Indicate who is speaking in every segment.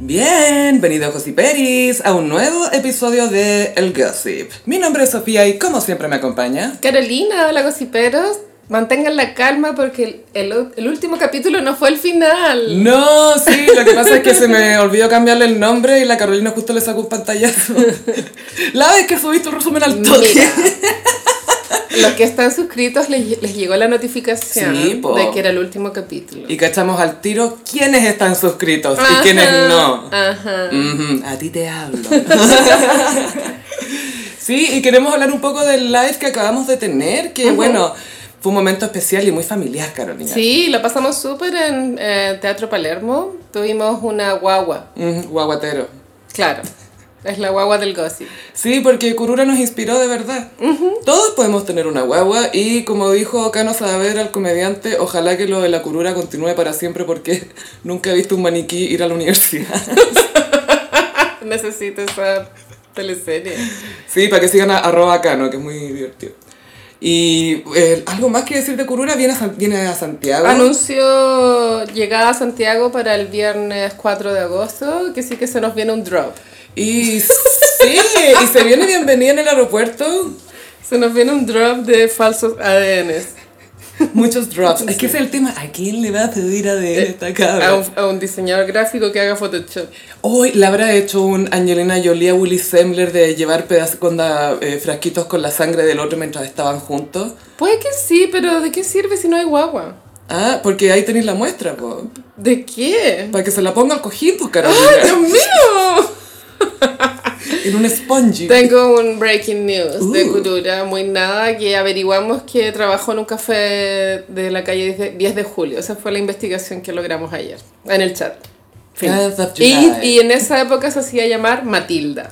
Speaker 1: Bien, venidos y Peris a un nuevo episodio de El Gossip. Mi nombre es Sofía y como siempre me acompaña.
Speaker 2: Carolina, hola gossiperos. Mantengan la calma porque el, el, el último capítulo no fue el final.
Speaker 1: No, sí, lo que pasa es que se me olvidó cambiarle el nombre y la Carolina justo le sacó un pantallazo. La vez que subiste un resumen al toque.
Speaker 2: Mira, los que están suscritos les, les llegó la notificación
Speaker 1: Sí, po.
Speaker 2: de que era el último capítulo.
Speaker 1: Y cachamos al tiro quiénes están suscritos y quiénes
Speaker 2: Ajá, Ah,
Speaker 1: no.
Speaker 2: Ajá.
Speaker 1: Ujú, A ti te hablo. sí, y queremos hablar un poco del live que acabamos de tener, que bueno, fue un momento especial y muy familiar, Carolina.
Speaker 2: Sí, lo pasamos súper en eh, Teatro Palermo. Tuvimos una guagua,
Speaker 1: Ujú, guaguatero.
Speaker 2: claro. Es la guagua del gossip.
Speaker 1: Sí, porque Kurura nos inspiró de verdad. Todos podemos tener una guagua y como dijo Cano Saavedra, el comediante, ojalá que lo de la Kurura continúe para siempre porque nunca he visto un maniquí ir a la universidad.
Speaker 2: Necesito esa teleserie.
Speaker 1: Sí, para que sigan a arroba Cano, que es muy divertido. Y eh, algo más que decir de Kurura, viene a, San- viene a Santiago.
Speaker 2: Ah, Anuncio llegada a Santiago para el viernes 4 de agosto, que sí que se nos viene un drop.
Speaker 1: Y sí, y se viene bienvenida en el aeropuerto.
Speaker 2: Se nos viene un drop de falsos ADNs.
Speaker 1: Muchos drops. Es que ese es el tema. ¿A quién le va a pedir ADN esta cabra?
Speaker 2: Eh, A un, a un diseñador gráfico que haga Photoshop.
Speaker 1: Hoy le habrá hecho un Angelina Jolie a Willy Sembler de llevar pedazos con la- eh, frasquitos con la sangre del otro mientras estaban juntos.
Speaker 2: Puede que sí, pero ¿de qué sirve si no hay guagua?
Speaker 1: Ah, porque ahí tenéis la muestra, po.
Speaker 2: ¿De qué?
Speaker 1: Para que se la ponga al cojín, pues,
Speaker 2: ¡Ay,
Speaker 1: Carolina.
Speaker 2: Dios mío!
Speaker 1: en un spongy.
Speaker 2: Tengo un breaking news de
Speaker 1: Uh.
Speaker 2: Kurura, muy nada, que averiguamos que trabajó en un café de la calle 10 de- 10 de julio. Esa fue la investigación que logramos ayer, en el chat. Fin.
Speaker 1: Tenth of
Speaker 2: Y,
Speaker 1: July.
Speaker 2: y en esa época se hacía llamar Matilda.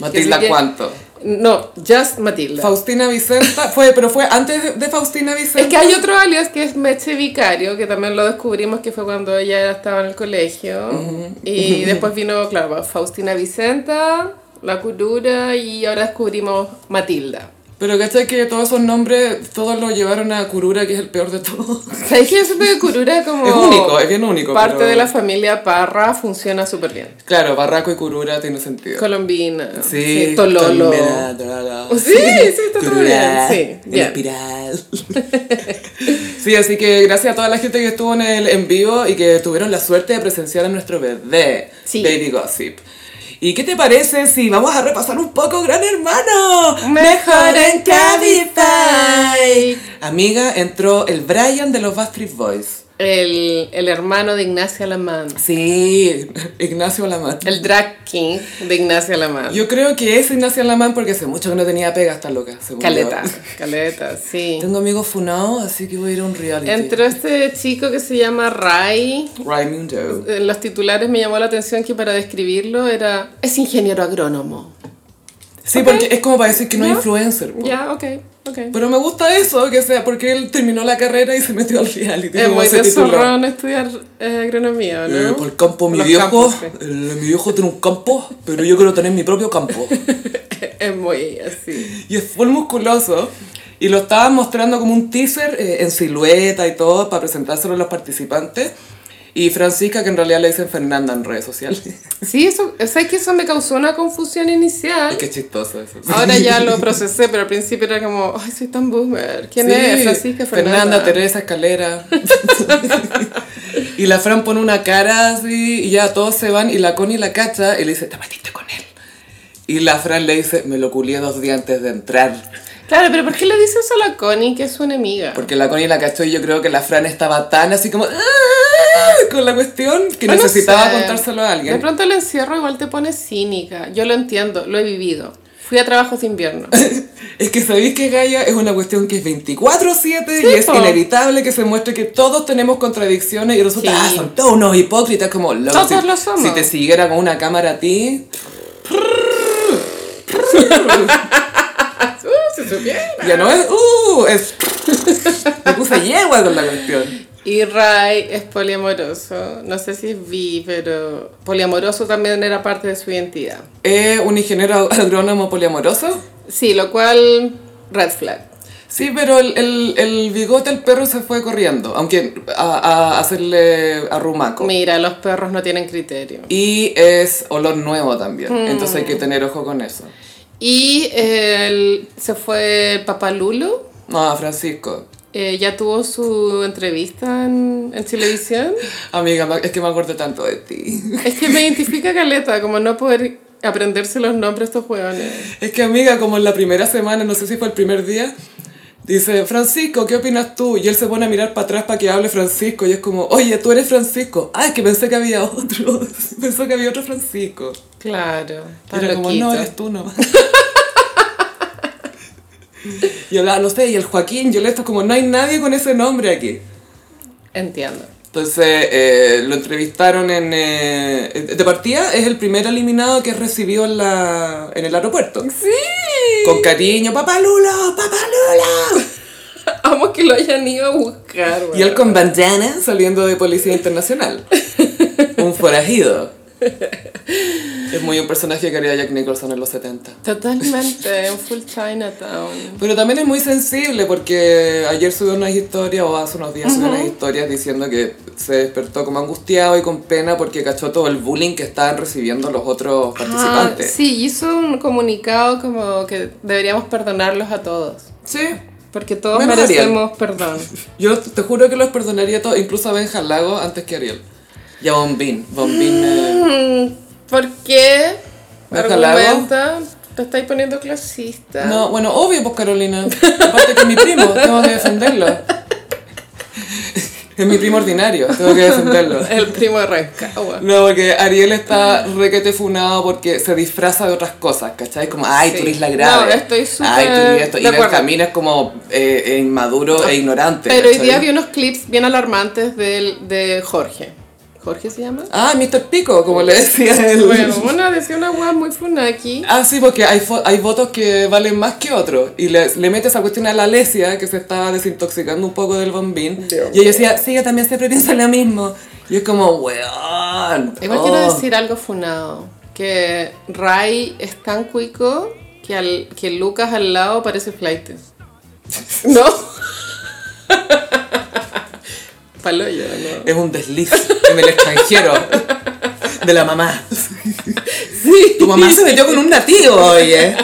Speaker 1: Matilda,
Speaker 2: Así que-
Speaker 1: ¿cuánto?
Speaker 2: No, just Matilda.
Speaker 1: Faustina Vicenta. Fue, pero fue antes de Faustina Vicenta.
Speaker 2: Es que hay otro alias que es Meche Vicario, que también lo descubrimos que fue cuando ella estaba en el colegio. Y después vino, claro, Faustina Vicenta, La Curura y ahora descubrimos Matilda.
Speaker 1: Pero cachai que todos esos nombres, todos los llevaron a Kurura, que es el peor de todos.
Speaker 2: ¿Sabes que yo siento que Curura como...
Speaker 1: Es único, es bien único,
Speaker 2: Oh, Parte
Speaker 1: pero-
Speaker 2: de la familia Parra funciona súper bien.
Speaker 1: Claro, Barraco y Kurura tiene sentido.
Speaker 2: Colombina,
Speaker 1: Sí,
Speaker 2: sí, Tololo.
Speaker 1: Tolmera, Tololo.
Speaker 2: Sí, sí, está todo
Speaker 1: Curura,
Speaker 2: bien, sí,
Speaker 1: el
Speaker 2: bien.
Speaker 1: espiral. sí, así que gracias a toda la gente que estuvo en el en vivo y que tuvieron la suerte de presenciar a nuestro bebé,
Speaker 2: Sí.
Speaker 1: Baby Gossip. ¿Y qué te parece si vamos a repasar un poco Gran Hermano?
Speaker 2: Mejor en Cabify.
Speaker 1: Amiga, entró el Brian de los Backstreet Boys.
Speaker 2: El, el hermano de Ignacia Alamán.
Speaker 1: Sí, Ignacio Lamar.
Speaker 2: El drag king de Ignacia Alamán.
Speaker 1: Yo creo que es Ignacio Lamán porque hace mucho que no tenía pega esta loca. según
Speaker 2: Caleta,
Speaker 1: yo.
Speaker 2: caleta, sí.
Speaker 1: Tengo amigos funados, así que voy a ir a un reality.
Speaker 2: Entró este chico que se llama Ray.
Speaker 1: Raimundo.
Speaker 2: En los titulares me llamó la atención que para describirlo era... Es ingeniero agrónomo.
Speaker 1: Sí,
Speaker 2: Ok.
Speaker 1: porque es como para decir que no, es
Speaker 2: ¿Ya?
Speaker 1: influencer. po.
Speaker 2: Ya, ok, ok.
Speaker 1: Pero me gusta eso, que sea porque él terminó la carrera y se metió al reality.
Speaker 2: Es
Speaker 1: como
Speaker 2: muy
Speaker 1: se
Speaker 2: de
Speaker 1: tituló.
Speaker 2: zorrón estudiar eh, agronomía, ¿no?
Speaker 1: Eh, por el campo mi
Speaker 2: Los
Speaker 1: viejo,
Speaker 2: campos, sí.
Speaker 1: eh, mi viejo tiene un campo, pero yo quiero tener mi propio campo.
Speaker 2: Es muy así.
Speaker 1: Y es full musculoso. Y lo estaban mostrando como un teaser eh, en silueta y todo para presentárselo a los participantes. Y Francisca, que en realidad le dicen Fernanda en redes sociales.
Speaker 2: Sí, eso, sé que eso me causó una confusión inicial.
Speaker 1: Qué chistoso eso.
Speaker 2: Ahora ya lo procesé, pero al principio era como, ay, soy tan boomer. ¿Quién
Speaker 1: Sí,
Speaker 2: es? Francisca Fernanda.
Speaker 1: Teresa Escalera. y la Fran pone una cara así y ya todos se van y la Connie la cacha y le dice, te metiste con él. Y la Fran le dice, me lo culié dos días antes de entrar.
Speaker 2: Claro, pero ¿por qué le dice eso a la Connie, que es su enemiga?
Speaker 1: Porque la Connie la cachó y yo creo que la Fran estaba tan así como "Ah", con la cuestión que
Speaker 2: Bueno,
Speaker 1: necesitaba
Speaker 2: sé.
Speaker 1: contárselo a
Speaker 2: De
Speaker 1: alguien.
Speaker 2: pronto el encierro igual te pone cínica. Yo lo entiendo, lo he vivido. Fui a trabajos de invierno.
Speaker 1: Es que sabéis que Gaia es una cuestión que es 24-7 y
Speaker 2: Sí,
Speaker 1: es
Speaker 2: po.
Speaker 1: inevitable que se muestre que todos tenemos contradicciones y resulta,
Speaker 2: Sí.
Speaker 1: ah, son todos unos hipócritas como loco,
Speaker 2: Todos
Speaker 1: si,
Speaker 2: lo somos.
Speaker 1: Si te siguiera con una cámara a ti, Uh, ya no es, uh, es. Me puse yegua con la cuestión.
Speaker 2: Y Ray es poliamoroso. No sé si es bi, pero poliamoroso también era parte de su identidad.
Speaker 1: ¿Es un ingeniero agrónomo poliamoroso?
Speaker 2: Sí, lo cual, red flag.
Speaker 1: Sí, pero el, el, el bigote del perro se fue corriendo, aunque a, a hacerle arrumaco.
Speaker 2: Mira, los perros no tienen criterio.
Speaker 1: Y es olor nuevo también, entonces hay
Speaker 2: Mm.
Speaker 1: que tener ojo con eso.
Speaker 2: Y el- se fue el papá Lulo.
Speaker 1: No, Francisco.
Speaker 2: eh, ya tuvo su entrevista en, en Televisión.
Speaker 1: Amiga, me- es que me acuerdo tanto de ti.
Speaker 2: Es que me identifica Caleta, como no poder aprenderse los nombres de estos hueones.
Speaker 1: Es que, amiga, como en la primera semana, no sé si fue el primer día, dice, Francisco, ¿qué opinas tú? Y él se pone a mirar para atrás para que hable Francisco. Y es como, oye, tú eres Francisco. Ah, es que pensé que había otro. Pensó que había otro Francisco.
Speaker 2: Claro,
Speaker 1: Y
Speaker 2: tan
Speaker 1: era como, no,
Speaker 2: loquito.
Speaker 1: eres tú nomás. y hablaba, no sé, y el Joaquín, yo le esto como, no hay nadie con ese nombre aquí.
Speaker 2: Entiendo.
Speaker 1: Entonces eh, lo entrevistaron en... eh, de partida es el primer eliminado que recibió en, la, en el aeropuerto.
Speaker 2: ¡Sí!
Speaker 1: Con cariño, papá Lulo, papá Lulo.
Speaker 2: Amo que lo hayan ido a buscar,
Speaker 1: Y él con bandana saliendo de Policía Internacional. Un forajido. Es muy un personaje que haría Jack Nicholson en los 70.
Speaker 2: Totalmente, un full Chinatown.
Speaker 1: Pero también es muy sensible porque ayer subió unas historias, o hace unos días subió unas historias diciendo que se despertó como angustiado y con pena porque cachó todo el bullying que estaban recibiendo los otros
Speaker 2: Ah.
Speaker 1: participantes.
Speaker 2: sí, hizo un comunicado como que deberíamos perdonarlos a todos.
Speaker 1: sí.
Speaker 2: Porque todos
Speaker 1: Menos
Speaker 2: merecemos perdón.
Speaker 1: Yo te juro que los perdonaría todos, incluso a Benja Lago antes que a Ariel. Y a Bombín. Bombín. eh,
Speaker 2: Mm, ¿Por qué?
Speaker 1: Déjala, ¿no?
Speaker 2: Argumenta, te estáis poniendo clasista.
Speaker 1: No, bueno, obvio, pues Carolina. Aparte que es mi primo, tengo que defenderlo. Es mi primo ordinario, tengo que defenderlo.
Speaker 2: El primo de Rancagua.
Speaker 1: No, porque Ariel está requete funado porque se disfraza de otras cosas, ¿cachai? Como, ay,
Speaker 2: Sí.
Speaker 1: tú eres la grave.
Speaker 2: No, estoy súper
Speaker 1: Ay, tú eres esto.
Speaker 2: de
Speaker 1: Y el
Speaker 2: acuerdo. Ah,
Speaker 1: camino es como eh, eh, inmaduro e ignorante.
Speaker 2: Pero hoy
Speaker 1: ¿cachai?
Speaker 2: día vi unos clips bien alarmantes del, de Jorge. ¿Jorge se llama?
Speaker 1: Ah, Mr. Pico, como le decía él.
Speaker 2: Bueno, una decía una weá muy funaki.
Speaker 1: Ah, sí, porque hay, fo- hay votos que valen más que otros. Y le, le mete esa cuestión a la Alesia, que se estaba desintoxicando un poco del bombín.
Speaker 2: Dios
Speaker 1: y ella decía, sí, yo también siempre pienso lo mismo. Y es como, weón.
Speaker 2: Igual
Speaker 1: oh.
Speaker 2: quiero decir algo funado. Que Ray es tan cuico que, al, que Lucas al lado parece flight. ¿No? Paloyo, ¿no?
Speaker 1: Es un desliz en el extranjero de la mamá.
Speaker 2: Sí.
Speaker 1: Tu mamá se metió con un nativo, oye.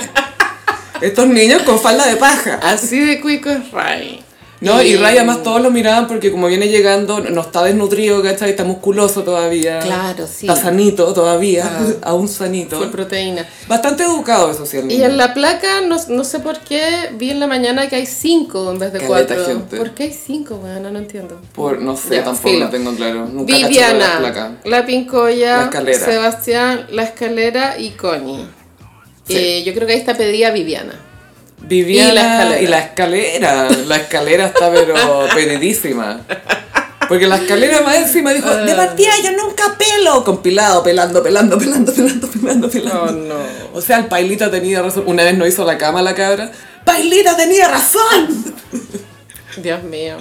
Speaker 1: Estos niños con falda de paja.
Speaker 2: Así de cuico es Ray.
Speaker 1: No, y Ray además todos lo miraban porque como viene llegando, no está desnutrido, ¿cachai? Está musculoso todavía.
Speaker 2: Claro, sí.
Speaker 1: Está sanito todavía, aún sanito.
Speaker 2: Full proteína.
Speaker 1: Bastante educado eso sí el
Speaker 2: Y
Speaker 1: niño.
Speaker 2: en la placa, no, no sé por qué, vi en la mañana que hay cinco en vez de
Speaker 1: Caleta
Speaker 2: cuatro.
Speaker 1: gente.
Speaker 2: ¿Por qué hay cinco, weón? No entiendo.
Speaker 1: Por, no sé,
Speaker 2: Ya,
Speaker 1: tampoco
Speaker 2: filo.
Speaker 1: lo tengo claro. Nunca cacho de las placas.
Speaker 2: Viviana, La Pincoya,
Speaker 1: La Escalera.
Speaker 2: Sebastián, La Escalera y Connie.
Speaker 1: Sí.
Speaker 2: Eh, yo creo que ahí está pedida Viviana.
Speaker 1: Viviana
Speaker 2: Y la escalera.
Speaker 1: y la escalera. La escalera está pero pedidísima. Porque la escalera más encima dijo, de partida yo nunca pelo. Compilado, pelando, pelando, pelando, pelando, pelando, pelando.
Speaker 2: no.
Speaker 1: O sea, el Pailita tenía razón. Una vez no hizo la cama la cabra. ¡Pailita tenía razón!
Speaker 2: Dios mío.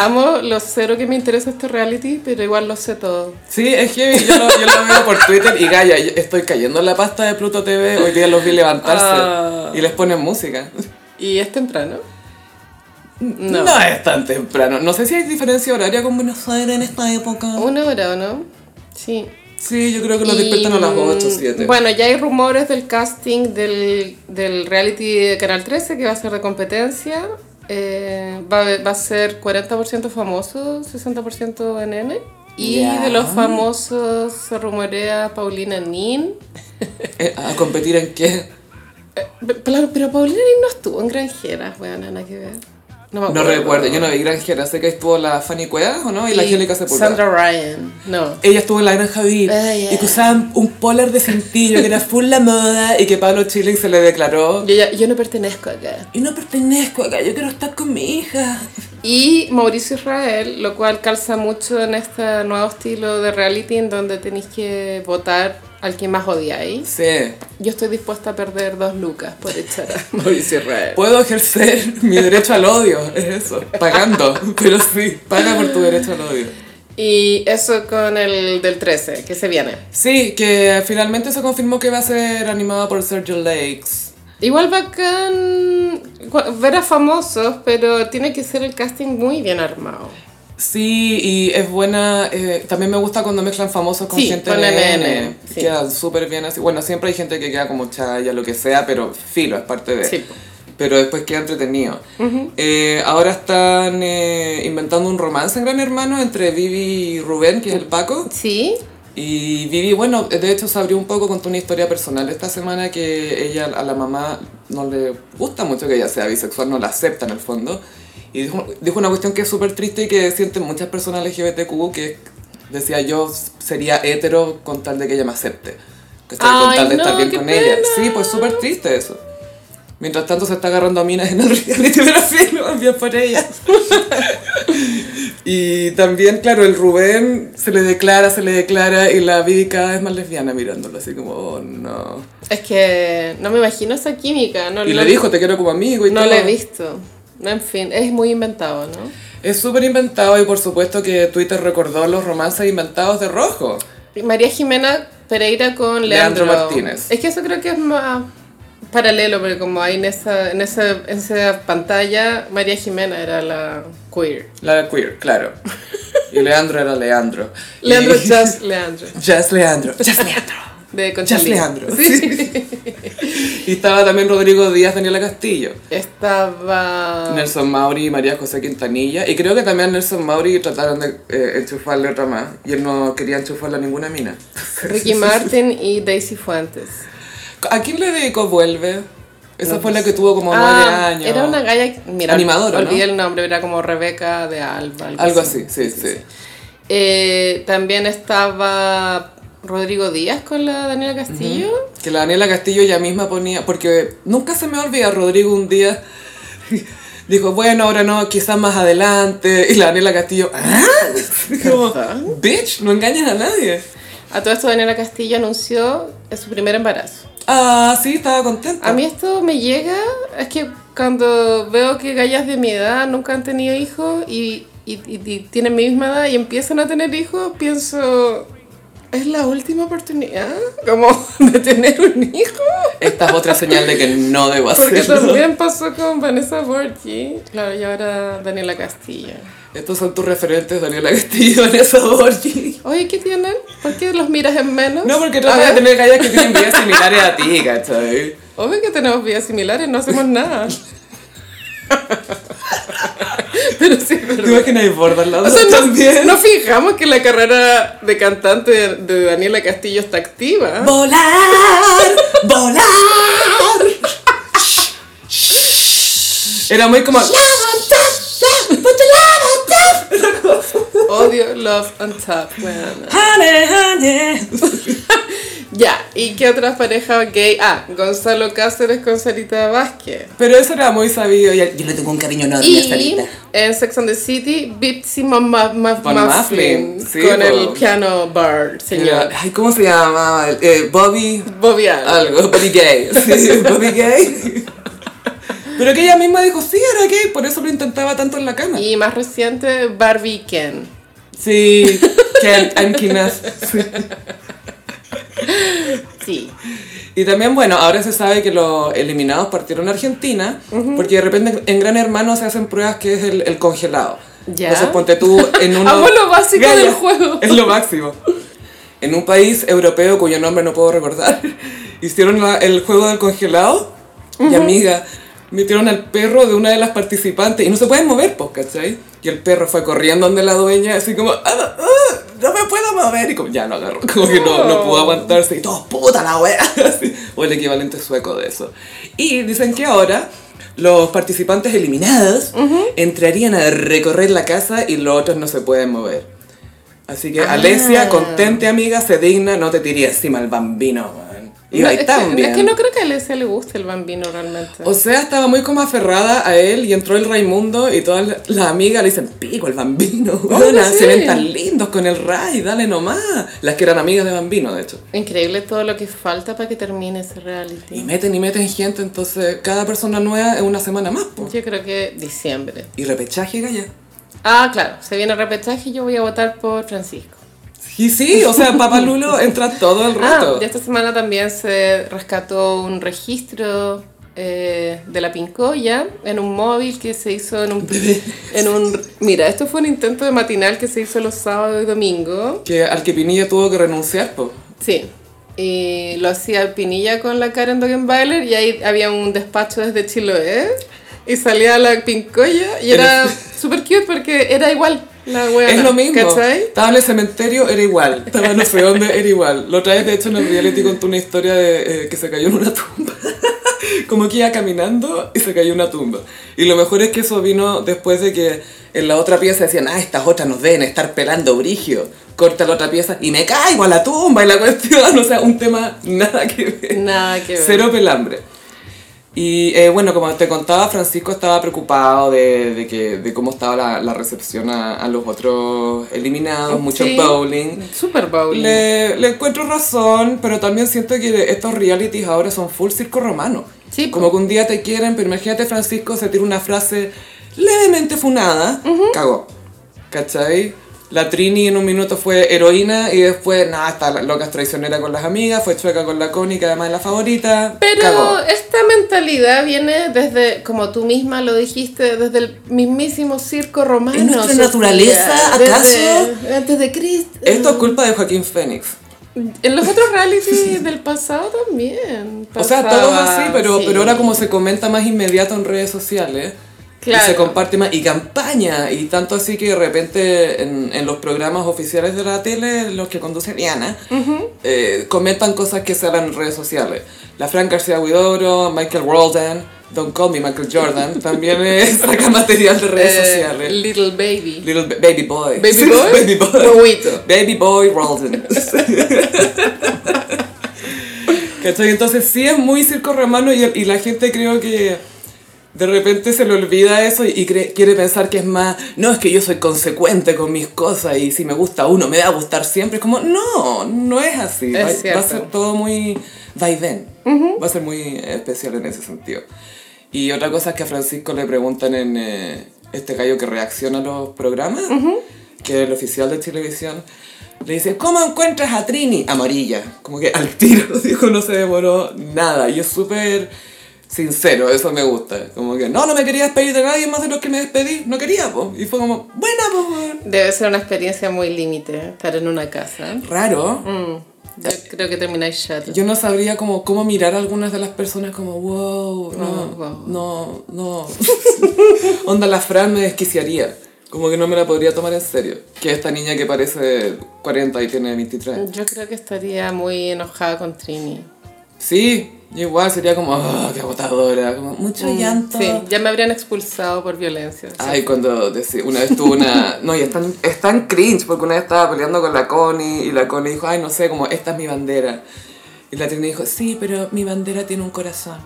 Speaker 2: Amo lo cero que me interesa este reality, pero igual lo sé todo.
Speaker 1: Sí, es que yo lo, yo lo veo por Twitter y Gaya, yo estoy cayendo en la pasta de Pluto TV. Hoy día los vi levantarse
Speaker 2: Ah.
Speaker 1: y les ponen música.
Speaker 2: ¿Y es temprano?
Speaker 1: No. es tan temprano. No sé si hay diferencia horaria con Buenos Aires en esta época.
Speaker 2: Una hora, ¿o no? Sí.
Speaker 1: Sí, yo creo que los
Speaker 2: Y,
Speaker 1: despiertan a las 8 o 7.
Speaker 2: Bueno, ya hay rumores del casting del, del reality de Canal 13 que va a ser de competencia. Eh, va, a- va a ser 40% famoso, 60% NN. Y
Speaker 1: Ya.
Speaker 2: de los famosos se rumorea Paulina Nin.
Speaker 1: Eh, ¿A competir en qué?
Speaker 2: Pe- Claro, pero Paulina Nin no estuvo en Granjeras, weón, nada que ver. No, me
Speaker 1: No recuerdo, yo no vi Granjera. Sé que estuvo la Fanny Cuevas, ¿o no? Y, la Angélica Eh, Sepulveda.
Speaker 2: Sandra Ryan, no.
Speaker 1: Ella estuvo en la Granja VIP
Speaker 2: Ah, ya.
Speaker 1: y que usaban un polar de cintillo que era full la moda y que Pablo Chilling se le declaró.
Speaker 2: Yo, ya- yo no pertenezco acá.
Speaker 1: Y no pertenezco acá, yo quiero estar con mi hija.
Speaker 2: Y Mauricio Israel, lo cual calza mucho en este nuevo estilo de reality en donde tenéis que votar al que más odiáis.
Speaker 1: Sí.
Speaker 2: Yo estoy dispuesta a perder dos lucas por echar a Mauricio Israel.
Speaker 1: Puedo ejercer mi derecho al odio, es eso. Pagando, pero sí, paga por tu derecho al odio.
Speaker 2: Y eso con el del 13, que se viene.
Speaker 1: Sí, que finalmente se confirmó que va a ser animada por Sergio Lakes.
Speaker 2: Igual bacán cu- ver a famosos, pero tiene que ser el casting muy bien armado.
Speaker 1: Sí, y es buena. eh, también me gusta cuando mezclan famosos con
Speaker 2: Sí,
Speaker 1: gente
Speaker 2: con
Speaker 1: de
Speaker 2: NN,
Speaker 1: NN.
Speaker 2: sí.
Speaker 1: Quedan súper bien así. Bueno, siempre hay gente que queda como chaya, lo que sea, pero filo, es parte de.
Speaker 2: Sí, po.
Speaker 1: Pero después queda entretenido. Eh, ahora están eh, inventando un romance en Gran Hermano entre Vivi y Rubén, que es el Paco.
Speaker 2: Sí,
Speaker 1: Y Vivi, bueno, de hecho se abrió un poco, contó una historia personal esta semana que ella a la mamá no le gusta mucho que ella sea bisexual, no la acepta en el fondo. Y dijo, dijo una cuestión que es súper triste y que sienten muchas personas LGBTQ que decía yo sería hetero con tal de que ella me acepte. ¿cachai? con
Speaker 2: Ay,
Speaker 1: tal de estar
Speaker 2: no,
Speaker 1: bien
Speaker 2: qué
Speaker 1: con ella.
Speaker 2: pena.
Speaker 1: Sí, pues súper triste eso. Mientras tanto se está agarrando a minas en el reality, pero filo, bien por ella. Y también, claro, el Rubén se le declara, se le declara y la Vivi cada vez más lesbiana mirándolo, así como, oh no.
Speaker 2: es que no me imagino esa química. No,
Speaker 1: Y
Speaker 2: no-
Speaker 1: le dijo, te quiero como amigo y
Speaker 2: No
Speaker 1: todo.
Speaker 2: lo he visto. No, en fin, es muy inventado, ¿no?
Speaker 1: Es súper inventado y por supuesto que Twitter recordó los romances inventados de Rojo.
Speaker 2: María Jimena Pereira con
Speaker 1: Leandro
Speaker 2: Leandro,
Speaker 1: Martínez.
Speaker 2: Es que eso creo que es más paralelo, porque como ahí en esa, en esa, en esa pantalla, María Jimena era la queer.
Speaker 1: La queer, claro. Y Leandro era Leandro.
Speaker 2: Leandro
Speaker 1: Y-
Speaker 2: Just Leandro.
Speaker 1: Just Leandro. Just Leandro.
Speaker 2: De
Speaker 1: Just
Speaker 2: Conchalí.
Speaker 1: Leandro. Sí. Y estaba también Rodrigo Díaz, Daniela Castillo.
Speaker 2: Estaba.
Speaker 1: Nelson Mauri y María José Quintanilla. Y creo que también Nelson Mauri trataron de eh, enchufarle otra más. Y él no quería enchufarle a ninguna mina.
Speaker 2: Ricky Martin y Daisy Fuentes.
Speaker 1: ¿A quién le dedicó Vuelve? Esa
Speaker 2: No
Speaker 1: fue
Speaker 2: lo
Speaker 1: la
Speaker 2: sé.
Speaker 1: que tuvo como nueve
Speaker 2: Ah,
Speaker 1: años.
Speaker 2: Era una galla. Mira,
Speaker 1: Animadora, ¿no?
Speaker 2: Olvidé el nombre, era como Rebeca de Alba.
Speaker 1: Algo así, sí, sí.
Speaker 2: Eh, también estaba Rodrigo Díaz con la Daniela Castillo.
Speaker 1: Que la Daniela Castillo ella misma ponía. Porque nunca se me olvida, Rodrigo un día dijo, bueno, ahora no, quizás más adelante. Y la Daniela Castillo, ¿ah? Como, bitch, no engañas a nadie.
Speaker 2: A todo esto Daniela Castillo anunció su primer embarazo.
Speaker 1: Ah, sí, estaba contenta.
Speaker 2: A mí esto me llega, es que cuando veo que gallas de mi edad nunca han tenido hijos y, y- y- y tienen mi misma edad y empiezan a tener hijos, pienso, ¿es la última oportunidad como de tener un hijo?
Speaker 1: Esta es otra señal de que no debo
Speaker 2: Porque
Speaker 1: hacerlo.
Speaker 2: también pasó con Vanessa Borgi, claro, y ahora Daniela Castillo.
Speaker 1: Estos son tus referentes, Daniela Castillo, en esa Borgi.
Speaker 2: Oye, ¿qué tienen? ¿Por qué los miras en menos?
Speaker 1: No, porque
Speaker 2: A
Speaker 1: trata de
Speaker 2: ver,
Speaker 1: tener gallas que tienen vidas similares a ti, ¿cachai?
Speaker 2: Obvio que tenemos vidas similares, no hacemos nada. Pero sí, es
Speaker 1: ¿Te
Speaker 2: verdad.
Speaker 1: imaginas Borda al lado
Speaker 2: O sea, no-
Speaker 1: también?
Speaker 2: nos fijamos que la carrera de cantante de, de Daniela Castillo está activa.
Speaker 1: ¡Volar! ¡Volar! Era muy como...
Speaker 2: Odio Love on Top. weona. Ya, ¿y qué otras parejas gay? Ah, Gonzalo Cáceres con Sarita Vázquez.
Speaker 1: Pero eso era muy sabido. y Yo le tengo un cariño enorme a
Speaker 2: Y
Speaker 1: Sarita.
Speaker 2: en Sex and the City, Bitsy Mama
Speaker 1: Von Mufflin,
Speaker 2: Mufflin
Speaker 1: sí, pues.
Speaker 2: con el
Speaker 1: po.
Speaker 2: piano bar, señor.
Speaker 1: Ay, ¿cómo se llamaba? Eh, Bobby...
Speaker 2: Bobby Allen.
Speaker 1: Algo, Bobby Gay. Sí, Bobby Gay. Pero que ella misma dijo, sí, era gay, por eso lo intentaba tanto en la cama.
Speaker 2: Y más reciente, Barbie Ken.
Speaker 1: Sí, Kent Ankinas.
Speaker 2: Sí.
Speaker 1: Y también, bueno, ahora se sabe que los eliminados partieron a Argentina, porque de repente en Gran Hermano se hacen pruebas que es el, el congelado.
Speaker 2: Ya.
Speaker 1: Entonces ponte tú en uno...
Speaker 2: Amo lo básico
Speaker 1: Gaya,
Speaker 2: del juego.
Speaker 1: Es lo máximo. En un país europeo cuyo nombre no puedo recordar, hicieron la- el juego del congelado y amiga, metieron al perro de una de las participantes y no se pueden mover, pues, ¿cachai? Y el perro fue corriendo donde la dueña, así como, "Ah, ah, no me puedo mover. Y como, ya no agarró, como que no, no pudo aguantarse. Y todos, puta la wea. Así, o el equivalente sueco de eso. Y dicen que ahora los participantes eliminados entrarían a recorrer la casa y los otros no se pueden mover. Así que,
Speaker 2: Ah.
Speaker 1: Alesia, contente amiga, se digna, no te tiré encima al bambino, weón. Y
Speaker 2: No,
Speaker 1: ahí
Speaker 2: es, que,
Speaker 1: también.
Speaker 2: es que no creo que a Alesia le guste el bambino realmente.
Speaker 1: O sea, estaba muy como aferrada a él y entró el Raimundo y todas la- las amigas le dicen, pico, el bambino, weona,
Speaker 2: sí.
Speaker 1: se ven tan lindos con el Ray, dale nomás. Las que eran amigas de bambino, de hecho.
Speaker 2: Increíble todo lo que falta para que termine ese
Speaker 1: Y
Speaker 2: reality.
Speaker 1: meten y meten gente, entonces cada persona nueva es una semana más, po.
Speaker 2: Yo creo que diciembre.
Speaker 1: Y repechaje, galla.
Speaker 2: Ah, claro, se viene repechaje y yo voy a votar por Francisco.
Speaker 1: Y sí, o sea, Papá Lulo entra todo el
Speaker 2: Ah,
Speaker 1: rato.
Speaker 2: y esta semana también se rescató un registro eh, de la Pincoya en un móvil que se hizo en un, en un... Mira, esto fue un intento de matinal que se hizo los sábados y domingos.
Speaker 1: Que al que Pinilla tuvo que renunciar, pues.
Speaker 2: Sí. Y lo hacía Pinilla con la Karen Dogenbailer y ahí había un despacho desde Chiloé. Y salía la pincoya y era súper cute porque era igual la wea.
Speaker 1: Es lo mismo.
Speaker 2: ¿Cachai?
Speaker 1: Estaba en el cementerio, era igual. Estaba en no sé dónde, era igual. Lo traes, de hecho, en el reality contó una historia de eh, que se cayó en una tumba. Como que iba caminando y se cayó en una tumba. Y lo mejor es que eso vino después de que en la otra pieza decían, ah, estas otras nos deben estar pelando brigio. Corta la otra pieza y me caigo a la tumba y la cuestión. O sea, un tema nada que ver.
Speaker 2: Nada que ver.
Speaker 1: Cero pelambre. Y eh, bueno, como te contaba, Francisco estaba preocupado de, de que, de cómo estaba la, la recepción a, a los otros eliminados, mucho
Speaker 2: Sí.
Speaker 1: bowling.
Speaker 2: Super bowling.
Speaker 1: Le, le encuentro razón, pero también siento que estos realities ahora son full circo romano.
Speaker 2: Sí,
Speaker 1: Como que un día te quieren, pero imagínate Francisco se tira una frase levemente funada, cagó. ¿Cachai? La Trini en un minuto fue heroína y después, nada, está la- loca es traicionera con las amigas, fue chueca con la cónica, además es la favorita.
Speaker 2: Pero
Speaker 1: cagó.
Speaker 2: esta mentalidad viene desde, como tú misma lo dijiste, desde el mismísimo circo romano.
Speaker 1: ¿Es nuestra
Speaker 2: Sofía.
Speaker 1: naturaleza,
Speaker 2: Desde-
Speaker 1: acaso?
Speaker 2: antes de Cristo.
Speaker 1: Esto es culpa de Joaquín Fénix.
Speaker 2: En los otros realities del pasado también.
Speaker 1: O sea,
Speaker 2: pasaba,
Speaker 1: todos así, pero,
Speaker 2: sí.
Speaker 1: pero ahora como se comenta más inmediato en redes sociales.
Speaker 2: Claro.
Speaker 1: Y se comparte más. Y campaña. Y tanto así que de repente en, en los programas oficiales de la tele, los que conduce Diana, eh, comentan cosas que se hablan en redes sociales. La Fran García Huidobro, Michael Roldan, Don't Call Me Michael Jordan, también eh, saca material de redes
Speaker 2: Eh,
Speaker 1: sociales.
Speaker 2: Little Baby.
Speaker 1: Little ba- Baby Boy.
Speaker 2: Baby
Speaker 1: Sí,
Speaker 2: Boy.
Speaker 1: Baby Boy.
Speaker 2: Huevito.
Speaker 1: Baby Boy Rolden. ¿Cachai? Entonces sí es muy circo romano y, y la gente creo que de repente se le olvida eso y, y cree- quiere pensar que es más, no, es que yo soy consecuente con mis cosas y si me gusta uno me va a gustar siempre. Es como, no, no es así.
Speaker 2: Es
Speaker 1: va, va a
Speaker 2: cierto.
Speaker 1: ser todo muy vaivén. Va a ser muy especial en ese sentido. Y otra cosa es que a Francisco le preguntan en eh, este gallo que reacciona a los programas, que es el oficial de televisión, le dice, ¿cómo encuentras a Trini? Amarilla. Como que al tiro, dijo, no se demoró nada. Y es súper sincero, eso me gusta. Como que, no, no me quería despedir de nadie más de los que me despedí. No quería, po. Y fue como, buena, po. weón".
Speaker 2: Debe ser una experiencia muy límite estar en una casa.
Speaker 1: Raro.
Speaker 2: Mm, yo creo que termináis shut.
Speaker 1: Yo no sabría como, cómo mirar a algunas de las personas como, wow, no,
Speaker 2: Oh, wow.
Speaker 1: no, no. Onda, la Fran me desquiciaría. Como que no me la podría tomar en serio. Que esta niña que parece 40 y tiene 23.
Speaker 2: Yo creo que estaría muy enojada con Trini.
Speaker 1: Sí, yo igual sería como, ah, qué agotadora. Como, mucho llanto.
Speaker 2: Mm, Sí, ya me habrían expulsado por violencia. sí.
Speaker 1: Ay, cuando decí- una vez tuvo una... No, y es tan, es tan cringe porque una vez estaba peleando con la Connie y la Connie dijo, ay, no sé, como, esta es mi bandera. Y la Trini dijo, sí, pero mi bandera tiene un corazón.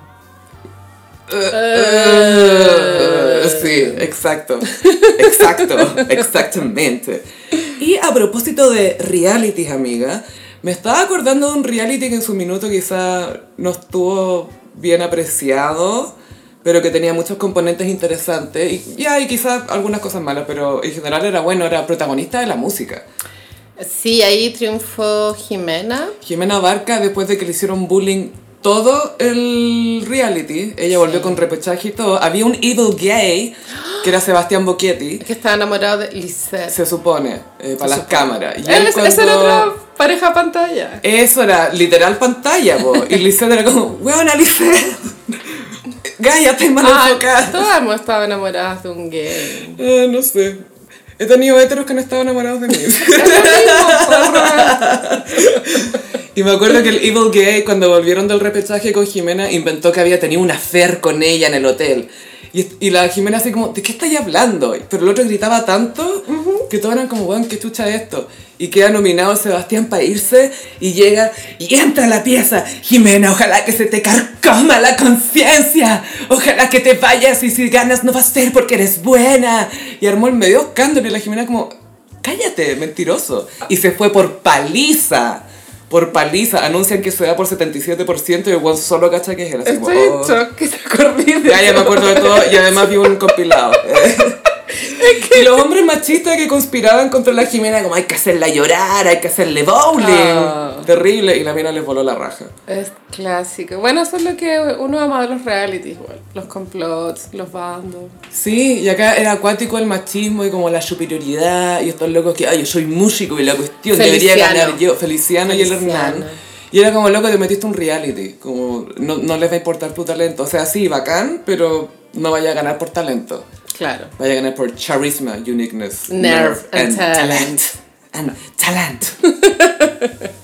Speaker 1: Eh, eh, sí, exacto. Exacto, exactamente. Y a propósito de realities, amiga, me estaba acordando de un reality que en su minuto quizá no estuvo bien apreciado, pero que tenía muchos componentes interesantes. Y ya, y quizás algunas cosas malas, pero en general era bueno, era protagonista de la música.
Speaker 2: Sí, ahí triunfó Jimena.
Speaker 1: Jimena Barca, después de que le hicieron bullying todo el reality, ella volvió con repechaje y todo. Había un evil gay, que era Sebastián Bocchetti,
Speaker 2: que estaba enamorado de Lisette.
Speaker 1: se supone, eh, para las cámaras. Y
Speaker 2: Él
Speaker 1: él
Speaker 2: es,
Speaker 1: cuando-
Speaker 2: esa era otra pareja pantalla.
Speaker 1: Eso era literal pantalla, po. Y Lisette era como, weona Lisette, Gaya, te mal
Speaker 2: Ah,
Speaker 1: enfocada".
Speaker 2: todas hemos estado enamoradas de un gay.
Speaker 1: Eh, no sé. He tenido héteros que no estaban enamorados de mí. y me acuerdo que el Evil Gay, cuando volvieron del repechaje con Jimena, inventó que había tenido una fer con ella en el hotel. Y, y la Jimena así como, ¿de qué estáis hablando? Pero el otro gritaba tanto que todos eran como, weón, ¿qué chucha es esto? Y queda nominado Sebastián para irse y llega y entra a la pieza. Jimena, ojalá que se te carcoma la conciencia. Ojalá que te vayas y si ganas no va a ser porque eres buena. Y armó el medio escándalo y la Jimena como, Cállate, mentiroso. Y se fue por paliza. Por paliza. Anuncian que se da por 77% y el one solo cacha que es él. Así como,
Speaker 2: Estoy en
Speaker 1: oh.
Speaker 2: shock que te acordé de
Speaker 1: Ya, ya me
Speaker 2: eso.
Speaker 1: acuerdo de todo y además vi un compilado. Y los hombres machistas que conspiraban contra la Jimena, como hay que hacerla llorar, hay que hacerle bowling.
Speaker 2: Ah.
Speaker 1: Terrible. Y la mina les voló la raja.
Speaker 2: Es clásico. Bueno, eso es lo que uno ama de los realities, igual. Los complots, los bandos.
Speaker 1: Sí, y acá era acuático el machismo y como la superioridad y estos locos que, ay, yo soy músico y la cuestión debería
Speaker 2: Feliciano.
Speaker 1: ganar yo, Feliciano, y el
Speaker 2: Feliciano.
Speaker 1: Hernán. Y era como, loco, te metiste un reality, como no, no les va a importar tu talento. O sea, sí, bacán, pero no vaya a ganar por talento.
Speaker 2: Claro.
Speaker 1: Vaya a ganar por charisma, uniqueness,
Speaker 2: Nerve and talent.
Speaker 1: And talent.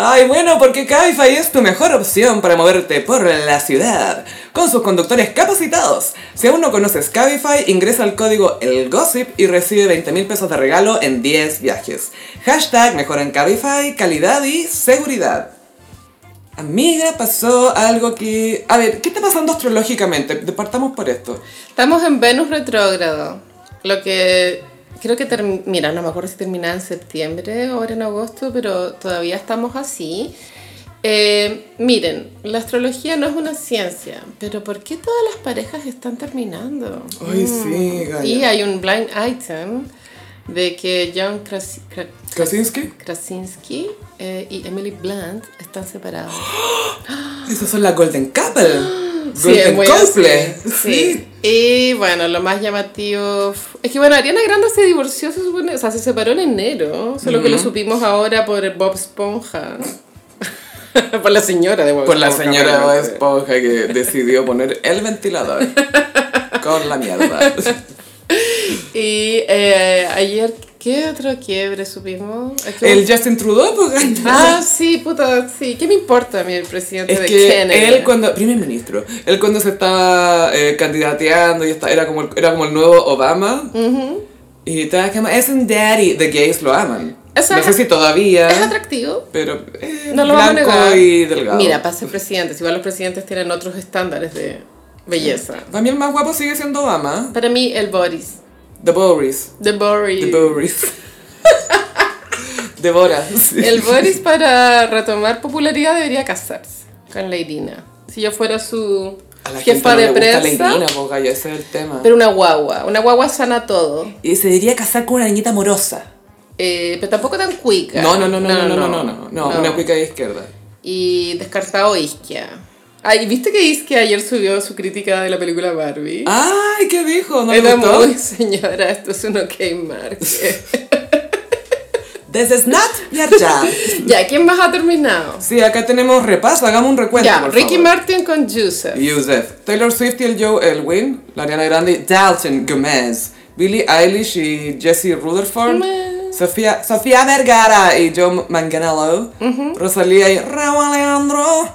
Speaker 1: Ay, bueno, porque Cabify es tu mejor opción para moverte por la ciudad. Con sus conductores capacitados. Si aún no conoces Cabify, ingresa al código ELGOSIP y recibe 20 mil pesos de regalo en 10 viajes. Hashtag mejora en Cabify, calidad y seguridad. Amiga, pasó algo que... A ver, ¿qué está pasando astrológicamente? Departamos por esto.
Speaker 2: Estamos en Venus retrógrado. Lo que creo que termina, mira, no me acuerdo si terminaba en septiembre o ahora en agosto, pero todavía estamos así. Eh, miren, la astrología no es una ciencia, pero ¿por qué todas las parejas están terminando? Mm.
Speaker 1: Ay, sí, Gaya.
Speaker 2: Y hay un blind item de que John Kras- Kra-
Speaker 1: ¿Krasinski?
Speaker 2: Krasinski eh, y Emily Blunt están separados.
Speaker 1: Esas son las Golden Couple.
Speaker 2: Sí,
Speaker 1: Golden
Speaker 2: es muy
Speaker 1: Couple.
Speaker 2: así, sí. Y bueno, lo más llamativo f- es que bueno, Ariana Grande se divorció, se supone, o sea, se separó en enero, solo que lo supimos ahora por Bob Esponja. por la señora de Bob
Speaker 1: Por la
Speaker 2: Esponja,
Speaker 1: señora Bob
Speaker 2: obviamente.
Speaker 1: Esponja que decidió poner el ventilador. Con la mierda.
Speaker 2: Y eh, ayer, ¿qué otro quiebre supimos? Es que-
Speaker 1: El Justin Trudeau, pues,
Speaker 2: Ah, sí, puta, sí. ¿Qué me importa a mí el presidente
Speaker 1: Es
Speaker 2: de
Speaker 1: que
Speaker 2: Kennedy?
Speaker 1: él cuando, primer ministro, él cuando se estaba eh, candidateando y esta- era, como el, era como el nuevo Obama, y estaba como, es un daddy, de gays lo aman.
Speaker 2: O sea,
Speaker 1: no sé si todavía,
Speaker 2: Es atractivo,
Speaker 1: pero eh,
Speaker 2: No lo vamos a
Speaker 1: blanco
Speaker 2: negar.
Speaker 1: y delgado.
Speaker 2: Mira, para ser presidentes, igual los presidentes tienen otros estándares de belleza.
Speaker 1: Para mí el más guapo sigue siendo Obama,
Speaker 2: Para mí, el Boris.
Speaker 1: The Boris.
Speaker 2: The Boris.
Speaker 1: The Boris. Devora. sí.
Speaker 2: El Boris, para retomar popularidad, debería casarse con la Irina. Si yo fuera su
Speaker 1: A la gente
Speaker 2: jefa
Speaker 1: no
Speaker 2: de
Speaker 1: le gusta
Speaker 2: prensa.
Speaker 1: la Irina, po, gallo, ese es el tema.
Speaker 2: Pero una guagua. Una guagua sana todo.
Speaker 1: Y se diría casar con una niñita amorosa.
Speaker 2: Eh, pero tampoco tan cuica.
Speaker 1: No, no, no, no, no, no, no, no, no, una cuica de izquierda.
Speaker 2: Y descartado Isquia. Ay, ¿viste que Isquia ayer subió su crítica de la película Barbie?
Speaker 1: ¡Ay, qué dijo! Ah, ¿No le
Speaker 2: Era
Speaker 1: gustó?
Speaker 2: muy señora, esto es un OK Market.
Speaker 1: This is not your job.
Speaker 2: ya, ¿quién más ha terminado?
Speaker 1: Sí, acá tenemos repaso, hagamos un recuento,
Speaker 2: ya,
Speaker 1: por
Speaker 2: Ricky
Speaker 1: favor.
Speaker 2: Martin con Joseph.
Speaker 1: Yusef, Eh, Taylor Swift y el Joe Elwin, la Ariana Grande, Dalton Gomez, Billie Eilish y Jesse Rutherford,
Speaker 2: Gomez.
Speaker 1: Sofía, Sofía Vergara y Joe Manganiello, Rosalía y Raúl Alejandro,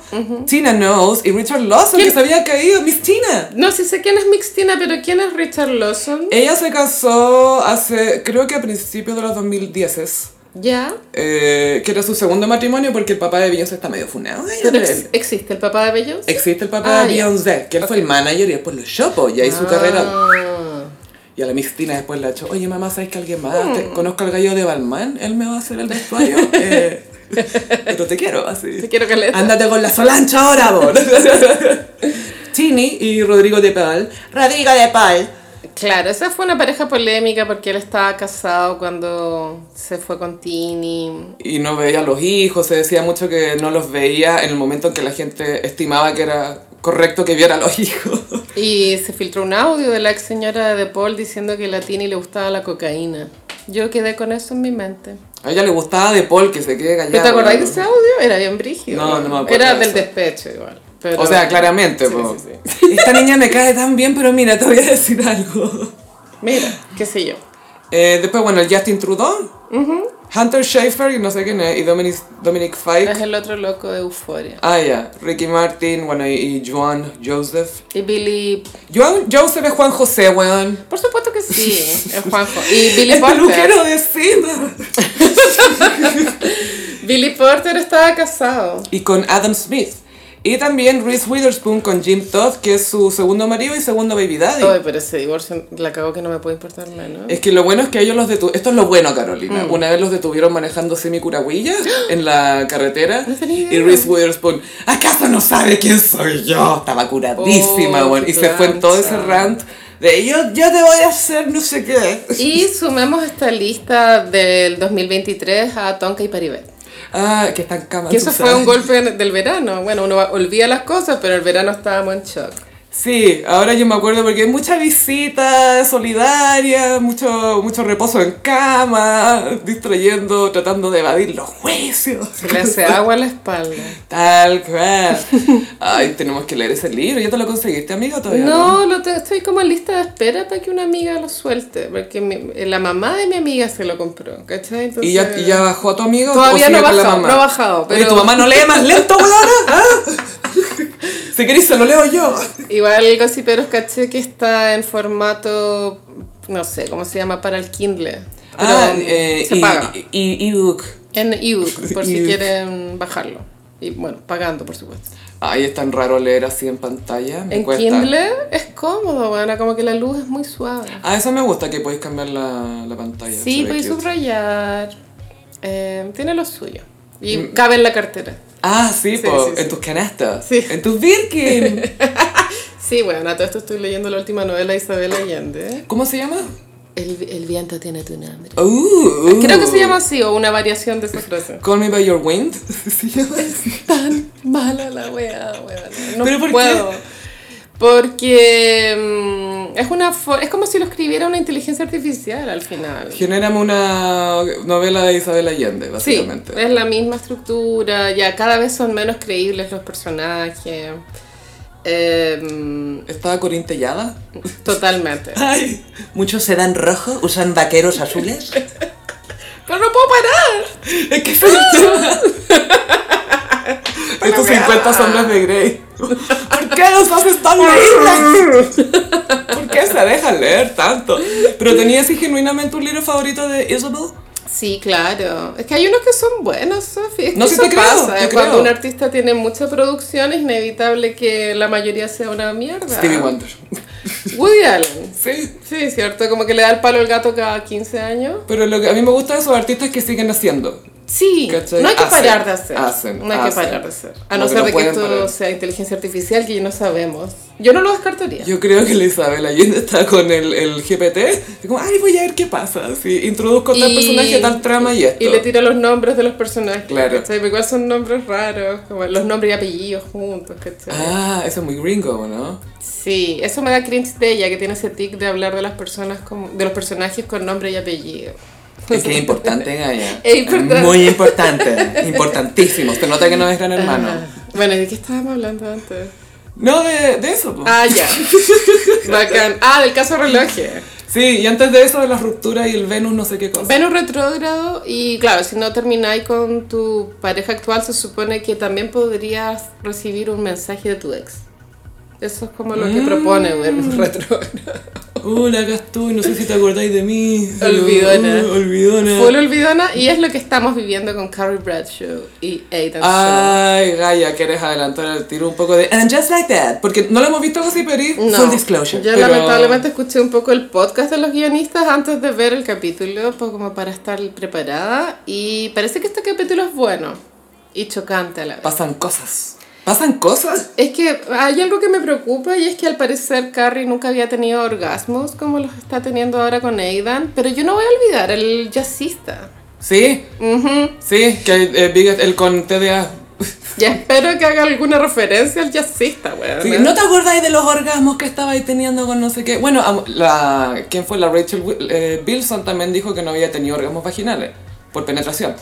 Speaker 1: Tina Knowles y Richard Lawson, que
Speaker 2: ¿Quién?
Speaker 1: se había caído, Miss Tina.
Speaker 2: No, sí sé quién es Mixtina, pero ¿quién es Richard Lawson?
Speaker 1: Ella se casó hace, creo que a principios de los 2010
Speaker 2: Ya.
Speaker 1: eh, que era su segundo matrimonio porque el papá de Beyoncé está medio funado. Ay,
Speaker 2: Pero
Speaker 1: hombre.
Speaker 2: ex- existe el papá de Bellos.
Speaker 1: Existe el papá
Speaker 2: Ah,
Speaker 1: de
Speaker 2: ya.
Speaker 1: Beyoncé, que él fue el manager y después lo chopó, y ahí su carrera.
Speaker 2: Ah.
Speaker 1: Y a la Miss Tina después la echó, oye mamá, ¿sabes que alguien más?
Speaker 2: Hmm.
Speaker 1: Te- conozco al gallo de Balmán, él me va a hacer el vestuario. eh, pero te quiero, así.
Speaker 2: Te quiero caleta.
Speaker 1: Ándate con la Solancha ahora, vos. Tini y Rodrigo de Pal. Rodrigo de Pal.
Speaker 2: Claro, esa fue una pareja polémica porque él estaba casado cuando se fue con Tini.
Speaker 1: Y no veía a los hijos, se decía mucho que no los veía en el momento en que la gente estimaba que era correcto que viera a los hijos.
Speaker 2: Y se filtró un audio de la ex señora de Paul diciendo que a la Tini le gustaba la cocaína. Yo quedé con eso en mi mente.
Speaker 1: A ella le gustaba de Paul, que se quede
Speaker 2: ¿Pero
Speaker 1: callado.
Speaker 2: te acordás de ese audio? Era bien brígido.
Speaker 1: No, no me acuerdo
Speaker 2: Era
Speaker 1: de
Speaker 2: del
Speaker 1: eso.
Speaker 2: despecho igual. pero-
Speaker 1: O sea, claramente,
Speaker 2: Sí,
Speaker 1: po.
Speaker 2: sí, sí.
Speaker 1: Esta niña me cae tan bien, pero mira, te voy a decir algo.
Speaker 2: Mira, qué sé yo.
Speaker 1: Eh, después, bueno, el Justin Trudeau. Hunter Schaefer, y no sé quién es, y Dominic, Dominic
Speaker 2: Es
Speaker 1: Fike.
Speaker 2: el otro loco de Euforia.
Speaker 1: Ah, ya. Ricky Martin, bueno, y, y Joan Joseph.
Speaker 2: Y Billy...
Speaker 1: Joan Joseph es Juan José, weón.
Speaker 2: Por supuesto que sí, eh, es Juanjo. Y Billy
Speaker 1: El
Speaker 2: Porter.
Speaker 1: peluquero de cima.
Speaker 2: Billy Porter estaba casado.
Speaker 1: y con Adam Smith. Y también Reese Witherspoon con Jim Todd, que es su segundo marido y segundo baby daddy.
Speaker 2: Ay, pero ese divorcio la cago que no me puede importar menos.
Speaker 1: Es que lo bueno es que ellos los detuvieron. Esto es lo bueno,
Speaker 2: Mm.
Speaker 1: Carolina. Una vez los detuvieron manejando semicurahuilla en la carretera.
Speaker 2: No tenía
Speaker 1: y
Speaker 2: idea.
Speaker 1: Reese Witherspoon, ¿acaso no sabe quién soy yo? Estaba curadísima,
Speaker 2: Oh,
Speaker 1: weón.
Speaker 2: qué
Speaker 1: Y se fue en todo ese
Speaker 2: plancha.
Speaker 1: rant De yo, yo te voy a hacer no sé qué.
Speaker 2: Y sumemos esta lista del 2023 a Tonka y Paribet.
Speaker 1: Ah, que está en cama.
Speaker 2: Que eso
Speaker 1: Susana.
Speaker 2: fue un golpe del verano. Bueno, uno va- olvida las cosas, pero el verano estábamos en shock.
Speaker 1: Sí, ahora yo me acuerdo porque hay mucha visita solidaria, mucho, mucho reposo en cama, distrayendo, tratando de evadir los juicios.
Speaker 2: Se le hace agua a la espalda.
Speaker 1: Tal cual. Ay, tenemos que leer ese libro. ¿Ya te lo conseguiste, amigo? Todavía no.
Speaker 2: No, lo te- estoy como en lista de espera para que una amiga lo suelte. Porque mi- la mamá de mi amiga se lo compró, ¿cachai? Entonces,
Speaker 1: ¿Y ya, y ya bajó a tu amigo? o
Speaker 2: pues, eh, Todavía
Speaker 1: sigue
Speaker 2: no ha
Speaker 1: con la
Speaker 2: bajado,
Speaker 1: mamá?
Speaker 2: no ha bajado,
Speaker 1: Oye,
Speaker 2: pero-
Speaker 1: ¿tu mamá no lee más lento, weona? ¿Ah? Si querés, se lo leo yo.
Speaker 2: Igual Gossiperos caché que está en formato, no sé, ¿cómo se llama? Para el Kindle. Pero
Speaker 1: ah, eh,
Speaker 2: se
Speaker 1: y-
Speaker 2: paga.
Speaker 1: y- ebook.
Speaker 2: En ebook, por si
Speaker 1: Ebook.
Speaker 2: quieren bajarlo. Y bueno, pagando, por supuesto.
Speaker 1: Ay, es tan raro leer así en pantalla. Me
Speaker 2: En
Speaker 1: cuesta.
Speaker 2: Kindle es cómodo, bueno, como que la luz es muy suave.
Speaker 1: Ah, eso me gusta, que podéis cambiar la, la pantalla.
Speaker 2: Sí,
Speaker 1: se ve
Speaker 2: podéis
Speaker 1: cute.
Speaker 2: subrayar. Eh, tiene lo suyo. Y
Speaker 1: Mm.
Speaker 2: cabe en la cartera.
Speaker 1: Ah, sí,
Speaker 2: Sí,
Speaker 1: po,
Speaker 2: sí, sí.
Speaker 1: en tus canastas.
Speaker 2: Sí.
Speaker 1: En tus Birkin.
Speaker 2: Sí, bueno, a todo esto estoy leyendo la última novela de Isabel Allende.
Speaker 1: ¿Cómo se llama?
Speaker 2: El, viento tiene tu nombre.
Speaker 1: Uh, uh.
Speaker 2: Creo que se llama así, o una variación de esa frase.
Speaker 1: Call Me By Your Wind. ¿Se llama?
Speaker 2: Tan mala la wea, wea. No
Speaker 1: ¿Pero por qué?
Speaker 2: puedo. Porque mm, es una fo- es como si lo escribiera una inteligencia artificial al final.
Speaker 1: Generamos una novela de Isabel Allende,
Speaker 2: Sí,
Speaker 1: básicamente.
Speaker 2: es la misma estructura, ya cada vez son menos creíbles los personajes. Em,
Speaker 1: ¿Estaba corintellada?
Speaker 2: totalmente.
Speaker 1: Ay, muchos se dan rojo, usan vaqueros azules.
Speaker 2: Pero no puedo parar.
Speaker 1: es que es el tema. Estos 50 sombras de Grey. ¿Por qué los haces tan leídas? ¿Por qué se dejan leer tanto? ¿Pero tenías así genuinamente un libro favorito de Isabel?
Speaker 2: Sí, claro. Es que hay unos que son buenos, Sofi. Es
Speaker 1: No,
Speaker 2: que
Speaker 1: sí
Speaker 2: eso
Speaker 1: te creo,
Speaker 2: pasa.
Speaker 1: te
Speaker 2: eh, Cuando
Speaker 1: creo.
Speaker 2: un artista tiene mucha producción es inevitable que la mayoría sea una mierda.
Speaker 1: Stevie Wonder.
Speaker 2: Woody Allen.
Speaker 1: Sí.
Speaker 2: Sí, cierto, como que le da el palo al gato cada 15 años.
Speaker 1: Pero lo que a mí me gusta de esos artistas que siguen haciendo.
Speaker 2: Sí,
Speaker 1: ¿Cachai?
Speaker 2: no hay que
Speaker 1: Hacen,
Speaker 2: parar de hacer.
Speaker 1: hacen,
Speaker 2: no hay
Speaker 1: hacen.
Speaker 2: que parar de hacer. A
Speaker 1: Como
Speaker 2: no
Speaker 1: que
Speaker 2: ser
Speaker 1: no
Speaker 2: de que
Speaker 1: pueden
Speaker 2: esto
Speaker 1: parar.
Speaker 2: sea inteligencia artificial que no sabemos. Yo no lo descartaría.
Speaker 1: Yo creo que la Isabel Allende está con el, el GPT. Es como, ay, voy a ver qué pasa. Si introduzco tal
Speaker 2: Y-
Speaker 1: personaje, tal trama y esto.
Speaker 2: Y le tiro los nombres de los personajes.
Speaker 1: Claro.
Speaker 2: ¿cachai? Pero igual son nombres raros, como los nombres y apellidos juntos, ¿cachai?
Speaker 1: Ah, eso es muy gringo, ¿no?
Speaker 2: Sí, eso me da cringe de ella, que tiene ese tic de hablar de las personas como, de los personajes con nombre y apellido.
Speaker 1: Es que es importante, Gaia.
Speaker 2: Es importante.
Speaker 1: Muy importante. Importantísimo. Se nota que no es gran hermano.
Speaker 2: Ajá. Ah. Bueno, ¿de qué estábamos hablando antes?
Speaker 1: No, de, de eso. po.
Speaker 2: Ah, ya. Bacán. Ah, del caso relojes.
Speaker 1: Sí, y antes de eso, de las rupturas y el Venus, no sé qué cosa.
Speaker 2: Venus retrógrado y claro, si no termináis con tu pareja actual, se supone que también podrías recibir un mensaje de tu ex. Eso es como lo que
Speaker 1: Mm.
Speaker 2: propone Venus retrógrado.
Speaker 1: Hola, acá estoy. No sé si te acordáis de mí.
Speaker 2: Olvidona.
Speaker 1: Uh, olvidona.
Speaker 2: Full olvidona y es lo que estamos viviendo con Carrie Bradshaw y Aidan Shaw.
Speaker 1: Ay, Gaia, quieres adelantar el tiro un poco de And just like that. Porque no lo hemos visto así, pero full disclosure.
Speaker 2: yo
Speaker 1: pero-
Speaker 2: lamentablemente escuché un poco el podcast de los guionistas antes de ver el capítulo, pues como para estar preparada y parece que este capítulo es bueno y chocante a la vez.
Speaker 1: Pasan cosas. Pasan cosas.
Speaker 2: Es que hay algo que me preocupa y es que al parecer Carrie nunca había tenido orgasmos como los está teniendo ahora con Aidan, pero yo no voy a olvidar el jazzista.
Speaker 1: Sí,
Speaker 2: Ujú.
Speaker 1: sí, que eh, Big- el con TDA.
Speaker 2: Y espero que haga alguna referencia al jazzista, weón.
Speaker 1: Sí, ¿No te acordáis de los orgasmos que estabais teniendo con no sé qué? Bueno, am- la, ¿quién fue? La Rachel Wi- eh, Bilson también dijo que no había tenido orgasmos vaginales por penetración.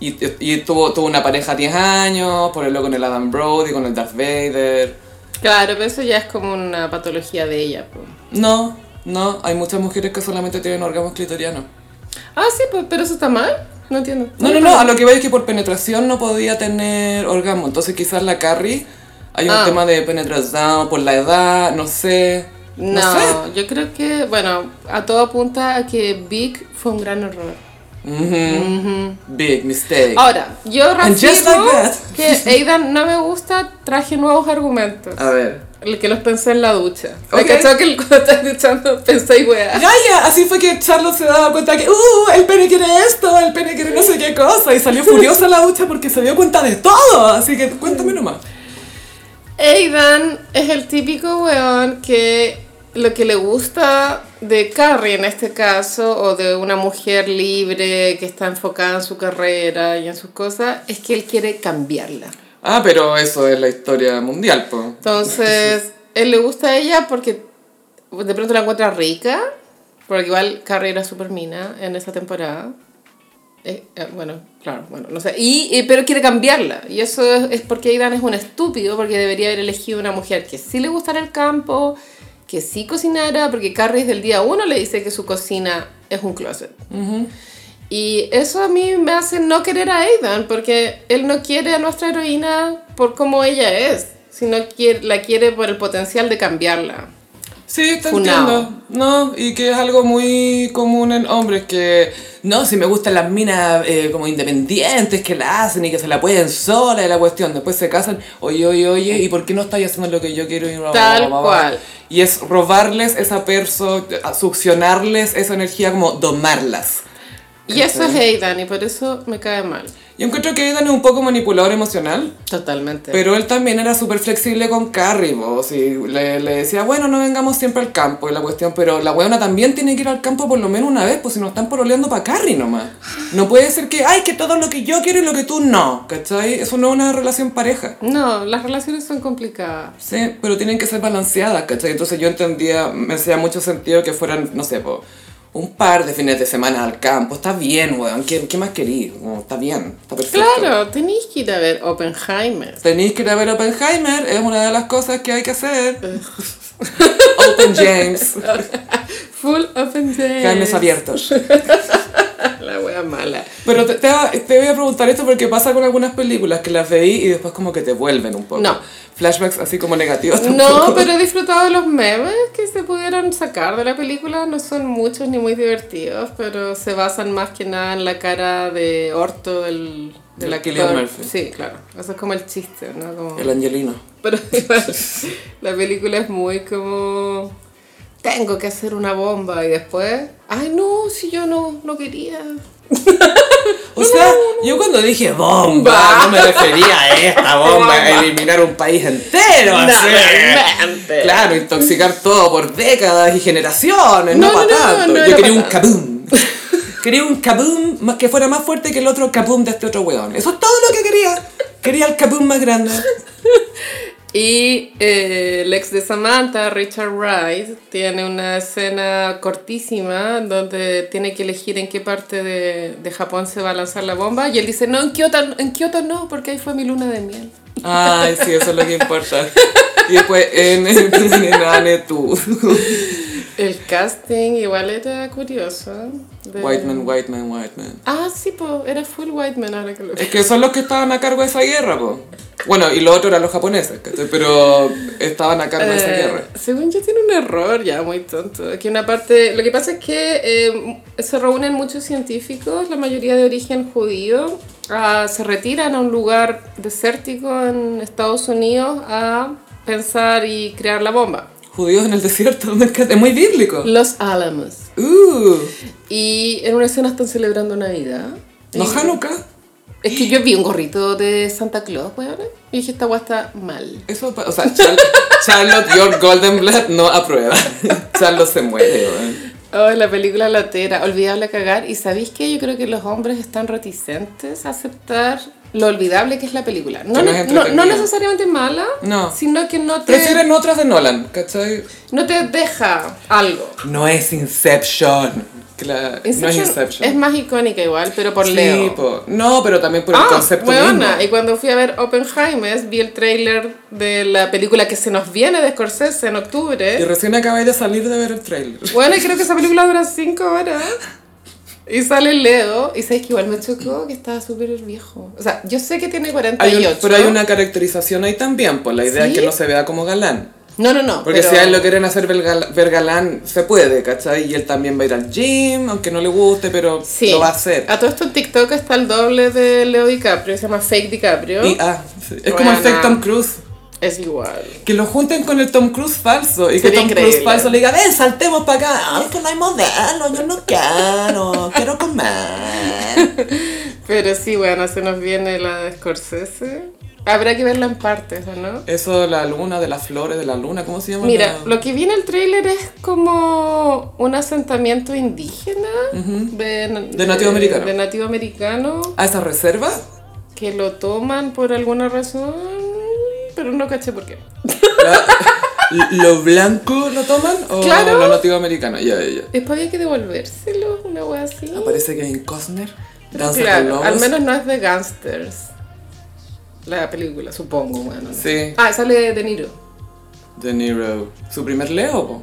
Speaker 1: Y, y tuvo, tuvo una pareja 10 años, por el con el Adam Brody, con el Darth Vader.
Speaker 2: Claro, pero eso ya es como una patología de ella. po.
Speaker 1: No, no, hay muchas mujeres que solamente tienen orgasmos clitorianos.
Speaker 2: Ah, sí, pues, pero eso está mal. No entiendo.
Speaker 1: No, no, no, a lo que veo es que por penetración no podía tener orgasmo. Entonces quizás la Carrie, hay un
Speaker 2: Ah.
Speaker 1: tema de penetración por la edad, no sé. No, sé.
Speaker 2: No, yo creo que, bueno, a todo apunta a que Big fue un gran error.
Speaker 1: Ujú. Ah. Big mistake.
Speaker 2: Ahora, yo
Speaker 1: And just like
Speaker 2: reafirmo
Speaker 1: that.
Speaker 2: que Aidan no me gusta, traje nuevos argumentos.
Speaker 1: A ver.
Speaker 2: El que los pensé en la ducha.
Speaker 1: Ok.
Speaker 2: El cachado que cuando estás duchando pensáis weá.
Speaker 1: Gaya, así fue que Charlotte se daba cuenta que, uh, el pene quiere esto, el pene quiere no sé qué cosa. Y salió furiosa a la ducha porque se dio cuenta de todo. Así que cuéntame nomás.
Speaker 2: Aidan es el típico weón que lo que le gusta de Carrie en este caso, o de una mujer libre que está enfocada en su carrera y en sus cosas, es que él quiere cambiarla.
Speaker 1: Ah, pero eso es la historia mundial, po.
Speaker 2: Entonces, él le gusta a ella porque de pronto la encuentra rica, porque igual Carrie era súper mina en esa temporada. Eh, eh, bueno, claro, bueno, no sé. Y, y- pero quiere cambiarla. Y eso es, es porque Aidan es un estúpido, porque debería haber elegido una mujer que sí le gustara el campo, que sí cocinara, porque Carrie desde el día uno le dice que su cocina es un closet. Y eso a mí me hace no querer a Aidan, porque él no quiere a nuestra heroína por cómo ella es, sino que la quiere por el potencial de cambiarla.
Speaker 1: Sí, te
Speaker 2: Funao.
Speaker 1: entiendo. No, y que es algo muy común en hombres que... No, si me gustan las minas eh, como independientes que la hacen y que se la pueden sola y la cuestión. Después se casan, oye, oye, oye, ¿y por qué no estáis haciendo lo que yo quiero? Y bla, bla,
Speaker 2: Tal
Speaker 1: bla, bla, bla?
Speaker 2: cual.
Speaker 1: Y es robarles esa perso, a- succionarles esa energía, como domarlas.
Speaker 2: Y eso es Aidan, y por eso me cae mal.
Speaker 1: Yo encuentro que Aidan es un poco manipulador emocional.
Speaker 2: Totalmente.
Speaker 1: Pero él también era súper flexible con Carrie, vos. Y le, le decía, bueno, no vengamos siempre al campo, y la cuestión. Pero la weona también tiene que ir al campo por lo menos una vez, pues si no están poroleando para Carrie nomás. No puede ser que, ay, que todo lo que yo quiero y lo que tú no, ¿cachai? Eso no es una relación pareja.
Speaker 2: No, las relaciones son complicadas.
Speaker 1: Sí, pero tienen que ser balanceadas, ¿cachai? Entonces yo entendía, me hacía mucho sentido que fueran, no sé, po, un par de fines de semana al campo. Está bien, weón. ¿Qué, qué más querís? Como, Está bien, está perfecto.
Speaker 2: Claro, tenéis que ir a ver Oppenheimer.
Speaker 1: Tenéis que ir a ver Oppenheimer, es una de las cosas que hay que hacer.
Speaker 2: Eh.
Speaker 1: Open James,
Speaker 2: Full Oppenheimer.
Speaker 1: carnes abiertos.
Speaker 2: La wea mala.
Speaker 1: Pero te, te- te voy a preguntar esto porque pasa con algunas películas que las veí y después como que te vuelven un poco.
Speaker 2: No.
Speaker 1: Flashbacks así como negativos.
Speaker 2: No,
Speaker 1: tampoco.
Speaker 2: pero he disfrutado de los memes que se pudieron sacar de la película. No son muchos ni muy divertidos, pero se basan más que nada en la cara de Orto del, del
Speaker 1: De
Speaker 2: actor.
Speaker 1: Cillian Murphy.
Speaker 2: Sí, claro. Eso es como el chiste, ¿no? Como...
Speaker 1: El angelino.
Speaker 2: Pero igual, la película es muy como... Tengo que hacer una bomba y después... Ay, no, si yo no, no quería.
Speaker 1: O sea, yo cuando dije bomba, no me refería a esta bomba,
Speaker 2: Bomba.
Speaker 1: eliminar un país entero. así.
Speaker 2: realmente.
Speaker 1: Claro, intoxicar todo por décadas y generaciones, no,
Speaker 2: No,
Speaker 1: para
Speaker 2: no, no,
Speaker 1: tanto.
Speaker 2: no
Speaker 1: yo
Speaker 2: era
Speaker 1: quería
Speaker 2: pa'
Speaker 1: un
Speaker 2: tanto.
Speaker 1: kaboom. quería un kaboom más que fuera más fuerte que el otro kaboom de este otro weón. Eso es todo lo que quería. Quería el kaboom más grande.
Speaker 2: Y eh, el ex de Samantha, Richard Wright, tiene una escena cortísima donde tiene que elegir en qué parte de, de Japón se va a lanzar la bomba. Y él dice, no, en Kioto, en Kioto no, porque ahí fue mi luna de miel.
Speaker 1: Ay, sí, eso es lo que importa. Y después en el tú.
Speaker 2: El casting igual era curioso. de-
Speaker 1: White man, white man, white man.
Speaker 2: Ah, sí, po, era full white man ahora que lo
Speaker 1: Es que son los que estaban a cargo de esa guerra, po. Bueno, y lo otro eran los japoneses, ¿cachai? pero estaban a cargo de esa
Speaker 2: Eh,
Speaker 1: guerra.
Speaker 2: Según yo tiene un error ya muy tonto. Aquí una parte, lo que pasa es que eh, se reúnen muchos científicos, la mayoría de origen judío, ah, se retiran a un lugar desértico en Estados Unidos a pensar y crear la bomba.
Speaker 1: Judíos en el desierto, me encanta. es muy bíblico.
Speaker 2: Los Alamos.
Speaker 1: Uh,
Speaker 2: Y en una escena están celebrando Navidad.
Speaker 1: no
Speaker 2: Y-
Speaker 1: Hanukkah.
Speaker 2: Es que yo vi un gorrito de Santa Claus, weón, y dije, esta weá está mal.
Speaker 1: Eso, pa- o sea, Char- Charlotte, your golden blood no aprueba. Charlotte se muere, weón.
Speaker 2: Oh, la película latera, olvidable a cagar. ¿Y sabéis qué? Yo creo que los hombres están reticentes a aceptar lo olvidable que es la película. No,
Speaker 1: Que no es
Speaker 2: ne- no,
Speaker 1: entretenida.
Speaker 2: no necesariamente mala,
Speaker 1: No.
Speaker 2: sino que no te,
Speaker 1: Prefieren otras de Nolan, ¿cachai?
Speaker 2: no te deja algo.
Speaker 1: No es Inception. Cla- no es Inception.
Speaker 2: es más icónica igual, pero por
Speaker 1: Sí,
Speaker 2: Leo.
Speaker 1: po. No, pero también por el
Speaker 2: Ah,
Speaker 1: concepto
Speaker 2: weona,
Speaker 1: mismo.
Speaker 2: Y cuando fui a ver Oppenheimer, vi el tráiler de la película que se nos viene de Scorsese en octubre.
Speaker 1: Y recién acabé de salir de ver el trailer.
Speaker 2: Bueno, y creo que esa película dura 5 horas. Y sale Leo, y sabes que igual me chocó que estaba súper viejo. O sea, yo sé que tiene
Speaker 1: Hay
Speaker 2: 48.
Speaker 1: un- pero hay una caracterización ahí también, pues la idea es que
Speaker 2: ¿Sí?
Speaker 1: no se vea como galán.
Speaker 2: No, no, no.
Speaker 1: Porque
Speaker 2: pero-
Speaker 1: si a él lo quieren hacer ver, gal- ver galán, se puede, ¿cachai? Y él también va a ir al gym, aunque no le guste, pero
Speaker 2: Sí. ¿Ah,
Speaker 1: lo va a hacer.
Speaker 2: A todo esto en TikTok está el doble de Leo DiCaprio, se llama Fake DiCaprio.
Speaker 1: Y, ah, sí. Es como el
Speaker 2: Bueno.
Speaker 1: fake Tom Cruise.
Speaker 2: Es igual.
Speaker 1: Que lo junten con el Tom Cruise falso y que
Speaker 2: Sería
Speaker 1: Tom Cruise
Speaker 2: increíble.
Speaker 1: falso le diga, ven, saltemos para acá. Ah, es que no hay modelo, yo no quiero, quiero comer.
Speaker 2: Pero sí, bueno, se nos viene la de Scorsese. Habrá que verla en partes, ¿o no?
Speaker 1: Eso de la luna, de las flores, de la luna, ¿cómo se llama?
Speaker 2: Mira,
Speaker 1: La-
Speaker 2: lo que vi en el tráiler es como un asentamiento indígena de,
Speaker 1: De nativo americano.
Speaker 2: de nativo americano
Speaker 1: ¿A Ah, esa reserva?
Speaker 2: que lo toman por alguna razón, pero no caché por qué.
Speaker 1: ¿Lo- ¿Lo blanco lo toman? ¿O
Speaker 2: Claro.
Speaker 1: lo nativo americano? Ya, ya, ya.
Speaker 2: Después había que devolvérselo, una wea así.
Speaker 1: Aparece Kevin Costner.
Speaker 2: Pero
Speaker 1: Danza Ah, con
Speaker 2: claro,
Speaker 1: lobos.
Speaker 2: al menos no es de gangsters. La película, supongo, bueno. no.
Speaker 1: Sí.
Speaker 2: Ah, sale De Niro.
Speaker 1: De Niro. Su primer Leo, po.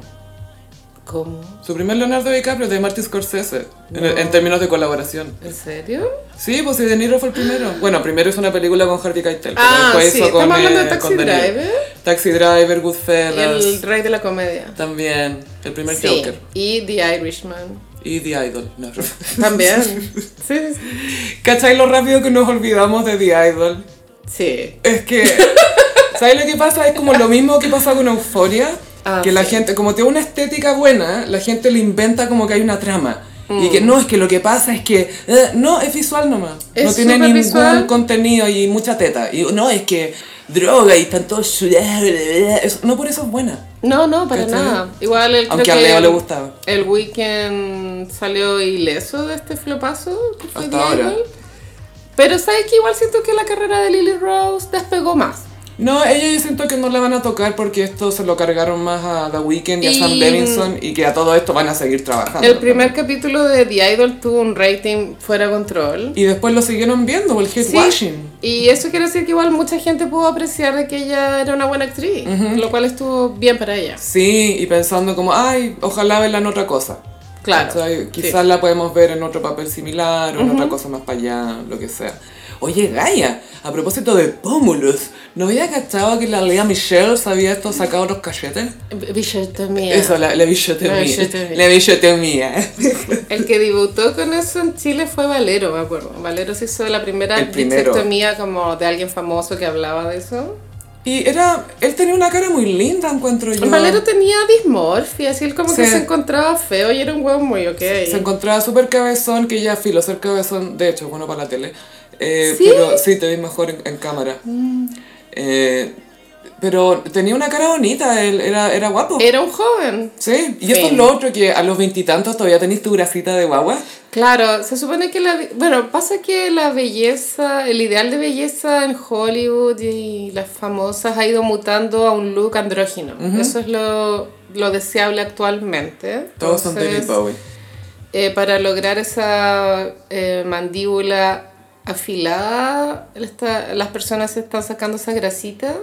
Speaker 2: ¿Cómo?
Speaker 1: Su primer Leonardo DiCaprio de Martin Scorsese. En, en términos de colaboración.
Speaker 2: ¿En serio?
Speaker 1: Sí, pues sí, De Niro fue el primero. Bueno, primero hizo una película con Harvey Keitel. pero
Speaker 2: Ah,
Speaker 1: después
Speaker 2: sí,
Speaker 1: hizo
Speaker 2: estamos hablando de
Speaker 1: eh,
Speaker 2: Taxi
Speaker 1: con Niro.
Speaker 2: Driver.
Speaker 1: Taxi Driver,
Speaker 2: Y el
Speaker 1: Goodfellas.
Speaker 2: rey de la comedia.
Speaker 1: También. El primer
Speaker 2: Sí,
Speaker 1: Joker.
Speaker 2: Y The Irishman.
Speaker 1: Y The Idol. No.
Speaker 2: También. Sí, sí.
Speaker 1: ¿Cachai lo rápido que nos olvidamos de The Idol?
Speaker 2: sí.
Speaker 1: Es que, ¿sabes lo que pasa? Es como lo mismo que pasa con Euforia,
Speaker 2: Ah,
Speaker 1: que la
Speaker 2: sí.
Speaker 1: gente, como tiene una estética buena, la gente le inventa como que hay una trama. Y que no, es que lo que pasa es que, eh, no, Mm. es visual nomás. no
Speaker 2: Es
Speaker 1: tiene
Speaker 2: súper
Speaker 1: ningún
Speaker 2: visual.
Speaker 1: contenido y mucha teta. Y no, es que droga y tanto... Eso- no, por eso es buena.
Speaker 2: No, no, para
Speaker 1: ¿Cachai?
Speaker 2: nada. Igual el, creo
Speaker 1: Aunque a
Speaker 2: que
Speaker 1: Leo le gustaba.
Speaker 2: El weekend salió ileso de este flopazo que fue
Speaker 1: Hasta
Speaker 2: The
Speaker 1: ahora.
Speaker 2: Idol. Pero sabes que igual siento que la carrera de Lily Rose despegó más.
Speaker 1: No, ella yo siento que no la van a tocar porque esto se lo cargaron más a The Weeknd y, a
Speaker 2: Y-
Speaker 1: Sam Levinson y que a todo esto van a seguir trabajando.
Speaker 2: El primer capítulo de The Idol tuvo un rating fuera de control.
Speaker 1: Y después lo siguieron viendo, el hate
Speaker 2: Sí,
Speaker 1: washing.
Speaker 2: Y eso quiere decir que igual mucha gente pudo apreciar de que ella era una buena actriz, lo cual estuvo bien para ella.
Speaker 1: Sí, y pensando como, ay, ojalá verla en otra cosa.
Speaker 2: Claro.
Speaker 1: ¿Cachai?
Speaker 2: sí.
Speaker 1: Quizás la podemos ver en otro papel similar o en otra cosa más para allá, lo que sea. Oye, Gaia, a propósito de pómulos, ¿no había cachado que la Lea Michelle se había esto sacado los cachetes?
Speaker 2: B- Bichotomía.
Speaker 1: Eso, la, la billotemía.
Speaker 2: La billotemía.
Speaker 1: La billotemía.
Speaker 2: El que debutó con eso en Chile fue Valero, me acuerdo. Valero se hizo la primera
Speaker 1: El primero.
Speaker 2: bichectomía como de alguien famoso que hablaba de eso.
Speaker 1: Y era, él tenía una cara muy linda, encuentro yo.
Speaker 2: Valero tenía dismorfia, así él como que
Speaker 1: Sí.
Speaker 2: se encontraba feo y era un huevo muy ok.
Speaker 1: Se encontraba súper cabezón, que ya filo ser cabezón, de hecho, bueno para la tele. Eh,
Speaker 2: ¿Sí? Mm.
Speaker 1: Pero sí, te ves mejor en, en cámara. Eh, pero tenía una cara bonita, él era, era guapo.
Speaker 2: Era un joven.
Speaker 1: Sí, y eso
Speaker 2: Eh, Sí.
Speaker 1: es lo otro, que a los veintitantos todavía tenés tu grasita de guagua.
Speaker 2: Claro, se supone que la... Bueno, pasa que la belleza, el ideal de belleza en Hollywood y las famosas ha ido mutando a un look andrógino. Eso es lo, lo deseable actualmente.
Speaker 1: Todos son
Speaker 2: Entonces,
Speaker 1: David Bowie.
Speaker 2: eh, para lograr esa eh, mandíbula afilada, esta- las personas se están sacando esa grasita.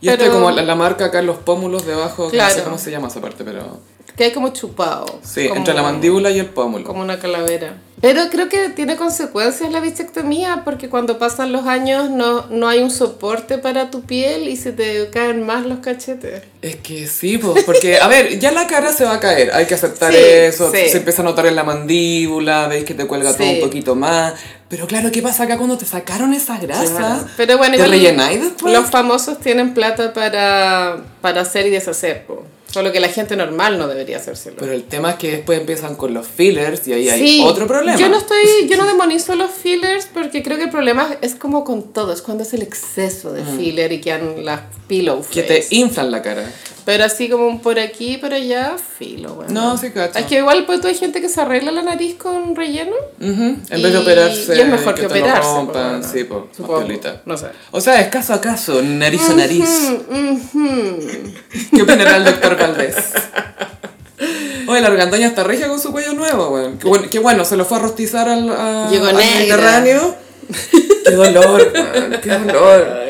Speaker 1: Y este
Speaker 2: pero-
Speaker 1: como la, la marca acá en los pómulos debajo, que no sé
Speaker 2: Claro.
Speaker 1: cómo se llama esa parte, pero...
Speaker 2: Que hay como chupado.
Speaker 1: Sí,
Speaker 2: como-
Speaker 1: entre la mandíbula y el pómulo.
Speaker 2: Como una calavera. Pero creo que tiene consecuencias la bisectomía, porque cuando pasan los años no, no hay un soporte para tu piel y se te caen más los cachetes.
Speaker 1: Es que sí, pues, porque, a ver, ya la cara se va a caer, hay que aceptar
Speaker 2: Sí,
Speaker 1: eso,
Speaker 2: sí.
Speaker 1: se empieza a notar en la mandíbula, veis que te cuelga todo
Speaker 2: Sí.
Speaker 1: un poquito más, pero claro, ¿qué pasa acá cuando te sacaron esa grasa?
Speaker 2: Pero bueno,
Speaker 1: ¿Te
Speaker 2: igual
Speaker 1: rellenáis después?
Speaker 2: los famosos tienen plata para, para hacer y deshacer, po. solo que la gente normal no debería hacérselo.
Speaker 1: Pero el tema es que después empiezan con los fillers y ahí
Speaker 2: Sí,
Speaker 1: hay otro problema.
Speaker 2: Yo no estoy, yo no demonizo los fillers porque creo que el problema es como con todos, cuando es el exceso de filler y quedan las pillow
Speaker 1: Mm. Que te
Speaker 2: face.
Speaker 1: inflan la cara.
Speaker 2: Pero así como un por aquí, por allá, filo, bueno.
Speaker 1: No, sí, cacho.
Speaker 2: Es que igual pues tú hay gente que se arregla la nariz con relleno.
Speaker 1: Ujú, En vez
Speaker 2: y-
Speaker 1: de operarse,
Speaker 2: Y es mejor que,
Speaker 1: te lo
Speaker 2: operarse.
Speaker 1: rompan,
Speaker 2: pues, bueno.
Speaker 1: sí, pues, más
Speaker 2: Supongo,
Speaker 1: piolita.
Speaker 2: No sé.
Speaker 1: O sea, es caso a caso, nariz a nariz.
Speaker 2: Ujú.
Speaker 1: ¿Qué opinará el doctor Valdés? Oye, la argandoña está regia con su cuello nuevo, weón. Qué bueno, qué bueno, se lo fue a rostizar al, a-
Speaker 2: Llegó
Speaker 1: al
Speaker 2: negra.
Speaker 1: Mediterráneo. Qué dolor, weón, qué dolor.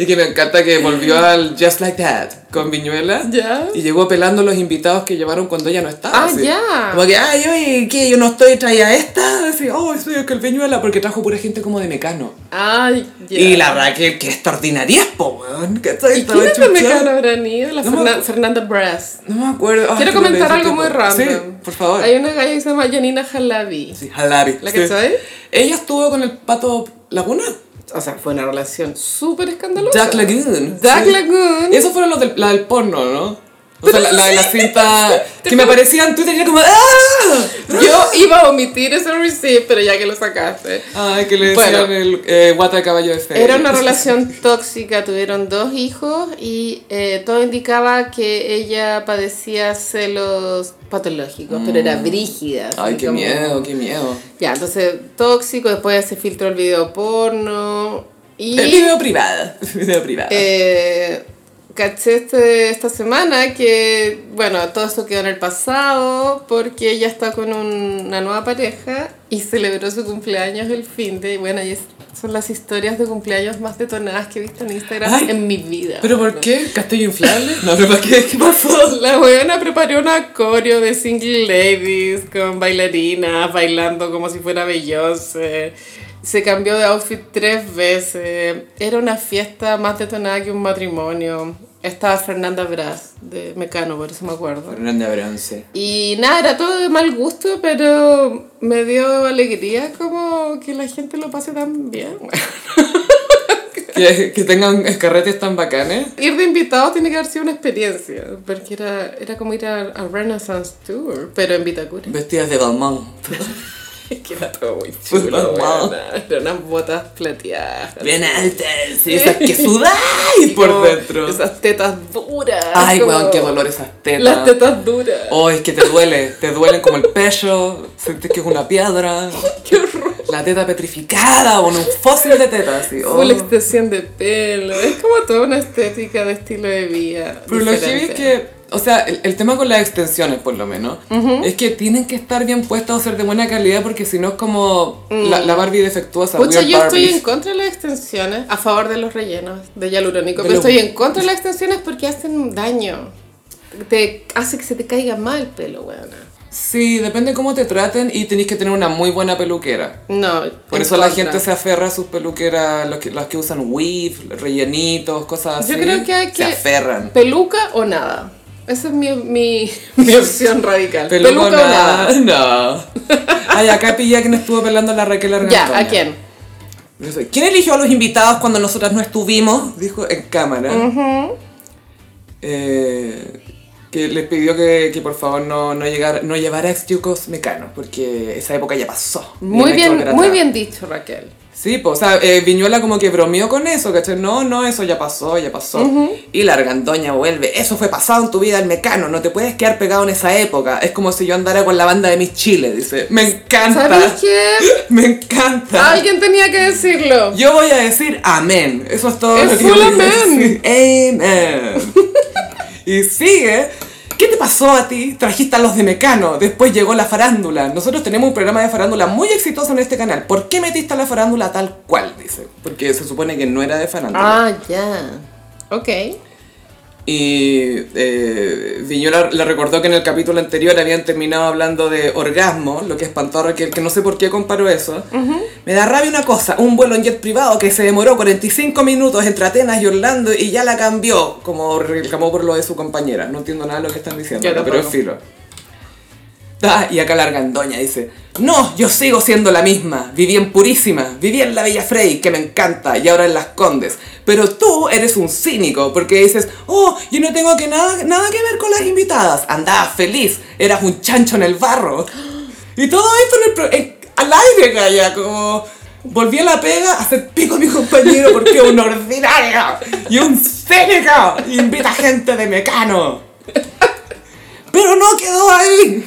Speaker 1: Y que me encanta que volvió al Just Like That con Viñuela.
Speaker 2: Ya.
Speaker 1: Y llegó pelando los invitados que llevaron cuando ella no estaba.
Speaker 2: Ah, ya.
Speaker 1: Como que, ay, oye, ¿qué? Yo no estoy traía esta. Así, oh, soy el que el Viñuela, porque trajo pura gente como de mecano.
Speaker 2: Ay, ya.
Speaker 1: Y la Raquel, que extraordinaria es, po, weón. Que
Speaker 2: ¿Y
Speaker 1: estaba
Speaker 2: quién es la
Speaker 1: chuchada.
Speaker 2: mecano habrán ido? La
Speaker 1: No me Ah,
Speaker 2: Fernan-
Speaker 1: acu-
Speaker 2: Fernanda Brass.
Speaker 1: No me acuerdo. Ay,
Speaker 2: Quiero
Speaker 1: que no leí
Speaker 2: comentar
Speaker 1: ese
Speaker 2: algo
Speaker 1: tipo.
Speaker 2: muy random.
Speaker 1: Sí, por favor.
Speaker 2: Hay una galla que se llama Janina Jalabi.
Speaker 1: Sí, Halabi.
Speaker 2: ¿La
Speaker 1: sí.
Speaker 2: cachai?
Speaker 1: Ella estuvo con el pato Laguna.
Speaker 2: O sea, fue una relación súper escandalosa.
Speaker 1: Jack Lagoon.
Speaker 2: Jack
Speaker 1: sí.
Speaker 2: Lagoon.
Speaker 1: Esos fueron los del, la del porno, ¿no? O sea, la, la de la cinta que me aparecía en Twitter y era como ¡Ah!
Speaker 2: Yo iba a omitir ese receipt, pero ya que lo sacaste.
Speaker 1: Ay, que le decían
Speaker 2: Bueno.
Speaker 1: el eh, guata de caballo de feria.
Speaker 2: Era una relación tóxica, tuvieron dos hijos y eh, todo indicaba que ella padecía celos patológicos, pero era brígida. así
Speaker 1: Mm. Ay, qué
Speaker 2: como-
Speaker 1: miedo, qué miedo.
Speaker 2: Ya, entonces tóxico, después se filtró el video porno y...
Speaker 1: El video privado. Video privado.
Speaker 2: Eh, caché este- esta semana que, bueno, todo esto quedó en el pasado porque ella está con un- una nueva pareja y celebró su cumpleaños el fin de, y bueno, y es- son las historias de cumpleaños más detonadas que he visto en Instagram
Speaker 1: Ay,
Speaker 2: en mi vida.
Speaker 1: ¿Pero por qué? ¿Castillo inflable? No, pero ¿por qué? ¿Qué pasó?
Speaker 2: La weona preparó una coreo de single ladies con bailarinas, bailando como si fuera Beyoncé. Se cambió de outfit tres veces. Era una fiesta más detonada que un matrimonio. Estaba Fernanda Brás, de Mecano, por eso me acuerdo.
Speaker 1: Fernanda Bronce.
Speaker 2: Y nada, era todo de mal gusto, pero me dio alegría como que la gente lo pase tan bien.
Speaker 1: Que, que tengan carretes tan bacanes.
Speaker 2: Ir de invitado tiene que haber sido una experiencia, porque era, era como ir a, a Renaissance Tour, pero en Vitacura.
Speaker 1: Vestidas de Balmón.
Speaker 2: Es que era todo muy
Speaker 1: Puta
Speaker 2: chulo,
Speaker 1: madre.
Speaker 2: weona. Eran unas botas plateadas.
Speaker 1: Bien altas. Y esas que sudáis por
Speaker 2: Como
Speaker 1: dentro.
Speaker 2: Esas tetas duras.
Speaker 1: Ay,
Speaker 2: como-
Speaker 1: weón, qué dolor esas tetas.
Speaker 2: Las tetas duras.
Speaker 1: Oh, es que te duele, te duelen como el pecho, sientes que es una piedra.
Speaker 2: Qué horror.
Speaker 1: La teta petrificada, o un fósil de teta, así. oh.
Speaker 2: Full extensión de pelo. Es como toda una estética de estilo de vida.
Speaker 1: Pero lo heavy es
Speaker 2: diferente.
Speaker 1: que, o sea, el, el tema con las extensiones, por lo menos, es que tienen que estar bien puestas o ser de buena calidad, porque si no es como la, la Barbie defectuosa.
Speaker 2: Mm. Pucha,
Speaker 1: weird
Speaker 2: yo estoy
Speaker 1: Barbies.
Speaker 2: en contra de las extensiones, a favor de los rellenos de hialurónico,
Speaker 1: De
Speaker 2: pero
Speaker 1: los-
Speaker 2: estoy en contra de las extensiones porque hacen daño. Te hace que se te caiga mal el pelo, weona.
Speaker 1: Sí, depende cómo te traten y tenéis que tener una muy buena peluquera.
Speaker 2: No.
Speaker 1: Por
Speaker 2: en
Speaker 1: eso la
Speaker 2: contra.
Speaker 1: gente se aferra a sus peluqueras, los que, las que usan weave, rellenitos, cosas así.
Speaker 2: Yo creo que hay que.
Speaker 1: Se aferran.
Speaker 2: Peluca o nada. Esa es mi, mi, mi opción radical. Peluca, o nada.
Speaker 1: No. Ay, acá pillé a quien estuvo pelando a la Raquel Argandoña.
Speaker 2: Ya, ¿a quién?
Speaker 1: Yo soy, ¿Quién eligió a los invitados cuando nosotras no estuvimos? Dijo en cámara. Eh, que les pidió que, que por favor no, no, llegar, no llevara ex chicos mecanos, porque esa época ya pasó.
Speaker 2: Muy
Speaker 1: Ya hay que volver
Speaker 2: bien, muy
Speaker 1: atrás.
Speaker 2: bien dicho, Raquel.
Speaker 1: Sí, pues, o sea, eh, Viñuela como que bromeó con eso, ¿cachai? No, no, eso ya pasó, ya pasó. Y la argandoña vuelve, eso fue pasado en tu vida, el mecano, no te puedes quedar pegado en esa época. Es como si yo andara con la banda de mis chiles, dice. Me encanta,
Speaker 2: ¿Sabes qué?
Speaker 1: me encanta.
Speaker 2: Alguien tenía que decirlo.
Speaker 1: Yo voy a decir amén, eso es todo.
Speaker 2: Es
Speaker 1: lo que
Speaker 2: full
Speaker 1: voy a
Speaker 2: amén.
Speaker 1: decir. Amén. y sigue. ¿Qué te pasó a ti? Trajiste a los de Mecano, después llegó la farándula. Nosotros tenemos un programa de farándula muy exitoso en este canal. ¿Por qué metiste a la farándula tal cual? Dice. Porque se supone que no era de farándula.
Speaker 2: Ah, ya. Ok.
Speaker 1: Y eh, Viñola le recordó que en el capítulo anterior habían terminado hablando de orgasmo, lo que espantó a Raquel, que no sé por qué comparó eso. Me da rabia una cosa, un vuelo en jet privado que se demoró 45 minutos entre Atenas y Orlando y ya la cambió, como reclamó por lo de su compañera. No entiendo nada de lo que están diciendo,
Speaker 2: Yo
Speaker 1: pero es
Speaker 2: tampoco.
Speaker 1: filo. Ah, y acá la argandoña dice, no, yo sigo siendo la misma, viví en Purísima, viví en la Bella Frey, que me encanta, y ahora en Las Condes. Pero tú eres un cínico, porque dices, oh, yo no tengo que nada, nada que ver con las invitadas, andabas feliz, eras un chancho en el barro. Y todo esto en el pro- en- al aire, calla, como... Volví a la pega a hacer pico a mi compañero porque es un ordinario y un cínico. y Invita gente de mecano. Pero no quedó ahí.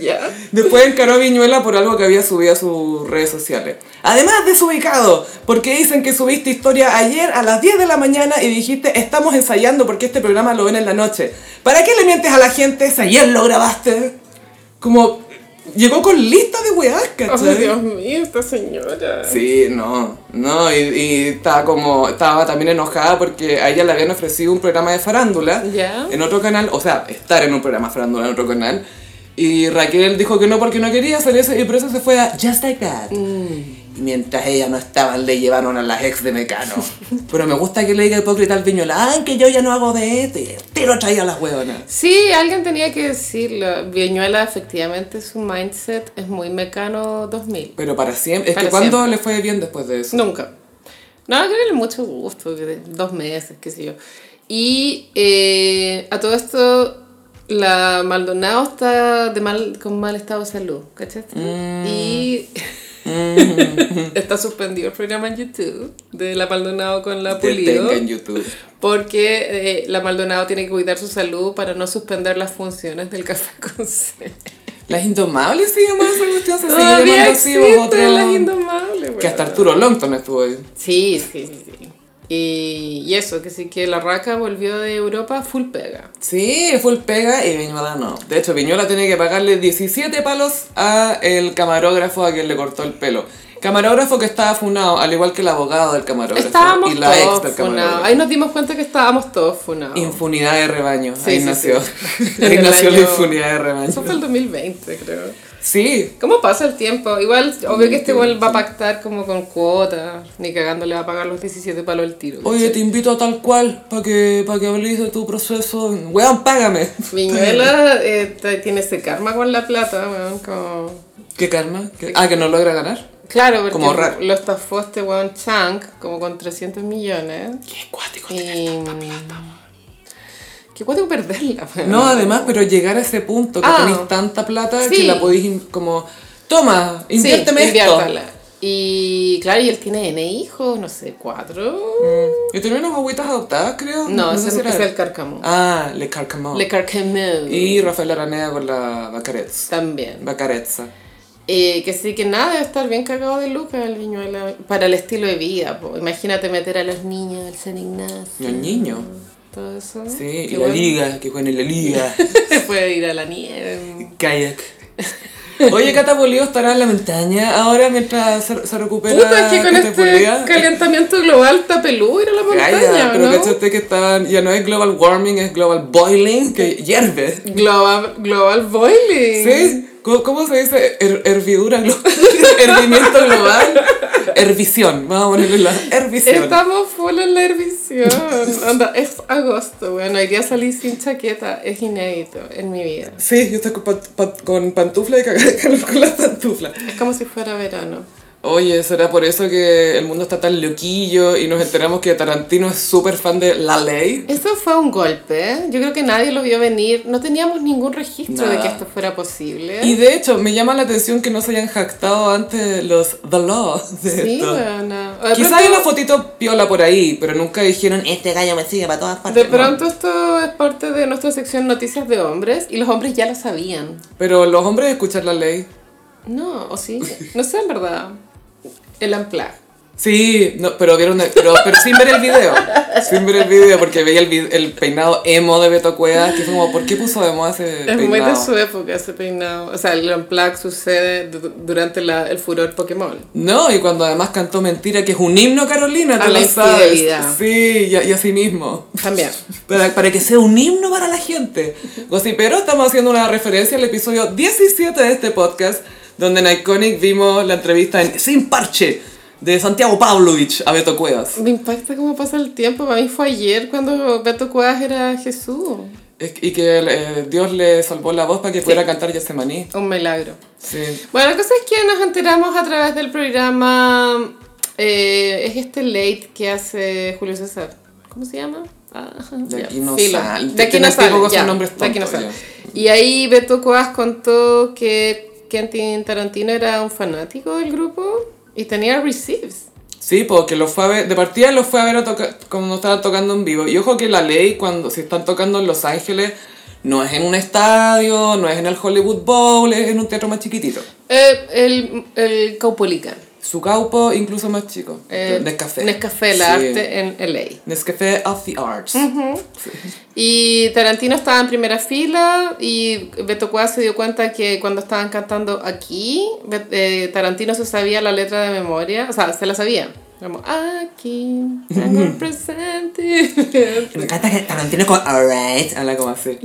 Speaker 2: Ya.
Speaker 1: Después encaró a Viñuela por algo que había subido a sus redes sociales. Además desubicado, porque dicen que subiste historia ayer a las 10 de la mañana y dijiste estamos ensayando porque este programa lo ven en la noche. ¿Para qué le mientes a la gente si ayer lo grabaste? Como llegó con lista de weas,
Speaker 2: Oh,
Speaker 1: ¿cachai?
Speaker 2: Dios mío, esta señora.
Speaker 1: Sí, no, no, y, y estaba como, estaba también enojada porque a ella le habían ofrecido un programa de farándula
Speaker 2: Ya.
Speaker 1: en otro canal, o sea, estar en un programa de farándula en otro canal, y Raquel dijo que no porque no quería hacer eso, y por eso se fue a Just Like That.
Speaker 2: Mm.
Speaker 1: Y mientras ella no estaban, le llevaron a las ex de Mecano. Pero me gusta que le diga hipócrita al viñola, ay, que yo ya no hago de esto, y te lo traía a las huevonas.
Speaker 2: Sí, alguien tenía que decirlo. Viñuela, efectivamente, su mindset es muy mecano 2000.
Speaker 1: Pero para siempre, es
Speaker 2: Para
Speaker 1: que cuando le fue bien después de eso.
Speaker 2: Nunca. No, creo que le mucho gusto, que de- dos meses, qué sé yo. Y eh, a todo esto, la Maldonado está de mal, con mal estado de salud, ¿cachaste?
Speaker 1: Mm.
Speaker 2: Y está suspendido el programa en YouTube de la Maldonado con la Pulido.
Speaker 1: Detenga en YouTube.
Speaker 2: Porque eh, la Maldonado tiene que cuidar su salud para no suspender las funciones del café con C.
Speaker 1: Las Indomables se llama esa cuestión, se sigue
Speaker 2: Todavía
Speaker 1: llamando así, o
Speaker 2: existen
Speaker 1: otra-
Speaker 2: Ah, las indomables.
Speaker 1: Que hasta
Speaker 2: weón.
Speaker 1: Arturo Longton estuvo ahí.
Speaker 2: Sí, sí, sí. sí. Y, y eso, que sí que la raca volvió de Europa full pega.
Speaker 1: Sí, fue el pega y Viñola no. De hecho, Viñola tiene que pagarle 17 palos a el camarógrafo a quien le cortó el pelo. Camarógrafo que estaba funado, al igual que el abogado del camarógrafo.
Speaker 2: Estábamos
Speaker 1: y la ex
Speaker 2: todos
Speaker 1: del
Speaker 2: funados.
Speaker 1: camarógrafo.
Speaker 2: Ahí nos dimos cuenta que estábamos todos funados.
Speaker 1: Infunidad de rebaño.
Speaker 2: Sí,
Speaker 1: ahí
Speaker 2: sí,
Speaker 1: nació.
Speaker 2: sí.
Speaker 1: Ahí
Speaker 2: En el
Speaker 1: nació la
Speaker 2: año-
Speaker 1: infunidad de rebaño.
Speaker 2: Eso fue el 2020, creo.
Speaker 1: Sí,
Speaker 2: ¿Cómo pasa el tiempo? Igual, obvio que este igual va a pactar como con cuotas, ni cagando le va a pagar los 17 palos el tiro.
Speaker 1: Oye, te invito a tal cual para que, pa' que hables de tu proceso. Weón, págame.
Speaker 2: Viñuela eh, t- tiene ese karma con la plata, weón, como...
Speaker 1: ¿Qué karma? ¿Qué- Ah, que no logra ganar.
Speaker 2: Claro, porque
Speaker 1: Como raro.
Speaker 2: lo estafó este weón Chang, como con 300 millones.
Speaker 1: Qué cuático.
Speaker 2: Y... Qué cuático perderla, weón.
Speaker 1: No, además, pero llegar a ese punto que
Speaker 2: Ah.
Speaker 1: tenéis tanta plata que
Speaker 2: Sí.
Speaker 1: la podéis in- como... Toma,
Speaker 2: Sí,
Speaker 1: inviérteme esto.
Speaker 2: inviértala. Y claro, y él tiene N hijos, no sé, cuatro.
Speaker 1: Yo tenía unas guaguitas adoptadas, creo.
Speaker 2: No, ese
Speaker 1: Mm, sé si
Speaker 2: es,
Speaker 1: era
Speaker 2: ese es
Speaker 1: él.
Speaker 2: el carcamo.
Speaker 1: Ah, Le Carcamón.
Speaker 2: Le carcamo.
Speaker 1: Y Rafael Araneda con la Bacaretz.
Speaker 2: También.
Speaker 1: Bacaretza.
Speaker 2: Eh, que sí, que nada, debe estar bien cagado de lucas el viñuela. Para el estilo de vida, po. imagínate meter a los niños al San Ignacio.
Speaker 1: Los niños.
Speaker 2: Todo eso.
Speaker 1: Sí,
Speaker 2: Qué
Speaker 1: y la
Speaker 2: bueno.
Speaker 1: liga, que juegan en la liga.
Speaker 2: Puede ir a la nieve.
Speaker 1: Kayak. Oye, Cata Pulido estará en la montaña ahora mientras se, se recupera.
Speaker 2: Puta, es que con
Speaker 1: Cata
Speaker 2: este
Speaker 1: Pulido.
Speaker 2: calentamiento global está peludo ir a la
Speaker 1: Calla,
Speaker 2: montaña, ¿o
Speaker 1: pero
Speaker 2: ¿no?
Speaker 1: cachate que están, ya no es global warming, es global boiling, que hierve.
Speaker 2: Global, global boiling.
Speaker 1: ¿Sí? ¿Cómo, cómo se dice? Her- hervidura global. Hervimiento global. Hervisión. Vamos a ponerle la hervisión.
Speaker 2: Estamos full en la hervisión. Onda, es agosto, bueno, hoy día salí sin chaqueta, es inédito en mi vida.
Speaker 1: Sí, yo estoy con, pat- pat- con pantufla y cagar de calor con las pantuflas.
Speaker 2: Es como si fuera verano.
Speaker 1: Oye, ¿será por eso que el mundo está tan loquillo y nos enteramos que Tarantino es súper fan de La Ley?
Speaker 2: Esto fue un golpe, ¿eh? yo creo que nadie lo vio venir, no teníamos ningún registro de
Speaker 1: Nada.
Speaker 2: que esto fuera posible.
Speaker 1: Y de hecho, me llama la atención que no se hayan jactado antes los The Law de
Speaker 2: sí,
Speaker 1: esto.
Speaker 2: bueno.
Speaker 1: Quizá hay una fotito piola por ahí, pero nunca dijeron, este gallo me sigue para todas partes.
Speaker 2: De
Speaker 1: ¿no?
Speaker 2: pronto esto es parte de nuestra sección Noticias de Hombres y los hombres ya lo sabían.
Speaker 1: Pero los hombres escuchan la ley.
Speaker 2: No, o sí, no sé en verdad. El ampla.
Speaker 1: Sí, no, pero vieron, el- pero, pero sin ver el video, sin ver el video, porque veía el, vi- el peinado emo de Beto Cuevas, que fue como, ¿por qué puso de moda ese
Speaker 2: Es
Speaker 1: peinado?
Speaker 2: muy de su época ese peinado. O sea, el unplug sucede du- durante la- el furor Pokémon.
Speaker 1: No, y cuando además cantó Mentira, que es un himno Carolina,
Speaker 2: A
Speaker 1: te
Speaker 2: la
Speaker 1: lo sabes.
Speaker 2: infidelidad.
Speaker 1: Sí, y, a- y así mismo.
Speaker 2: También.
Speaker 1: Para, para que sea un himno para la gente. Pero estamos haciendo una referencia al episodio 17 de este podcast, donde en Iconic vimos la entrevista en Sin Parche de Santiago Pavlovich a Beto Cuevas.
Speaker 2: Me impacta cómo pasa el tiempo. Para mí fue ayer cuando Beto Cuevas era Jesús.
Speaker 1: Es- Y que eh, Dios le salvó la voz para que pudiera cantar Yasemaní.
Speaker 2: Un milagro.
Speaker 1: Sí.
Speaker 2: Bueno, la cosa es que nos enteramos a través del programa. eh, es este late que hace Julio César. ¿Cómo se llama? Ah,
Speaker 1: De
Speaker 2: ya,
Speaker 1: aquí no
Speaker 2: filo.
Speaker 1: sale.
Speaker 2: De aquí
Speaker 1: Tiene
Speaker 2: no
Speaker 1: este poco
Speaker 2: sale.
Speaker 1: su
Speaker 2: ya,
Speaker 1: nombre es
Speaker 2: de aquí no
Speaker 1: tonto,
Speaker 2: sale. Y ahí Beto Cuevas contó que Quentin Tarantino era un fanático del grupo y tenía receives.
Speaker 1: Sí, porque los fue a ver, de partida los fue a ver a tocar, cuando estaban tocando en vivo. Y ojo que la ley, cuando se están tocando en Los Ángeles, no es en un estadio, no es en el Hollywood Bowl, es en un teatro más chiquitito.
Speaker 2: Eh, el, el Caupolicán.
Speaker 1: Su caupo incluso más chico.
Speaker 2: eh,
Speaker 1: Nescafé.
Speaker 2: Nescafé, la
Speaker 1: Sí.
Speaker 2: arte en LA.
Speaker 1: Nescafé of the Arts.
Speaker 2: Y Tarantino estaba en primera fila y Beto Cuevas se dio cuenta que cuando estaban cantando aquí, Bet- eh, Tarantino se sabía la letra de memoria, o sea, se la sabía. Como, aquí, tengo presente.
Speaker 1: Me encanta que Tarantino con alright habla como así.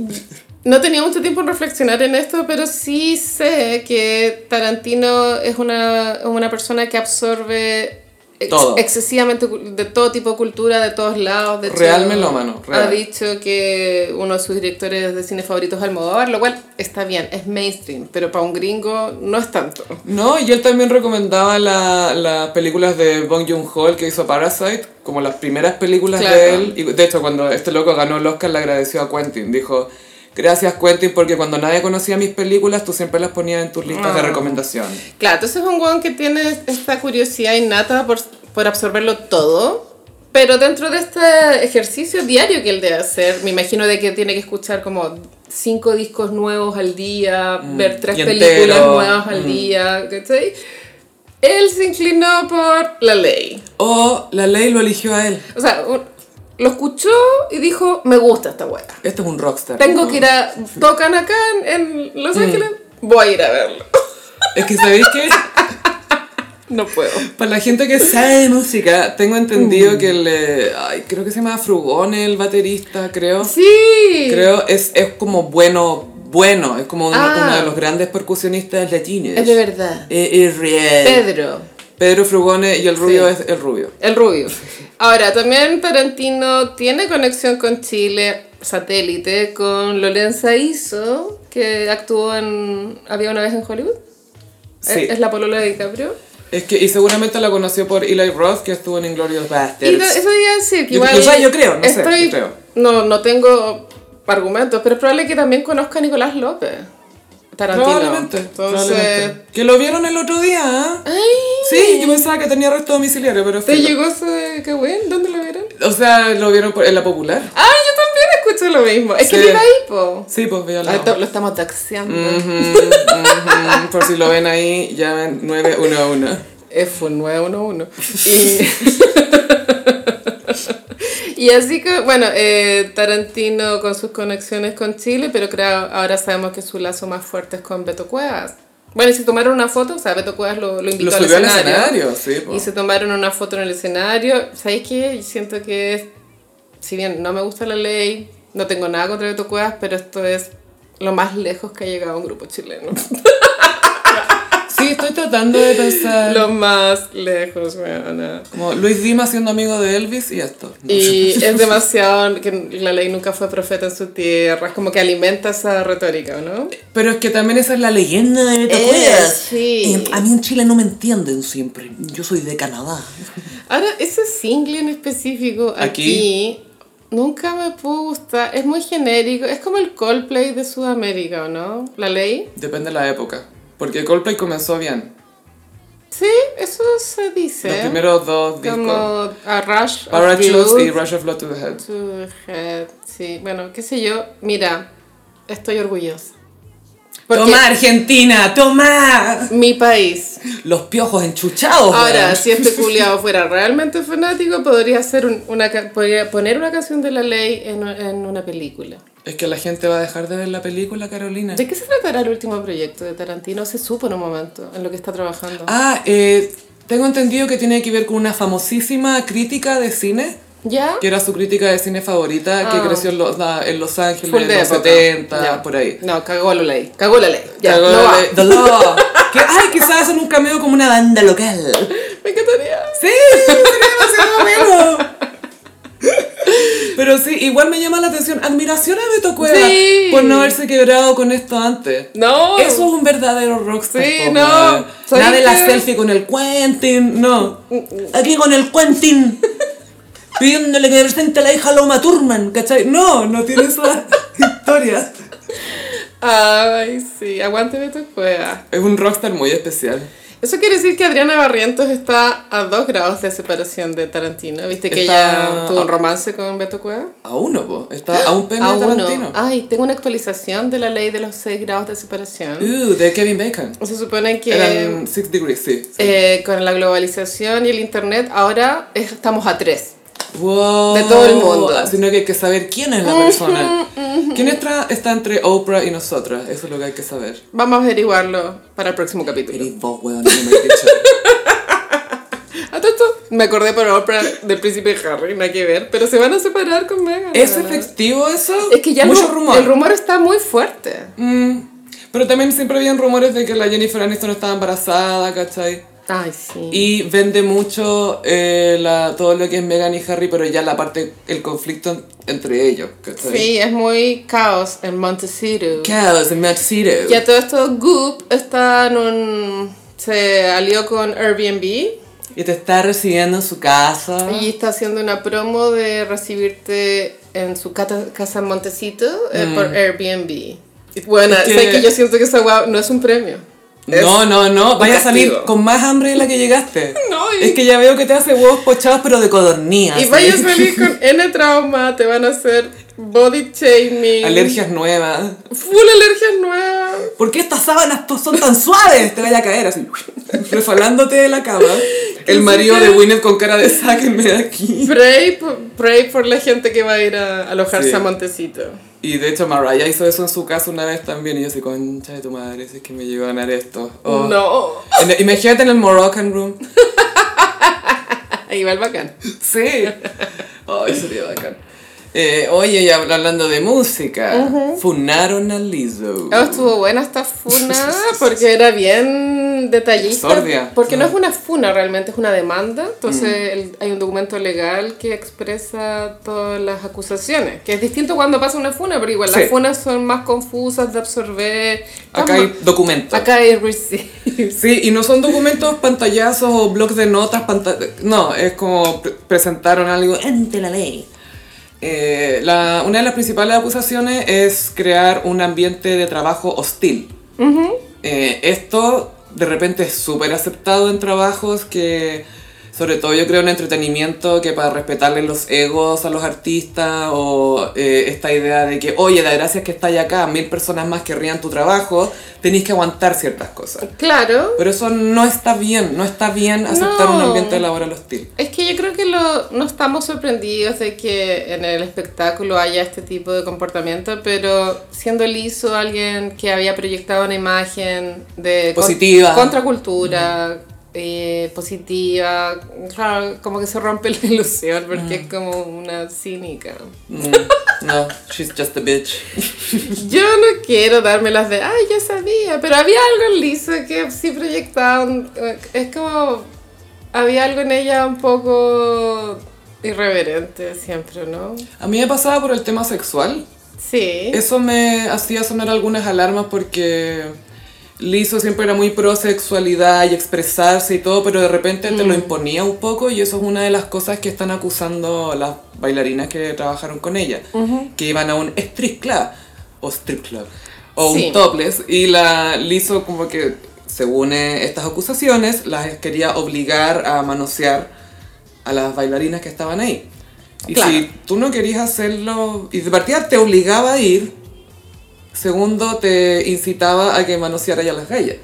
Speaker 2: No tenía mucho tiempo en reflexionar en esto, pero sí sé que Tarantino es una, una persona que absorbe ex-
Speaker 1: Todo.
Speaker 2: excesivamente cu- de todo tipo de cultura, de todos lados. De hecho,
Speaker 1: Real melómano, real.
Speaker 2: Ha dicho que uno de sus directores de cine favoritos es Almodóvar, lo cual está bien, es mainstream, pero para un gringo no es tanto.
Speaker 1: No, y él también recomendaba la- las películas de Bong Joon-ho, el que hizo Parasite, como las primeras películas
Speaker 2: Claro.
Speaker 1: de él. Y de hecho, cuando este loco ganó el Oscar, le agradeció a Quentin. Dijo, gracias Quentin, porque cuando nadie conocía mis películas, tú siempre las ponías en tus listas de
Speaker 2: Ah.
Speaker 1: recomendación.
Speaker 2: Claro, entonces es un weón que tiene esta curiosidad innata por, por absorberlo todo. Pero dentro de este ejercicio diario que él debe hacer, me imagino de que tiene que escuchar como cinco discos nuevos al día, ver tres
Speaker 1: Mm, y
Speaker 2: películas
Speaker 1: entero.
Speaker 2: nuevas al
Speaker 1: Mm.
Speaker 2: día, ¿cachai? Él se inclinó por la ley.
Speaker 1: O la ley lo eligió a él.
Speaker 2: O sea, un- lo escuchó y dijo, me gusta esta weá.
Speaker 1: Este es un rockstar.
Speaker 2: Tengo
Speaker 1: ¿no?
Speaker 2: que ir a...
Speaker 1: Mm.
Speaker 2: Tocan acá en, en Los Ángeles, voy a ir a verlo.
Speaker 1: Es que, ¿sabéis qué?
Speaker 2: No puedo.
Speaker 1: Para la gente que sabe de música, tengo entendido
Speaker 2: Mm.
Speaker 1: que el... eh, ay, creo que se llama Frugone, el baterista, creo.
Speaker 2: Sí.
Speaker 1: Creo es, es como bueno, bueno, es como un-
Speaker 2: Ah.
Speaker 1: uno de los grandes percusionistas latinos.
Speaker 2: Es de verdad.
Speaker 1: Es, es real. Pedro.
Speaker 2: Pedro,
Speaker 1: Frugone y el rubio
Speaker 2: Sí.
Speaker 1: es el rubio.
Speaker 2: el rubio. Ahora, también Tarantino tiene conexión con Chile, satélite, con Lorenza Iso, que actuó en... ¿Había una vez en Hollywood?
Speaker 1: Sí.
Speaker 2: Es, es la polola de DiCaprio.
Speaker 1: Es que, y seguramente la conoció por Eli Roth, que estuvo en Inglorious
Speaker 2: Y
Speaker 1: Bastards.
Speaker 2: lo- eso iba a decir que
Speaker 1: Yo-
Speaker 2: igual...
Speaker 1: o sea, yo creo, no sé,
Speaker 2: estoy-
Speaker 1: yo creo.
Speaker 2: No, no tengo argumentos, pero es probable que también conozca a Nicolás López. Tarantino.
Speaker 1: probablemente,
Speaker 2: Entonces...
Speaker 1: probablemente. Que lo vieron el otro día, ¿ah?
Speaker 2: ¡Ay!
Speaker 1: Sí, yo pensaba que tenía arresto domiciliario, pero
Speaker 2: ¿Te
Speaker 1: filo.
Speaker 2: llegó ese... qué bueno? ¿Dónde lo vieron?
Speaker 1: O sea, lo vieron por- en la popular.
Speaker 2: Ah, yo también escucho lo mismo. Es que
Speaker 1: Sí. Mm.
Speaker 2: vive ahí, po.
Speaker 1: Sí, pues vi al
Speaker 2: Ah,
Speaker 1: lado.
Speaker 2: to- lo estamos taxiando.
Speaker 1: Ujú, ujú. Por si lo ven ahí, llamen 911.
Speaker 2: F 911. Y... y así que, bueno, eh, Tarantino con sus conexiones con Chile, pero creo ahora sabemos que su lazo más fuerte es con Beto Cuevas. Bueno, y se tomaron una foto, o sea, Beto Cuevas lo, lo invitó
Speaker 1: Lo
Speaker 2: al
Speaker 1: subió al
Speaker 2: escenario.
Speaker 1: escenario, sí,
Speaker 2: Y
Speaker 1: pues.
Speaker 2: se tomaron una foto en el escenario. ¿Sabéis qué? Yo Siento que es- si bien no me gusta la ley, no tengo nada contra Beto Cuevas, pero esto es lo más lejos que ha llegado un grupo chileno.
Speaker 1: Sí, estoy tratando de pensar.
Speaker 2: lo más lejos, weona.
Speaker 1: Como Luis Dima siendo amigo de Elvis y esto.
Speaker 2: Y es demasiado que la ley nunca fue profeta en su tierra, es como que alimenta esa retórica, ¿no?
Speaker 1: Pero es que también esa es la leyenda de Beto
Speaker 2: Eh,
Speaker 1: Cuevas.
Speaker 2: sí.
Speaker 1: Eh, a mí en Chile no me entienden siempre. Yo soy de Canadá.
Speaker 2: Ahora, ese single en específico aquí,
Speaker 1: Aquí.
Speaker 2: nunca me pudo gustar, es muy genérico, es como el Coldplay de Sudamérica, ¿o no? ¿La ley?
Speaker 1: Depende de la época. Porque Coldplay comenzó bien.
Speaker 2: Sí, eso se
Speaker 1: Los
Speaker 2: dice.
Speaker 1: primeros dos discos.
Speaker 2: Como a Rush of
Speaker 1: Parachutes
Speaker 2: Blood.
Speaker 1: y Rush of Blood to the Head.
Speaker 2: To the head, Sí, bueno, qué sé yo. Mira, estoy orgullosa. Porque
Speaker 1: Argentina! ¡Toma!
Speaker 2: mi país.
Speaker 1: Los piojos enchuchados.
Speaker 2: Ahora,
Speaker 1: weón.
Speaker 2: si este culiado fuera realmente fanático, podría, hacer un- una, ca- podría poner una canción de la ley en, en una película.
Speaker 1: Es que la gente va a dejar de ver la película, Carolina.
Speaker 2: ¿De qué se tratará el último proyecto de Tarantino? Se supo en un momento en lo que está trabajando.
Speaker 1: Ah, eh, tengo entendido que tiene que ver con una famosísima crítica de cine.
Speaker 2: ¿Ya?
Speaker 1: que era su crítica de cine favorita,
Speaker 2: Ah.
Speaker 1: que creció en Los, la- en Los Ángeles,
Speaker 2: Full
Speaker 1: en
Speaker 2: de
Speaker 1: los
Speaker 2: época.
Speaker 1: 70,
Speaker 2: Ya.
Speaker 1: por ahí.
Speaker 2: No, cagó la ley. Cagó la ley. Ya,
Speaker 1: Cagó
Speaker 2: no va.
Speaker 1: de- The Law. Que, ay, quizás hacen un cameo como una banda local.
Speaker 2: Me encantaría.
Speaker 1: Sí, sería demasiado bueno. Pero sí, igual me llama la atención admiración a Beto Cueva
Speaker 2: Sí.
Speaker 1: por no haberse quebrado con esto antes.
Speaker 2: No.
Speaker 1: Eso es un verdadero rockstar.
Speaker 2: Oh. Sí,
Speaker 1: po,
Speaker 2: no.
Speaker 1: weón.
Speaker 2: Soy
Speaker 1: Nada de la
Speaker 2: que-
Speaker 1: selfie con el Quentin, no. Aquí con el Quentin. Pidiéndole que me presente a la hija Loma Turman, ¿cachai? No, no tiene esa historia.
Speaker 2: Ay, sí. Aguánteme tu cueva.
Speaker 1: Es un rockstar muy especial.
Speaker 2: Eso quiere decir que Adriana Barrientos está a dos grados de separación de Tarantino. ¿Viste que
Speaker 1: Está-
Speaker 2: ella tuvo un romance con Beto Cueva?
Speaker 1: A uno, po. Está a un pene
Speaker 2: Ah,
Speaker 1: de
Speaker 2: bueno.
Speaker 1: Tarantino.
Speaker 2: Ay, tengo una actualización de la ley de los 6 grados de separación.
Speaker 1: Uh, de Kevin Bacon.
Speaker 2: Se supone que
Speaker 1: Eran Six Degrees, sí.
Speaker 2: eh, con la globalización y el internet ahora es- estamos a 3.
Speaker 1: Wow.
Speaker 2: De todo el mundo.
Speaker 1: Sino que hay que saber quién es la persona. ¿Quién está, está entre Oprah y nosotras? Eso es lo que hay que saber.
Speaker 2: Vamos a averiguarlo para el próximo capítulo.
Speaker 1: Eres vos, weón, no me has dicho.
Speaker 2: A todo esto me acordé por Oprah del príncipe Harry, nada que ver, pero se van a separar con Meghan.
Speaker 1: ¿Es
Speaker 2: ¿verdad?
Speaker 1: efectivo eso?
Speaker 2: Es que ya el
Speaker 1: Mucho
Speaker 2: ru-
Speaker 1: rumor.
Speaker 2: el rumor está muy fuerte.
Speaker 1: Mm, Pero también siempre habían rumores de que la Jennifer Aniston estaba embarazada, ¿cachai?
Speaker 2: Ay, sí.
Speaker 1: Y vende mucho eh, la- todo lo que es Meghan y Harry, pero ya la parte, el conflicto en- entre ellos. ¿cachai?
Speaker 2: Sí, es muy caos en Montecito.
Speaker 1: Chaos en Montecito.
Speaker 2: Y a todo esto, Goop está en un... Se alió con Airbnb
Speaker 1: Y te está recibiendo en su casa.
Speaker 2: y está haciendo una promo de recibirte en su cata- casa en Montecito eh, por Airbnb. Bueno,
Speaker 1: Mm. Es que-
Speaker 2: sé que yo siento que esa guau no es un premio. Es-
Speaker 1: No, no, no. Vaya a salir
Speaker 2: castigo.
Speaker 1: con más hambre de la que llegaste.
Speaker 2: No, y-
Speaker 1: Es que ya veo que te hace huevos pochados, pero de codornías.
Speaker 2: Y vaya a salir con N trauma, te van a hacer body shaming.
Speaker 1: Alergias nuevas.
Speaker 2: Full alergias nuevas.
Speaker 1: ¿Por qué estas sábanas to- son tan suaves? Te vaya a caer así, refalándote de la cama. El marido de Winnet con cara de sáquenme de aquí.
Speaker 2: Pray por, pray por la gente que va a ir a alojarse
Speaker 1: Sí.
Speaker 2: a Montecito.
Speaker 1: Y de hecho Mariah hizo eso en su casa una vez también y yo así, concha de tu madre, si es que me llegó a ganar esto. Oh.
Speaker 2: No.
Speaker 1: En el- imagínate en el Moroccan Room. Ah,
Speaker 2: Ahí va el bacán.
Speaker 1: Sí. Ay, sería bacán. Eh, oye, y habla- hablando de música, funaron a Lizzo.
Speaker 2: Oh, estuvo buena esta funa porque era bien detallista.
Speaker 1: Sordia.
Speaker 2: Porque no
Speaker 1: Mm.
Speaker 2: es una funa realmente, es una demanda. Entonces el- hay un documento legal que expresa todas las acusaciones. Que es distinto cuando pasa una funa, pero igual
Speaker 1: Sí.
Speaker 2: las funas son más confusas de absorber.
Speaker 1: Acá hay documentos.
Speaker 2: Acá hay receipts.
Speaker 1: Sí, y no son documentos pantallazos o blogs de notas. panta- No, es como pre- presentaron algo ante la ley. Eh, la- una de las principales acusaciones es crear un ambiente de trabajo hostil. Eh, esto de repente es súper aceptado en trabajos que, sobre todo yo creo en entretenimiento, que para respetarle los egos a los artistas o eh, esta idea de que, oye, la gracia es que estáis acá, mil personas más querrían tu trabajo, tenéis que aguantar ciertas cosas.
Speaker 2: Claro.
Speaker 1: Pero eso no está bien, no está bien aceptar
Speaker 2: No.
Speaker 1: un ambiente laboral hostil.
Speaker 2: Es que yo creo que lo- no estamos sorprendidos de que en el espectáculo haya este tipo de comportamiento, pero siendo liso alguien que había proyectado una imagen de con-
Speaker 1: Positiva.
Speaker 2: contracultura, eh, positiva, claro, como que se rompe la ilusión porque es como una cínica.
Speaker 1: Mm, no, she's just a bitch.
Speaker 2: Yo no quiero dármelas de, ay, yo sabía, pero había algo en Lisa que sí proyectaba, un- es como, había algo en ella un poco irreverente siempre, ¿no?
Speaker 1: A mí me pasaba por el tema sexual.
Speaker 2: Sí.
Speaker 1: Eso me hacía sonar algunas alarmas porque Lizzo siempre era muy pro sexualidad y expresarse y todo, pero de repente te lo
Speaker 2: Mm.
Speaker 1: imponía un poco y eso es una de las cosas que están acusando las bailarinas que trabajaron con ella, que iban a un strip club o strip club o
Speaker 2: Sí.
Speaker 1: un topless y la Lizzo como que según eh, estas acusaciones las quería obligar a manosear a las bailarinas que estaban ahí. Y
Speaker 2: Claro.
Speaker 1: si tú no querías hacerlo, y de partida te obligaba a ir, segundo te incitaba a que manoseara ya las gallas.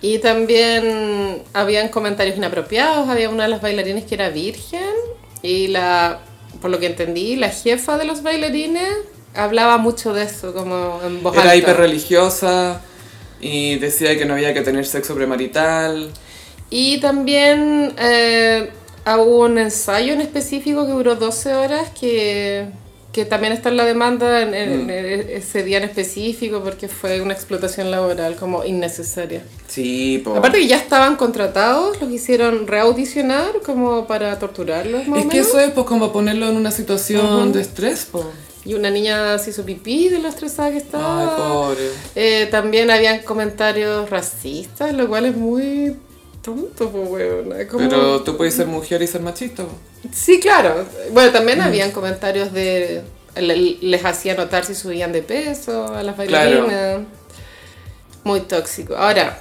Speaker 2: Y también habían comentarios inapropiados, había una de las bailarines que era virgen y la, por lo que entendí, la jefa de los bailarines hablaba mucho de eso, como en voz
Speaker 1: Era
Speaker 2: alta.
Speaker 1: hiperreligiosa y decía que no había que tener sexo premarital.
Speaker 2: Y también eh, hubo un ensayo en específico que duró 12 horas que, que también está en la demanda en, en-
Speaker 1: Mm.
Speaker 2: en ese día en específico porque fue una explotación laboral como innecesaria.
Speaker 1: Sí, po.
Speaker 2: Aparte que ya estaban contratados, los hicieron reaudicionar como para torturarlos más
Speaker 1: es
Speaker 2: o
Speaker 1: que
Speaker 2: menos.
Speaker 1: eso es pues, como ponerlo en una situación de estrés, po.
Speaker 2: Y una niña se hizo pipí de lo estresada que estaba.
Speaker 1: Ay, pobre.
Speaker 2: Eh, también habían comentarios racistas, lo cual es muy tonto, pues, weona. Como-
Speaker 1: Pero tú puedes ser mujer y ser machista, po.
Speaker 2: Sí, claro. Bueno,
Speaker 1: Mm.
Speaker 2: también habían comentarios de... le- Les hacía notar si subían de peso a las bailarinas. Muy tóxico. Ahora,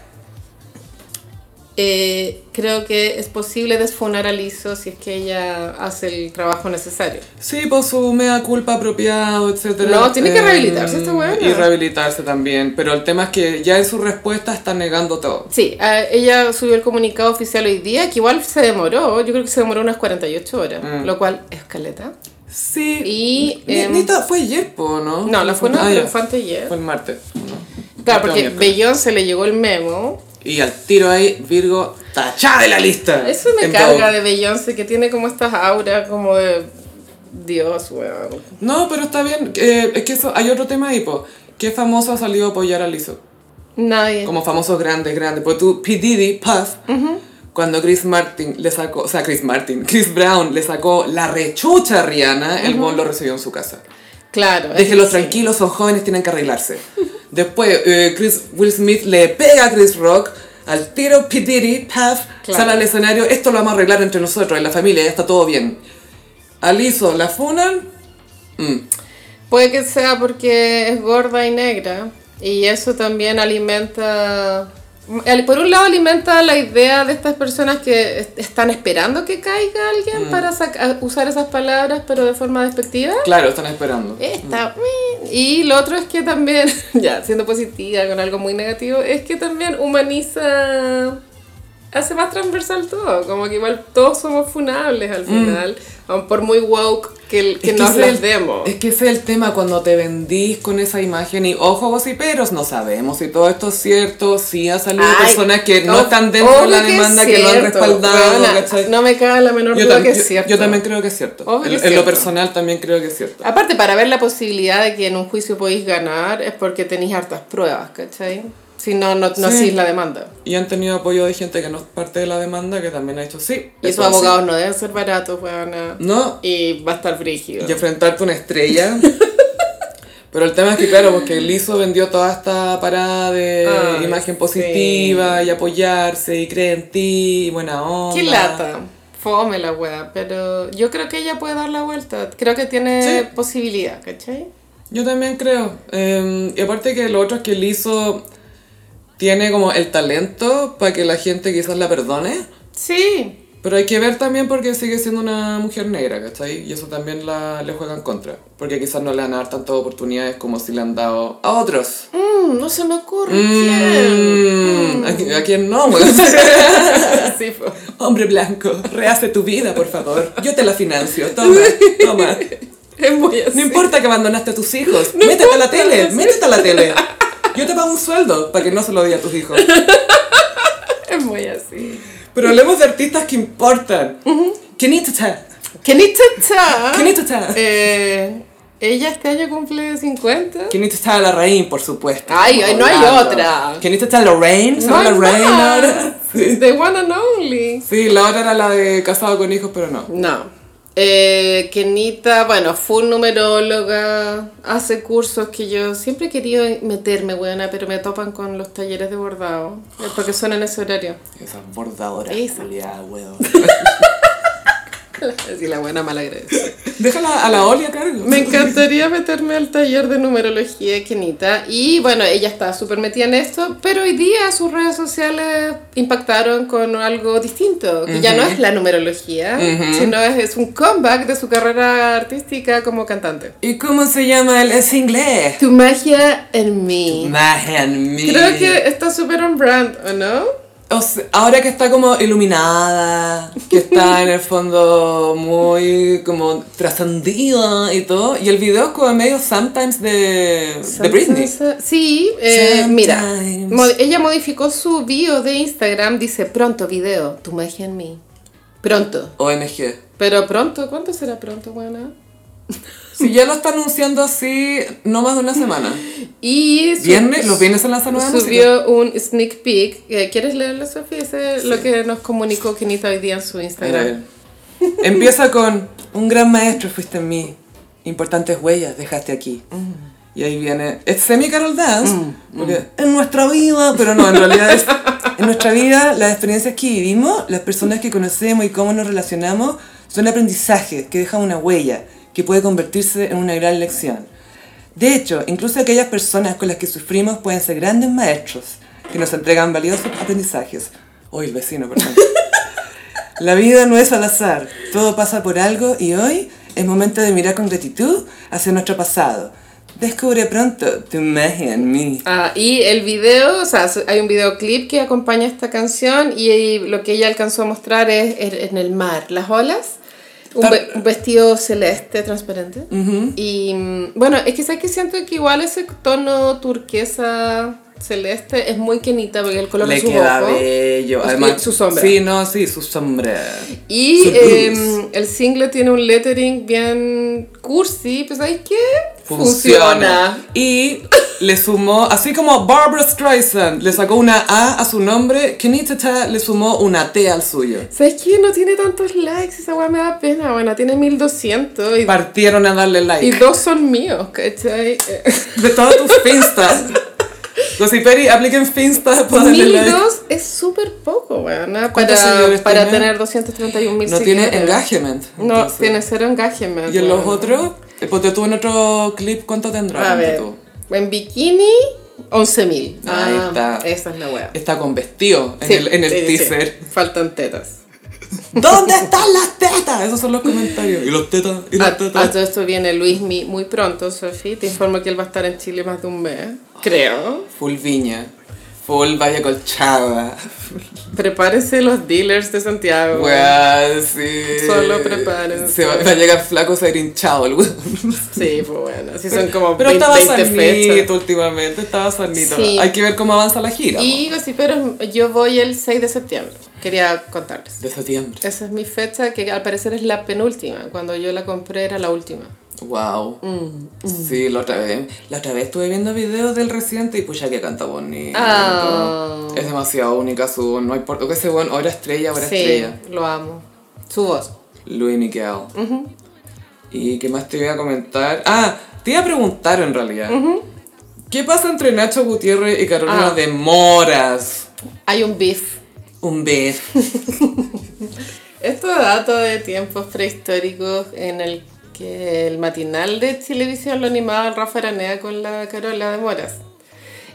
Speaker 2: eh, creo que es posible desfonar a Lizzo si es que ella hace el trabajo necesario.
Speaker 1: Sí, por su mea culpa apropiado, etc.
Speaker 2: No, tiene que rehabilitarse esta weona.
Speaker 1: Y rehabilitarse también, pero el tema es que ya en su respuesta está negando todo.
Speaker 2: Sí, eh, ella subió el comunicado oficial hoy día, que igual se demoró, yo creo que se demoró unas 48 horas, lo cual es caleta.
Speaker 1: Sí.
Speaker 2: Y...
Speaker 1: Mm. Ni-
Speaker 2: em,
Speaker 1: ni ta- fue ayer, po, ¿no?
Speaker 2: no, la fue
Speaker 1: Ah,
Speaker 2: una
Speaker 1: ya.
Speaker 2: fue anteayer.
Speaker 1: Fue el martes. ¿no?
Speaker 2: Claro,
Speaker 1: Martes o
Speaker 2: porque
Speaker 1: miércoles.
Speaker 2: Beyoncé le llegó el memo
Speaker 1: Y al tiro ahí, Virgo, tachá de la lista.
Speaker 2: Eso me
Speaker 1: En
Speaker 2: carga
Speaker 1: Vogue.
Speaker 2: de Beyoncé, que tiene como estas auras como de Dios, weón.
Speaker 1: No, pero está bien. eh, es que eso, hay otro tema ahí, po. ¿Qué famoso ha salido a apoyar a Lizzo?
Speaker 2: Nadie.
Speaker 1: Como famosos grandes, grandes. Pues tú, P. Diddy, Puff, cuando Chris Martin le sacó, o sea, Chris Martin, Chris Brown le sacó la rechucha a Rihanna, el Bon lo recibió en su casa.
Speaker 2: Claro. es
Speaker 1: Déjenlos
Speaker 2: que sí.
Speaker 1: tranquilos, son jóvenes, tienen que arreglarse. Después, eh, Chris, Will Smith le pega a Chris Rock, al tiro, pitiri, paf,
Speaker 2: Claro.
Speaker 1: sale al escenario, esto lo vamos a arreglar entre nosotros, en la familia, ya está todo bien. Aliso, la funan,
Speaker 2: Puede que sea porque es gorda y negra. Y eso también alimenta. al- Por un lado alimenta la idea de estas personas que est- están esperando que caiga alguien para saca- usar esas palabras, pero de forma despectiva.
Speaker 1: claro, están esperando.
Speaker 2: Esta. meh. Y lo otro es que también, ya siendo positiva con algo muy negativo, es que también humaniza, hace más transversal todo, como que igual todos somos funables al final, aun por muy woke que, el- que
Speaker 1: Mm. Es
Speaker 2: nos
Speaker 1: ese
Speaker 2: las
Speaker 1: el-
Speaker 2: demos.
Speaker 1: Es que ese es el tema cuando te vendís con esa imagen y ojo, gossiperos, no sabemos si todo esto es cierto, si ha salido
Speaker 2: Ay,
Speaker 1: personas que no
Speaker 2: ob-
Speaker 1: están dentro de la
Speaker 2: obvio que
Speaker 1: demanda,
Speaker 2: es
Speaker 1: que, lo han
Speaker 2: cierto,
Speaker 1: respaldado,
Speaker 2: weona,
Speaker 1: ¿cachai?
Speaker 2: No me cabe la menor
Speaker 1: yo,
Speaker 2: duda
Speaker 1: tam-
Speaker 2: que
Speaker 1: yo-
Speaker 2: es cierto.
Speaker 1: yo también creo que es cierto.
Speaker 2: Obvio
Speaker 1: en
Speaker 2: que es
Speaker 1: en lo
Speaker 2: cierto. Ah.
Speaker 1: personal también creo que es cierto.
Speaker 2: Aparte, para ver la posibilidad de que en un juicio podéis ganar es porque tenéis hartas pruebas, ¿cachai? Si no, no, no
Speaker 1: Sí.
Speaker 2: hacís la demanda.
Speaker 1: Y han tenido apoyo de gente que no es parte de la demanda, que también ha dicho sí.
Speaker 2: Y
Speaker 1: eso es así".
Speaker 2: esos abogados no deben ser baratos, weona.
Speaker 1: No,
Speaker 2: Y va a estar frígido.
Speaker 1: y enfrentarte a una estrella. Pero el tema es que, claro, porque Lizo vendió toda esta parada de
Speaker 2: Ay,
Speaker 1: imagen
Speaker 2: Ah, sí.
Speaker 1: positiva y apoyarse y cree en ti y buena onda.
Speaker 2: Qué lata. Fome la wea, pero yo creo que ella puede dar la vuelta. Creo que tiene
Speaker 1: Sí.
Speaker 2: posibilidad, ¿cachai?
Speaker 1: Yo también creo. Eh, y aparte que lo otro es que Lizo tiene como el talento para que la gente quizás la perdone.
Speaker 2: Sí,
Speaker 1: Pero hay que ver también porque sigue siendo una mujer negra, ¿cachai? Y eso también la, le juegan contra. Porque quizás no le van a dar tantas oportunidades como si le han dado a otros.
Speaker 2: Mm, no se me ocurre quién.
Speaker 1: Mm, ¿a, qui- a quién no? güey?
Speaker 2: Sí, po.
Speaker 1: Hombre blanco, rehace tu vida, por favor. Yo te la financio. Toma, toma.
Speaker 2: es muy así.
Speaker 1: No importa que abandonaste a tus hijos. métete a la tele, métete a la tele. Yo te pago un sueldo para que no se lo dé a tus hijos.
Speaker 2: Es muy así.
Speaker 1: Pero hablemos de artistas que importan. Kenita,
Speaker 2: Kenita
Speaker 1: Kenita.
Speaker 2: Eh, ella este año cumple 50.
Speaker 1: Kenita está Lorraine, por supuesto.
Speaker 2: Ay, ay, no hay
Speaker 1: Hablando.
Speaker 2: otra.
Speaker 1: Kenita está Lorraine, se
Speaker 2: No
Speaker 1: llama
Speaker 2: hay
Speaker 1: Lorraine
Speaker 2: más.
Speaker 1: ahora. Sí.
Speaker 2: The one and only.
Speaker 1: Sí, la otra era la de casado con hijos, pero no.
Speaker 2: No. Eh, Kenita, bueno, fue numeróloga, hace cursos que yo siempre he querido meterme, buena, pero me topan con los talleres de bordado, eh, porque son en ese horario.
Speaker 1: Esa bordadora.
Speaker 2: Esa.
Speaker 1: culiada, weón.
Speaker 2: Así la buena malagradecida.
Speaker 1: Déjala a la Oli a cargo.
Speaker 2: Me encantaría meterme al taller de numerología de Kenita. Y bueno, ella está súper metida en esto, pero hoy día sus redes sociales impactaron con algo distinto, que ya no es la numerología, sino es, es un comeback de su carrera artística como cantante.
Speaker 1: ¿Y cómo se llama el es inglés?
Speaker 2: Tu magia en mí.
Speaker 1: Mahan me.
Speaker 2: Creo que está súper on brand, ¿o no?
Speaker 1: O sea, ahora que está como iluminada, que está en el fondo muy como trascendida y todo. Y el video es como medio sometimes de, de Britney.
Speaker 2: Sí, eh,
Speaker 1: Sometimes.
Speaker 2: mira. mo- ella modificó su bio de Instagram, dice pronto video, tu magia en mí. Pronto.
Speaker 1: OMG.
Speaker 2: Pero pronto, ¿cuánto será pronto, buena?
Speaker 1: Si ya lo está anunciando así, no más de una semana.
Speaker 2: Y su-
Speaker 1: Viernes, los viernes se lanza nueva música.
Speaker 2: subió un sneak peek. Eh, ¿Quieres leerlo, Sofía? Ese es lo que nos comunicó Kenita hoy día en su
Speaker 1: A ver.
Speaker 2: Instagram.
Speaker 1: Eh, Empieza con, un gran maestro fuiste en mí, importantes huellas dejaste aquí. Y ahí viene, es semi Carol Dance, porque en nuestra vida, pero no, en realidad es, en nuestra vida las experiencias que vivimos, las personas que conocemos y cómo nos relacionamos, son aprendizajes que dejan una huella, que puede convertirse en una gran lección. De hecho, incluso aquellas personas con las que sufrimos pueden ser grandes maestros que nos entregan valiosos aprendizajes. Hoy el vecino, perdón. La vida no es al azar, todo pasa por algo y hoy es momento de mirar con gratitud hacia nuestro pasado. Descubre pronto tu magia en mí.
Speaker 2: Ah, y el video, o sea, su- hay un videoclip que acompaña esta canción y, y lo que ella alcanzó a mostrar es en, en el mar, las olas, un,
Speaker 1: Tar-
Speaker 2: ve- un vestido celeste transparente. Y mm, bueno, es que sabes que siento que igual ese tono turquesa celeste es muy quenita porque el color de
Speaker 1: Le
Speaker 2: su
Speaker 1: queda
Speaker 2: ojo.
Speaker 1: bello,
Speaker 2: Su-
Speaker 1: además.
Speaker 2: su sombra.
Speaker 1: Sí, no, sí, su sombra.
Speaker 2: Y
Speaker 1: Su
Speaker 2: eh,
Speaker 1: luz.
Speaker 2: el single tiene un lettering bien cursi, pues ¿sabes qué?
Speaker 1: Funciona. Y le sumó, así como Barbara Streisand le sacó una A a su nombre, Kenny Tata le sumó una T al suyo.
Speaker 2: ¿Sabes qué? No tiene tantos likes, esa weá me da pena. Bueno, tiene 1200 y,
Speaker 1: Partieron a darle like.
Speaker 2: y dos son míos, ¿cachai?
Speaker 1: De todas tus finstas. Los Iperi apliquen finstas para darle
Speaker 2: Mil y
Speaker 1: like.
Speaker 2: dos es súper poco, weón. ¿no?
Speaker 1: ¿Cuántos
Speaker 2: Para,
Speaker 1: seguidores
Speaker 2: para
Speaker 1: tiene?
Speaker 2: tener 231 mil
Speaker 1: No tiene engagement.
Speaker 2: No,
Speaker 1: entonces.
Speaker 2: tiene cero engagement.
Speaker 1: Y en los
Speaker 2: weón.
Speaker 1: otros, eh, ponte tú en otro clip, ¿cuánto tendrá?
Speaker 2: A
Speaker 1: Ponte
Speaker 2: ver,
Speaker 1: tú.
Speaker 2: en bikini, 11.000.
Speaker 1: Ahí está.
Speaker 2: Esa es la weá.
Speaker 1: Está con vestido en
Speaker 2: Sí,
Speaker 1: el, en el
Speaker 2: sí, sí, sí.
Speaker 1: teaser.
Speaker 2: Faltan tetas.
Speaker 1: ¿Dónde están las tetas? Esos son los comentarios. Y los tetas, y
Speaker 2: A,
Speaker 1: las
Speaker 2: a
Speaker 1: tetas.
Speaker 2: Ah, todo esto viene Luismi muy pronto, Sofi. Te informo que él va a estar en Chile más de un mes, creo.
Speaker 1: Full viña. Full Valle Colchada.
Speaker 2: Prepárense los dealers de Santiago.
Speaker 1: Weá, sí.
Speaker 2: Solo prepárense.
Speaker 1: Se va, va a llegar flaco, se va a ir hinchado el weón.
Speaker 2: Sí, pues bueno, así son como
Speaker 1: Pero
Speaker 2: 20,
Speaker 1: estaba
Speaker 2: 20 fechas.
Speaker 1: sanito últimamente, estaba sanito.
Speaker 2: Sí.
Speaker 1: Hay que ver cómo avanza la gira.
Speaker 2: Y pero yo voy el 6 de septiembre. Quería contarles.
Speaker 1: po. De septiembre.
Speaker 2: Esa es mi fecha que al parecer es la penúltima. Cuando yo la compré era la última.
Speaker 1: Wow.
Speaker 2: Mm,
Speaker 1: Sí, la otra vez. La otra vez estuve viendo videos del reciente y pues ya que canta bonito.
Speaker 2: Ah.
Speaker 1: Es demasiado única su voz. No hay por qué ese buen ahora estrella, ahora
Speaker 2: Sí,
Speaker 1: estrella.
Speaker 2: lo amo. Su voz.
Speaker 1: Luis Miguel. ¿Y qué más te iba a comentar? Ah, te iba a preguntar en realidad. ¿Qué pasa entre Nacho Gutiérrez y Carolina
Speaker 2: Ah.
Speaker 1: de Moras?
Speaker 2: Hay un beef.
Speaker 1: Un beso.
Speaker 2: Esto data de tiempos prehistóricos en el que el matinal de televisión lo animaba el Rafa Aranea con la Carola de Moras.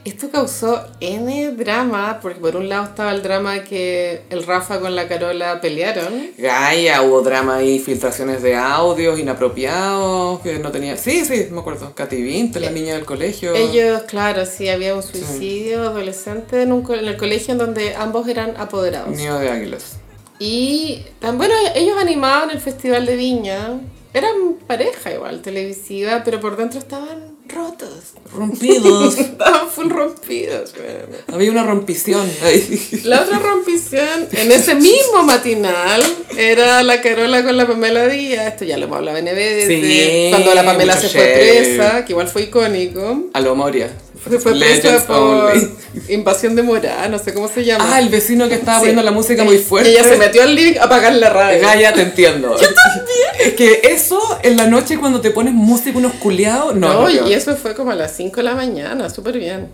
Speaker 2: Esto causó N drama, porque por un lado estaba el drama que el Rafa con la Carola pelearon.
Speaker 1: Gaia, hubo drama ahí, filtraciones de audios inapropiados, que no tenía... Sí, sí, me acuerdo. Katy Vinter, la niña del colegio.
Speaker 2: Ellos, claro, sí, había un suicidio adolescente en, un co- en el colegio en donde ambos eran apoderados.
Speaker 1: Nido de águilas.
Speaker 2: Y tan bueno, ellos animaban el Festival de Viña. Eran pareja igual, televisiva, pero por dentro estaban rotos.
Speaker 1: Rompidos.
Speaker 2: Estaban full rompidos, weón.
Speaker 1: Había una rompición ahí.
Speaker 2: La otra rompición en ese mismo matinal era la Carola con la Pamela Díaz. Esto ya lo hemos hablado en EBS.
Speaker 1: Sí,
Speaker 2: cuando la Pamela se
Speaker 1: mucho
Speaker 2: fue
Speaker 1: shade.
Speaker 2: presa, que igual fue icónico.
Speaker 1: A lo Moria.
Speaker 2: Se fue presa
Speaker 1: Legends
Speaker 2: por
Speaker 1: only.
Speaker 2: invasión de Morá, no sé cómo se llama.
Speaker 1: Ah, el vecino que estaba
Speaker 2: Sí.
Speaker 1: poniendo la música muy fuerte.
Speaker 2: Y ella se metió al living a apagar la radio.
Speaker 1: Gaia, te entiendo. Yo también. Es que eso, en la noche cuando te pones música unos culiados, no.
Speaker 2: No,
Speaker 1: no,
Speaker 2: y
Speaker 1: peor.
Speaker 2: eso fue como a las 5 de la mañana, súper bien.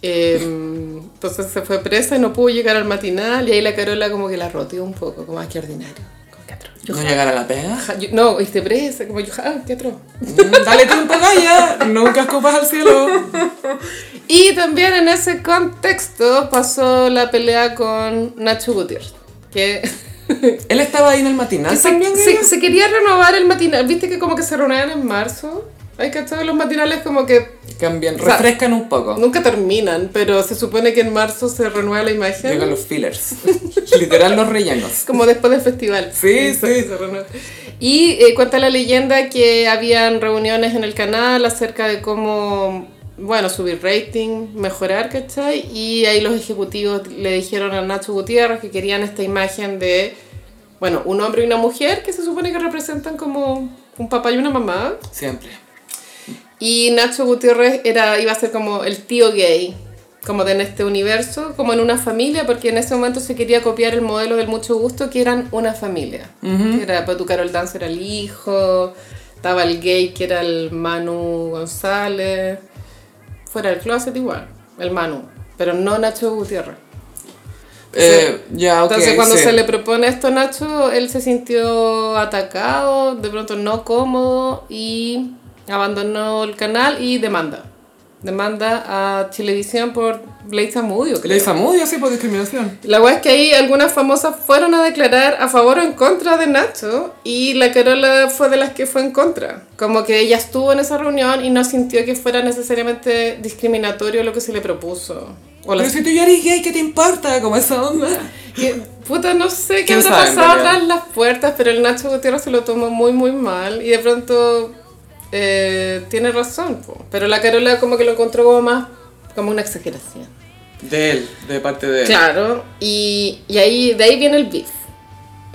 Speaker 2: Eh, entonces se fue presa y no pudo llegar al matinal y ahí la Carola como que la roteó un poco, como, ah, qué ordinario. como, qué atroz. Yo,
Speaker 1: No llegar a la pega.
Speaker 2: ja, yo- no, esté presa, como yo, ah, qué atroz.
Speaker 1: Mm, Dale tiempo, Gaia. Nunca escupas al cielo.
Speaker 2: Y también en ese contexto pasó la pelea con Nacho Gutiérrez, que...
Speaker 1: Él estaba ahí en el matinal
Speaker 2: que Ah, se,
Speaker 1: también.
Speaker 2: se-
Speaker 1: Gaia?
Speaker 2: se quería renovar el matinal, viste que como que se reunían en marzo. Hay que los matinales como que
Speaker 1: Cambian,
Speaker 2: O sea,
Speaker 1: refrescan un poco.
Speaker 2: Nunca terminan, pero se supone que en marzo se renueva la imagen.
Speaker 1: Llegan los fillers. Literal, los rellenos.
Speaker 2: Como después del festival.
Speaker 1: Sí,
Speaker 2: Se-
Speaker 1: sí.
Speaker 2: se renueva. Y eh, cuenta la leyenda que habían reuniones en el canal acerca de cómo, bueno, subir rating, mejorar, ¿cachai? Y ahí los ejecutivos le dijeron a Nacho Gutiérrez que querían esta imagen de, bueno, un hombre y una mujer que se supone que representan como un papá y una mamá.
Speaker 1: Siempre.
Speaker 2: Y Nacho Gutiérrez era, iba a ser como el tío gay, como de en este universo, como en una familia, porque en ese momento se quería copiar el modelo del mucho gusto, que eran una familia. Que Era para tu Carol Dance era el hijo, estaba el gay que era el Manu González, fuera del closet igual, el Manu, pero no Nacho Gutiérrez.
Speaker 1: Eh, ya, ok.
Speaker 2: Entonces cuando
Speaker 1: sí.
Speaker 2: se le propone esto a Nacho, él se sintió atacado, de pronto no cómodo y abandonó el canal y demanda. Demanda a Televisión por Blade Samudio,
Speaker 1: Le
Speaker 2: creo.
Speaker 1: hizo mudio, sí, por discriminación.
Speaker 2: La weá es que ahí algunas famosas fueron a declarar a favor o en contra de Nacho y la Carola fue de las que fue en contra. Como que ella estuvo en esa reunión y no sintió que fuera necesariamente discriminatorio lo que se le propuso. O
Speaker 1: Pero
Speaker 2: las
Speaker 1: si tú ya eres gay, ¿qué te importa? Como esa onda.
Speaker 2: Que, puta, no sé qué
Speaker 1: ¿Quién
Speaker 2: habrá
Speaker 1: sabe, en
Speaker 2: pasado
Speaker 1: realidad?
Speaker 2: tras las puertas, pero el Nacho Gutiérrez se lo tomó muy, muy mal y de pronto eh, tiene razón. po. Pero la Carola como que lo encontró como más como una exageración.
Speaker 1: De él, de parte de él.
Speaker 2: Claro, y, y ahí, de ahí viene el beef,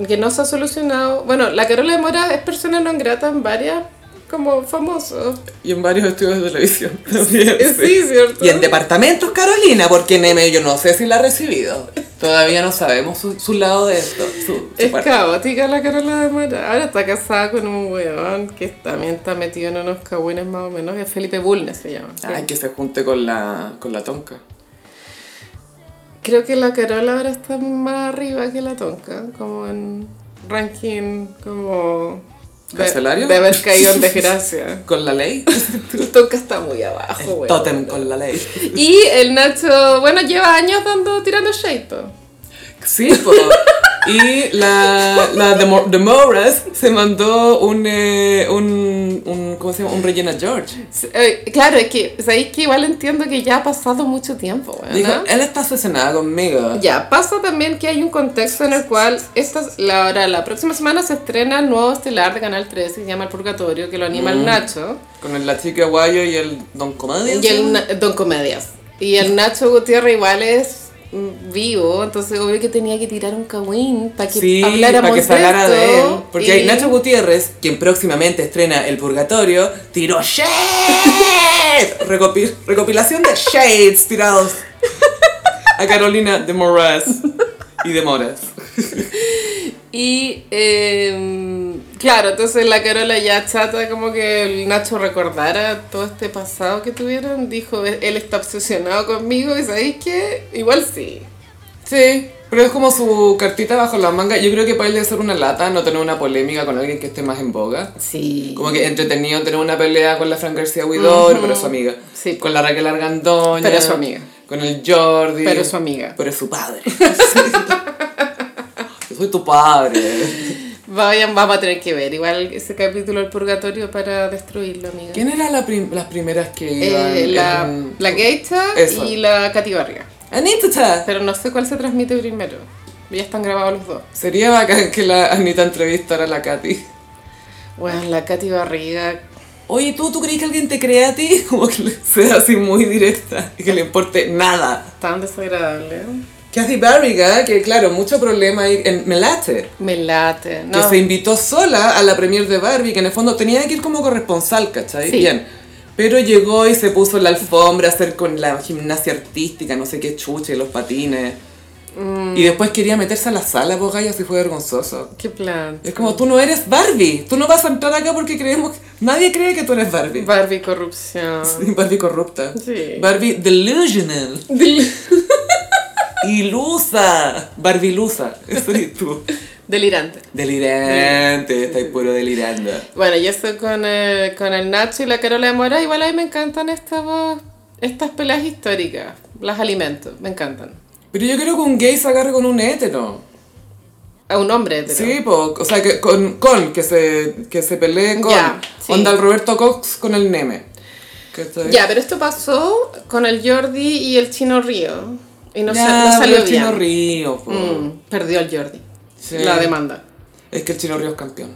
Speaker 2: que no se ha solucionado. Bueno, la Carola de Mora es persona no grata en varias como famosos.
Speaker 1: Y en varios estudios de televisión también.
Speaker 2: Eh, Sí, ¿cierto?
Speaker 1: Y en departamentos, Carolina, porque en M yo no sé si la ha recibido. Todavía no sabemos su, su lado de esto. su- su
Speaker 2: Es
Speaker 1: parte.
Speaker 2: caótica la Carola de Mara. Ahora está casada con un weón que también está metido en unos cagüines más o menos. Es Felipe Bulnes se llama.
Speaker 1: Ay, que se junte con la, con la tonca.
Speaker 2: Creo que la Carola ahora está más arriba que la Tonka, como en ranking, como...
Speaker 1: ¿Carcelario?
Speaker 2: De haber caído en desgracia.
Speaker 1: ¿Con la ley?
Speaker 2: La Tonka está muy abajo, weón.
Speaker 1: Totem con la ley.
Speaker 2: Y el Nacho, bueno, lleva años dando, tirando shade, po.
Speaker 1: Sí, po. Y la, la de, Mo- de Morris se mandó un, eh, un, un, ¿cómo se llama? Un Regina George.
Speaker 2: Sí, eh, Claro, es que, sabéis que igual entiendo que ya ha pasado mucho tiempo, weón.
Speaker 1: Dijo,
Speaker 2: ¿no?
Speaker 1: él está obsesionada conmigo.
Speaker 2: Ya, pasa también que hay un contexto en el cual esta, la, ahora, la próxima semana se estrena el nuevo estelar de Canal 13 que se llama El Purgatorio, que lo anima
Speaker 1: Mm.
Speaker 2: el Nacho.
Speaker 1: Con el, la chica guayo y el Don Comedia.
Speaker 2: Y el Na- Don Comedias. Y el Nacho Gutiérrez igual es mm, vivo, entonces obvio que tenía que tirar un cagüín para que
Speaker 1: Sí,
Speaker 2: habláramos
Speaker 1: para que se hablara
Speaker 2: esto,
Speaker 1: de él. Porque
Speaker 2: y-
Speaker 1: hay Nacho Gutiérrez, quien próximamente estrena El Purgatorio, tiró shades. Recopi- recopilación de shades tirados a Carolina de Moras y de Moras.
Speaker 2: Y eh, claro, entonces la Carola ya chata como que el Nacho recordara todo este pasado que tuvieron, dijo, él está obsesionado conmigo y ¿sabéis qué? Igual sí.
Speaker 1: Sí, pero es como su cartita bajo la manga. Yo creo que para él debe ser una lata no tener una polémica con alguien que esté más en boga.
Speaker 2: Sí.
Speaker 1: Como que entretenido tener una pelea con la Fran García Huidor, pero es su amiga.
Speaker 2: Sí.
Speaker 1: Con la Raquel Argandoña.
Speaker 2: Pero es su amiga.
Speaker 1: Con el Jordi.
Speaker 2: Pero es su amiga.
Speaker 1: Pero es su padre. Yo soy tu padre.
Speaker 2: Vayan, vamos a tener que ver igual ese capítulo del purgatorio para destruirlo, amiga.
Speaker 1: ¿Quién eran la prim- las primeras que iban?
Speaker 2: Eh, la,
Speaker 1: en-
Speaker 2: la Geisha
Speaker 1: Eso.
Speaker 2: y la Katy Barriga.
Speaker 1: ¡Anita!
Speaker 2: Pero no sé cuál se transmite primero. Ya están grabados los dos.
Speaker 1: Sería bacán que la Anita entrevistara a la Katy.
Speaker 2: Bueno, la Katy Barriga.
Speaker 1: Oye, ¿tú, ¿tú crees que alguien te crea a ti? Como que le- sea así muy directa y que le importe nada.
Speaker 2: Tan desagradable.
Speaker 1: Kathy Barriga, que claro, mucho problema ahí en Melate.
Speaker 2: Me late. No.
Speaker 1: Que se invitó sola a la premier de Barbie, que en el fondo tenía que ir como corresponsal, ¿cachai?
Speaker 2: Sí.
Speaker 1: Bien. Pero llegó y se puso en la alfombra a hacer con la gimnasia artística, no sé qué chuche, los patines.
Speaker 2: Mm.
Speaker 1: Y después quería meterse a la sala, pues gaya, así fue vergonzoso.
Speaker 2: Qué plan.
Speaker 1: Es como, tú no eres Barbie, tú no vas a entrar acá porque creemos, que- nadie cree que tú eres Barbie.
Speaker 2: Barbie corrupción.
Speaker 1: Barbie corrupta.
Speaker 2: Mm. Sí.
Speaker 1: Barbie delusional. Ilusa. Barbie ilusa. Eso eres tú.
Speaker 2: Delirante.
Speaker 1: Delirante. Estás puro delirando.
Speaker 2: Bueno, yo estoy con el, con el Nacho y la Carola de Mora. Igual a mí me encantan estas, estas peleas históricas. Las alimento. Me encantan.
Speaker 1: Pero yo creo que un gay se agarre con un hétero.
Speaker 2: A un hombre. hetero.
Speaker 1: Sí, po, o sea, que con, con que, se, que se pelee con.
Speaker 2: Ya, sí.
Speaker 1: Onda el Roberto Cox con el Neme. ¿Cachai?
Speaker 2: Ya, pero esto pasó con el Jordi y el Chino Río. Y no,
Speaker 1: Ya,
Speaker 2: sal- no
Speaker 1: pero
Speaker 2: salió
Speaker 1: Ah, el
Speaker 2: bien.
Speaker 1: Chino Río, po.
Speaker 2: Mm, perdió el Jordi.
Speaker 1: Sí.
Speaker 2: La demanda.
Speaker 1: Es que el Chino Río es campeón.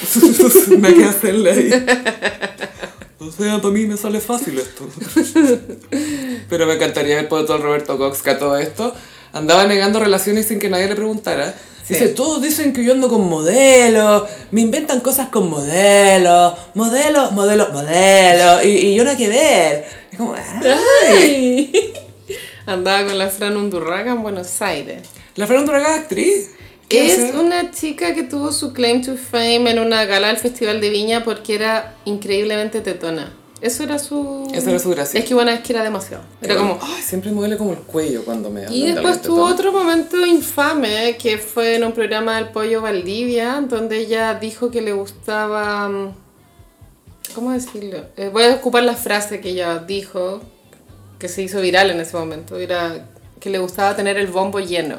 Speaker 1: me queda hacerle ahí. O sea, para mí me sale fácil esto. Pero me encantaría ver por todo el Roberto Cox que a todo esto andaba negando relaciones sin que nadie le preguntara.
Speaker 2: Sí.
Speaker 1: Dice, todos dicen que yo ando con modelos, me inventan cosas con modelos, modelos, modelos, modelos, y, y yo nada que ver. Es como, "Ah".
Speaker 2: Andaba con la Fran Undurraga en Buenos Aires.
Speaker 1: La Fernanda Braga es actriz. ¿Qué
Speaker 2: Es
Speaker 1: hace?
Speaker 2: una chica que tuvo su claim to fame en una gala del Festival de Viña porque era increíblemente tetona. Eso era su...
Speaker 1: Esa era su gracia.
Speaker 2: Es que bueno, es que era demasiado. Era como...
Speaker 1: Ay, siempre me duele como el cuello cuando me hablan
Speaker 2: Y
Speaker 1: de
Speaker 2: después
Speaker 1: algo
Speaker 2: tuvo
Speaker 1: tetón.
Speaker 2: otro momento infame que fue en un programa del Pollo Valdivia, donde ella dijo que le gustaba. mm, ¿Cómo decirlo? Eh, voy a ocupar la frase que ella dijo, que se hizo viral en ese momento. Era que le gustaba tener el bombo lleno.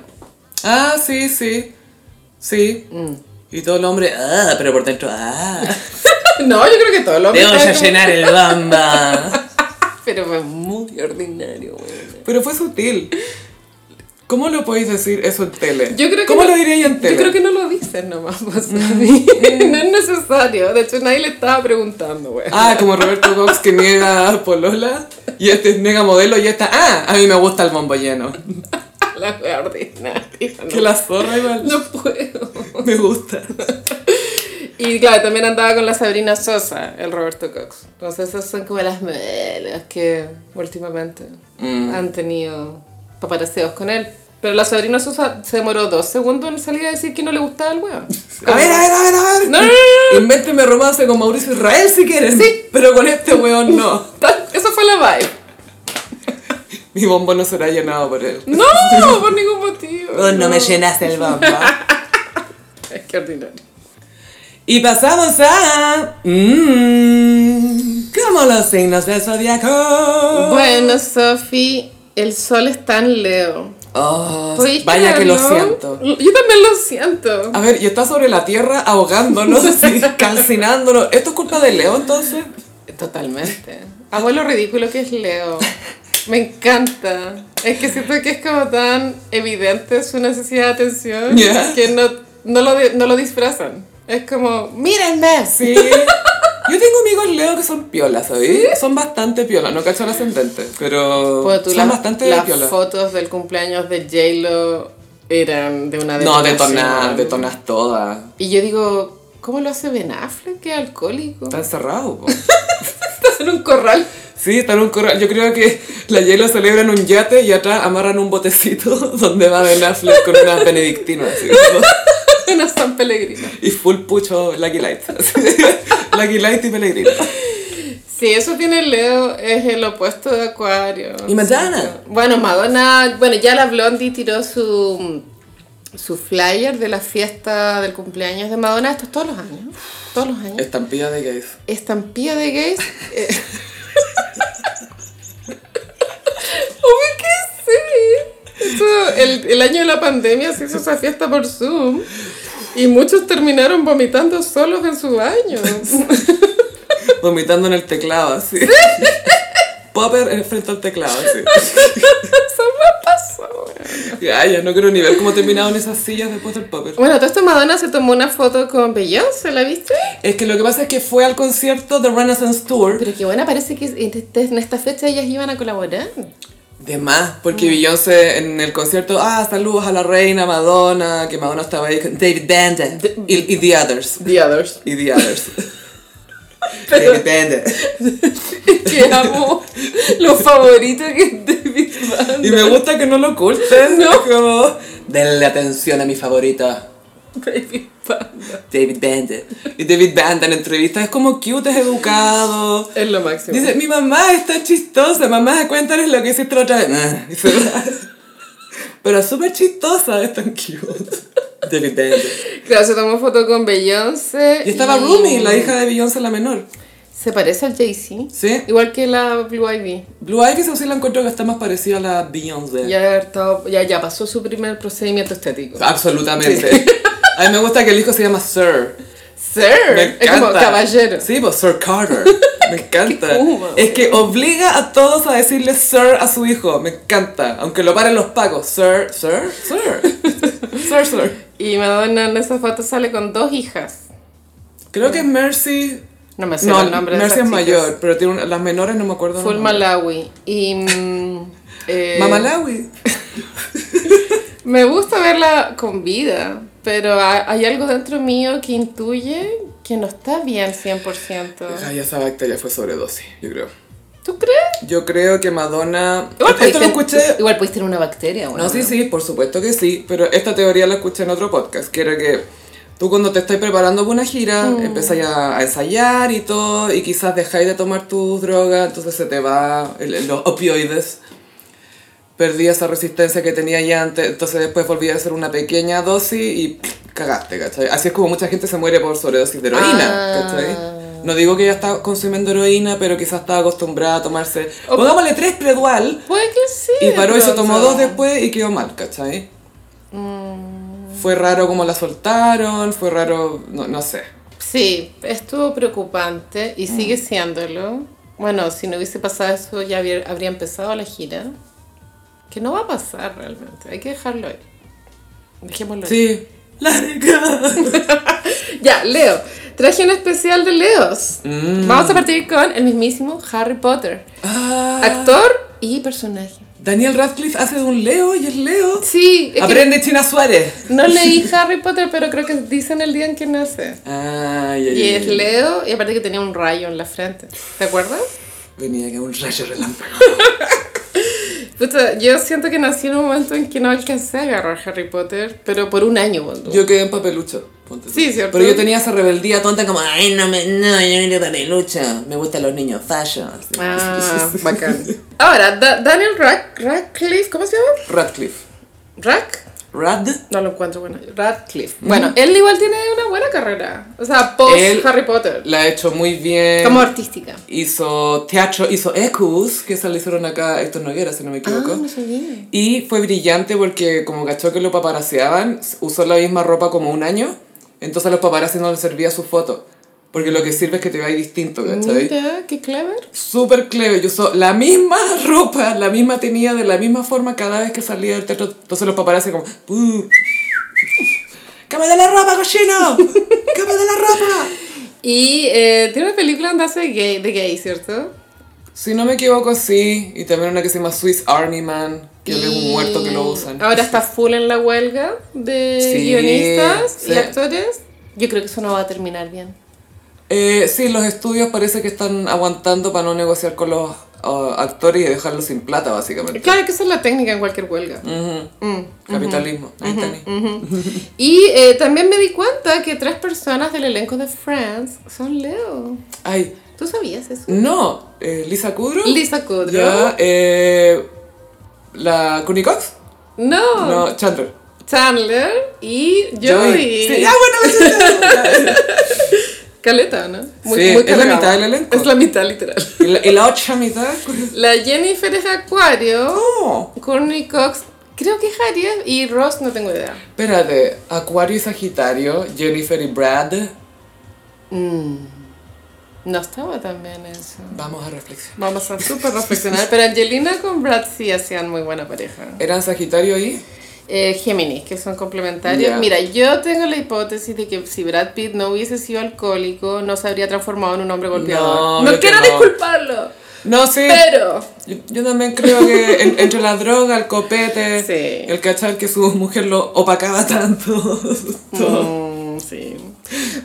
Speaker 1: Ah, sí, sí. Sí. Y todo el hombre, ah, pero por dentro, ah.
Speaker 2: no, yo creo que todo lo
Speaker 1: Debo ya llenar el bamba.
Speaker 2: Pero fue muy ordinario, güey.
Speaker 1: Pero fue sutil. ¿Cómo lo podéis decir eso en tele?
Speaker 2: Yo creo que
Speaker 1: ¿Cómo
Speaker 2: no-
Speaker 1: lo diría yo en tele? Mm.
Speaker 2: Yo creo que no lo dicen nomás, o sea, no es necesario. De hecho, nadie le estaba preguntando, güey.
Speaker 1: Ah, como Roberto Cox que niega a Polola y este nega modelo y esta, ah, a mí me gusta el bombo lleno. Ah.
Speaker 2: La wea ordinaria.
Speaker 1: Que
Speaker 2: no,
Speaker 1: la zorra igual
Speaker 2: no puedo.
Speaker 1: me gusta.
Speaker 2: Y Y claro, también andaba con la Sabrina Sosa, el Roberto Cox. Entonces esas son como las modelos que últimamente
Speaker 1: Mm.
Speaker 2: han tenido paparaseos con él. Pero la Sabrina Sosa se demoró dos segundos en salir a decir que no le gustaba el weón.
Speaker 1: A ver, a ver, a ver, a ver.
Speaker 2: No, no, no,
Speaker 1: Invénteme romance con Mauricio Israel si quieren.
Speaker 2: Sí.
Speaker 1: Pero con este weón no.
Speaker 2: Eso fue la vibe.
Speaker 1: Mi bombo no será llenado por él.
Speaker 2: No, por ningún motivo.
Speaker 1: Oh, llenaste el bombo.
Speaker 2: Es que ordinario.
Speaker 1: y pasamos a. Mmm, como los signos del zodiaco.
Speaker 2: Bueno, Sofi, el sol está en Leo.
Speaker 1: Oh,
Speaker 2: ¿Podéis
Speaker 1: vaya que lo
Speaker 2: creerlo?
Speaker 1: siento. Ah.
Speaker 2: Yo también lo siento.
Speaker 1: A ver, y está sobre la tierra ahogándonos, así, calcinándonos. ¿Esto es culpa de Leo entonces?
Speaker 2: Totalmente. Amo lo ridículo que es Leo. Me encanta. Es que siento que es como tan evidente su necesidad de atención
Speaker 1: Ya.
Speaker 2: que no, no, lo, di- no lo disfrazan. Es como, mírenme.
Speaker 1: Sí. Yo tengo amigos Leo que son piolas, ¿sabéis? Son bastante piolas, no cacho el ascendente, pero
Speaker 2: Bueno, tú
Speaker 1: son
Speaker 2: las-
Speaker 1: bastante
Speaker 2: las
Speaker 1: piolas.
Speaker 2: fotos del cumpleaños de J-Lo eran de una
Speaker 1: No,
Speaker 2: detonación.
Speaker 1: detonas, detonas todas.
Speaker 2: Y yo digo, ¿cómo lo hace Ben Affleck? Que es alcohólico.
Speaker 1: Está encerrado, po.
Speaker 2: Estás en un corral.
Speaker 1: Sí, está en un corral. Yo creo que la J-Lo celebra en un yate y atrás amarran un botecito donde va Ben Affleck con unas benedictinas. así, ¿no?
Speaker 2: Una San Pellegrino.
Speaker 1: Y full pucho Lucky Light. así. Lucky Light y Pellegrino.
Speaker 2: Sí, eso tiene Leo, es el opuesto de Acuario.
Speaker 1: Y Madonna.
Speaker 2: Bueno, Madonna, bueno, ya la Blondie tiró su, su flyer de la fiesta del cumpleaños de Madonna, esto es todos los años, todos los años.
Speaker 1: Estampilla de gays.
Speaker 2: Estampilla de gays. eh. Uy, que sí. Eso, el, el año de la pandemia se hizo esa fiesta por Zoom y muchos terminaron vomitando solos en su baño.
Speaker 1: Vomitando en el teclado, así. Popper en- frente al teclado, así.
Speaker 2: Eso me pasó.
Speaker 1: Ya, ya no quiero ni ver cómo terminaron esas sillas después del Popper.
Speaker 2: Bueno, todo esto Madonna se tomó una foto con Beyoncé, ¿la viste?
Speaker 1: Es que lo que pasa es que fue al concierto de Renaissance Tour.
Speaker 2: Pero qué buena, parece que en, este- en esta fecha ellas iban a colaborar.
Speaker 1: De más, porque Beyoncé en el concierto, ah, saludos a la reina Madonna, que Madonna estaba ahí con David Bender y, y The Others.
Speaker 2: The Others.
Speaker 1: Y The Others. David Bender.
Speaker 2: Que amo lo favorito que es David Banda.
Speaker 1: Y me gusta que no lo oculten, ¿no? Como, denle atención a mi favorita.
Speaker 2: David Banda.
Speaker 1: David Bender. Y David Bender en entrevistas es como cute, es educado.
Speaker 2: Es lo máximo.
Speaker 1: Dice, mi mamá está chistosa, mamá, cuéntales lo que hiciste la otra vez. Ah, y se va. Pero súper chistosa, es tan cute. David Bender.
Speaker 2: Claro, se tomó foto con Beyoncé.
Speaker 1: Y estaba Rumi, la hija de Beyoncé, la menor.
Speaker 2: Se parece al Jay-Z.
Speaker 1: Sí.
Speaker 2: Igual que la Blue Ivy.
Speaker 1: Blue Ivy se la encuentro que está más parecida a la Beyoncé.
Speaker 2: Ya, estaba- ya, ya pasó su primer procedimiento estético.
Speaker 1: Absolutamente. A mí me gusta que el hijo se llama Sir.
Speaker 2: Sir.
Speaker 1: Me
Speaker 2: es
Speaker 1: encanta.
Speaker 2: como caballero.
Speaker 1: Sí, pues Sir Carter. Me encanta.
Speaker 2: Kuma,
Speaker 1: es que obliga a todos a decirle Sir a su hijo. Me encanta. Aunque lo paren los pagos. Sir, Sir, Sir. Sir, Sir.
Speaker 2: Y Madonna en esa foto sale con dos hijas.
Speaker 1: Creo que Mercy.
Speaker 2: No me sé
Speaker 1: No,
Speaker 2: el nombre de
Speaker 1: Mercy
Speaker 2: esas
Speaker 1: es
Speaker 2: chicas.
Speaker 1: mayor, pero tiene una- las menores no me acuerdo.
Speaker 2: Full
Speaker 1: el nombre.
Speaker 2: Malawi. Y. mm, eh,
Speaker 1: Mamalawi.
Speaker 2: Me gusta verla con vida, pero ha- hay algo dentro mío que intuye que no está bien 100%.
Speaker 1: Ay, Ah, esa bacteria fue sobredosis, yo creo.
Speaker 2: ¿Tú crees?
Speaker 1: Yo creo que Madonna.
Speaker 2: podéis
Speaker 1: Esto lo
Speaker 2: ten-
Speaker 1: escuché.
Speaker 2: igual podéis tener una bacteria, bueno.
Speaker 1: No, sí, sí, por supuesto que sí, pero esta teoría la escuché en otro podcast, que era que tú cuando te estás preparando para una gira,
Speaker 2: Mm.
Speaker 1: empezáis a, a ensayar y todo, y quizás dejáis de tomar tus drogas, entonces se te va el- los opioides, perdí esa resistencia que tenía ya antes, entonces después volví a hacer una pequeña dosis y pff, cagaste, ¿cachai? Así es como mucha gente se muere por sobredosis de heroína,
Speaker 2: Ah.
Speaker 1: ¿cachai? No digo que ya está consumiendo heroína, pero quizás estaba acostumbrada a tomarse... Pongámosle tres predual
Speaker 2: Puede que sí.
Speaker 1: y paró y se
Speaker 2: entonces.
Speaker 1: tomó dos después y quedó mal, ¿cachai?
Speaker 2: Mm.
Speaker 1: Fue raro como la soltaron, fue raro, no, no sé.
Speaker 2: Sí, estuvo preocupante
Speaker 1: Mm.
Speaker 2: y sigue siéndolo. Bueno, si no hubiese pasado eso, ya habría, habría empezado la gira. Que no va a pasar realmente, hay que dejarlo ahí. Dejémoslo ahí.
Speaker 1: Sí. Larga.
Speaker 2: Ya, Leo. Traje un especial de Leos.
Speaker 1: Mm.
Speaker 2: Vamos a partir con el mismísimo Harry Potter.
Speaker 1: Ah,
Speaker 2: Actor y personaje.
Speaker 1: Daniel Radcliffe hace de un Leo y es Leo.
Speaker 2: Sí, es que
Speaker 1: Aprende China Suárez.
Speaker 2: no leí Harry Potter, pero creo que dicen el día en que nace.
Speaker 1: Ay, ay,
Speaker 2: Y
Speaker 1: ay,
Speaker 2: es
Speaker 1: ay.
Speaker 2: Leo, y aparte que tenía un rayo en la frente. ¿Te acuerdas?
Speaker 1: Venía que un rayo relámpago.
Speaker 2: Puta, yo siento que nací en un momento en que no alcancé a agarrar Harry Potter, pero por un año, boludo.
Speaker 1: Yo quedé en papelucho. ponte tú.
Speaker 2: Sí, ¿cierto?
Speaker 1: Pero yo tenía esa rebeldía tonta como, ay, no, me, no, yo no quiero papelucho. Me gustan los niños fallos.
Speaker 2: Ah, bacán. Ahora, Da- Daniel Rack, Radcliffe, ¿cómo se llama?
Speaker 1: Radcliffe.
Speaker 2: Rack.
Speaker 1: Rad.
Speaker 2: No lo encuentro bueno. Radcliffe. Bueno, él igual tiene una buena carrera. O sea, post
Speaker 1: Mm. Él-
Speaker 2: Harry Potter.
Speaker 1: La ha hecho muy bien.
Speaker 2: Como artística.
Speaker 1: Hizo teatro, hizo Ecus, que esa la hicieron acá a Héctor Noguera, si Ah, no me equivoco.
Speaker 2: sabía.
Speaker 1: Y fue brillante porque como cachó que lo paparaseaban, usó la misma ropa como un año, entonces a los paparazzi no les servía su foto. Porque lo que sirve es que te veáis distinto, ¿cachai?
Speaker 2: Mira, qué clever.
Speaker 1: Súper clever, yo usó la misma ropa, la misma tenía de la misma forma cada vez que salía del teatro. Entonces los paparazzi como... "Uh, ¡Que me dé la ropa, cochino! ¡Que me dé la ropa!
Speaker 2: Y eh, tiene una película donde hace gay, de gay, ¿cierto?
Speaker 1: Si no me equivoco, sí. Y también una que se llama Swiss Army Man, que él es
Speaker 2: Y
Speaker 1: un muerto que lo usan.
Speaker 2: Ahora está full en la huelga de
Speaker 1: Sí,
Speaker 2: guionistas y
Speaker 1: sí.
Speaker 2: actores. Yo creo que eso no va a terminar bien.
Speaker 1: Eh, sí, los estudios parece que están aguantando para no negociar con los ah, actores y dejarlos sin plata, básicamente.
Speaker 2: Claro que esa es la técnica en cualquier huelga. Mm.
Speaker 1: Capitalismo. Ahí tenéis.
Speaker 2: Y eh, también me di cuenta que tres personas del elenco de Friends son Leo.
Speaker 1: Ay,
Speaker 2: ¿Tú sabías eso?
Speaker 1: no. eh, Lisa Kudrow.
Speaker 2: Lisa Kudrow.
Speaker 1: Ya, eh, la Cooney Cox.
Speaker 2: No.
Speaker 1: No, Chandler.
Speaker 2: Chandler y Joey.
Speaker 1: Sí, ah, bueno, la Chandler.
Speaker 2: Caleta, ¿no?
Speaker 1: Sí, es la
Speaker 2: cargado.
Speaker 1: mitad del elenco.
Speaker 2: Es la mitad, literal.
Speaker 1: Y la- y la otra mitad. ¿cuál es?
Speaker 2: La Jennifer es
Speaker 1: Oh.
Speaker 2: Acuario.
Speaker 1: No.
Speaker 2: Courtney Cox, creo que es Aries. Y Ross, no tengo idea.
Speaker 1: Espérate, Acuario y Sagitario, Jennifer y Brad.
Speaker 2: Mm. No estaba tan bien eso.
Speaker 1: Vamos a reflexionar.
Speaker 2: Vamos a súper reflexionar. Pero Angelina con Brad sí hacían muy buena pareja.
Speaker 1: ¿Eran Sagitario ahí?
Speaker 2: Eh, Géminis, que son complementarios.
Speaker 1: Ya.
Speaker 2: Mira, yo tengo la hipótesis de que si Brad Pitt no hubiese sido alcohólico, no se habría transformado en un hombre golpeador.
Speaker 1: No,
Speaker 2: No,
Speaker 1: yo
Speaker 2: quiero
Speaker 1: que no.
Speaker 2: disculparlo,
Speaker 1: No, sí.
Speaker 2: pero.
Speaker 1: Yo, yo también creo que en- entre la droga, el copete,
Speaker 2: Sí.
Speaker 1: el cachar que su mujer lo opacaba tanto. todo.
Speaker 2: Mm, sí.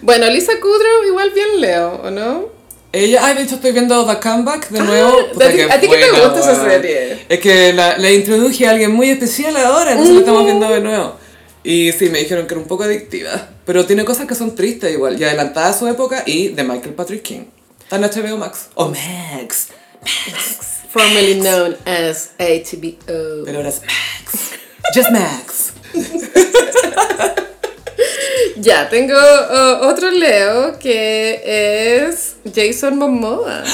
Speaker 2: Bueno, Lisa Kudrow, igual bien Leo, ¿o no?
Speaker 1: Ella, ay, de hecho estoy viendo The Comeback de nuevo.
Speaker 2: Ah, ¿a ti- a ti qué te
Speaker 1: buena,
Speaker 2: gusta esa
Speaker 1: weón.
Speaker 2: serie?
Speaker 1: Es que la, la introduje a alguien muy especial ahora, entonces la estamos viendo de nuevo. Y sí, me dijeron que era un poco adictiva, pero tiene cosas que son tristes igual, y adelantada a su época, y de Michael Patrick King. Está en HBO Max. O Max.
Speaker 2: Formerly known as HBO.
Speaker 1: Pero ahora es Max. Just Max.
Speaker 2: Ya, tengo uh, otro Leo que es Jason Momoa.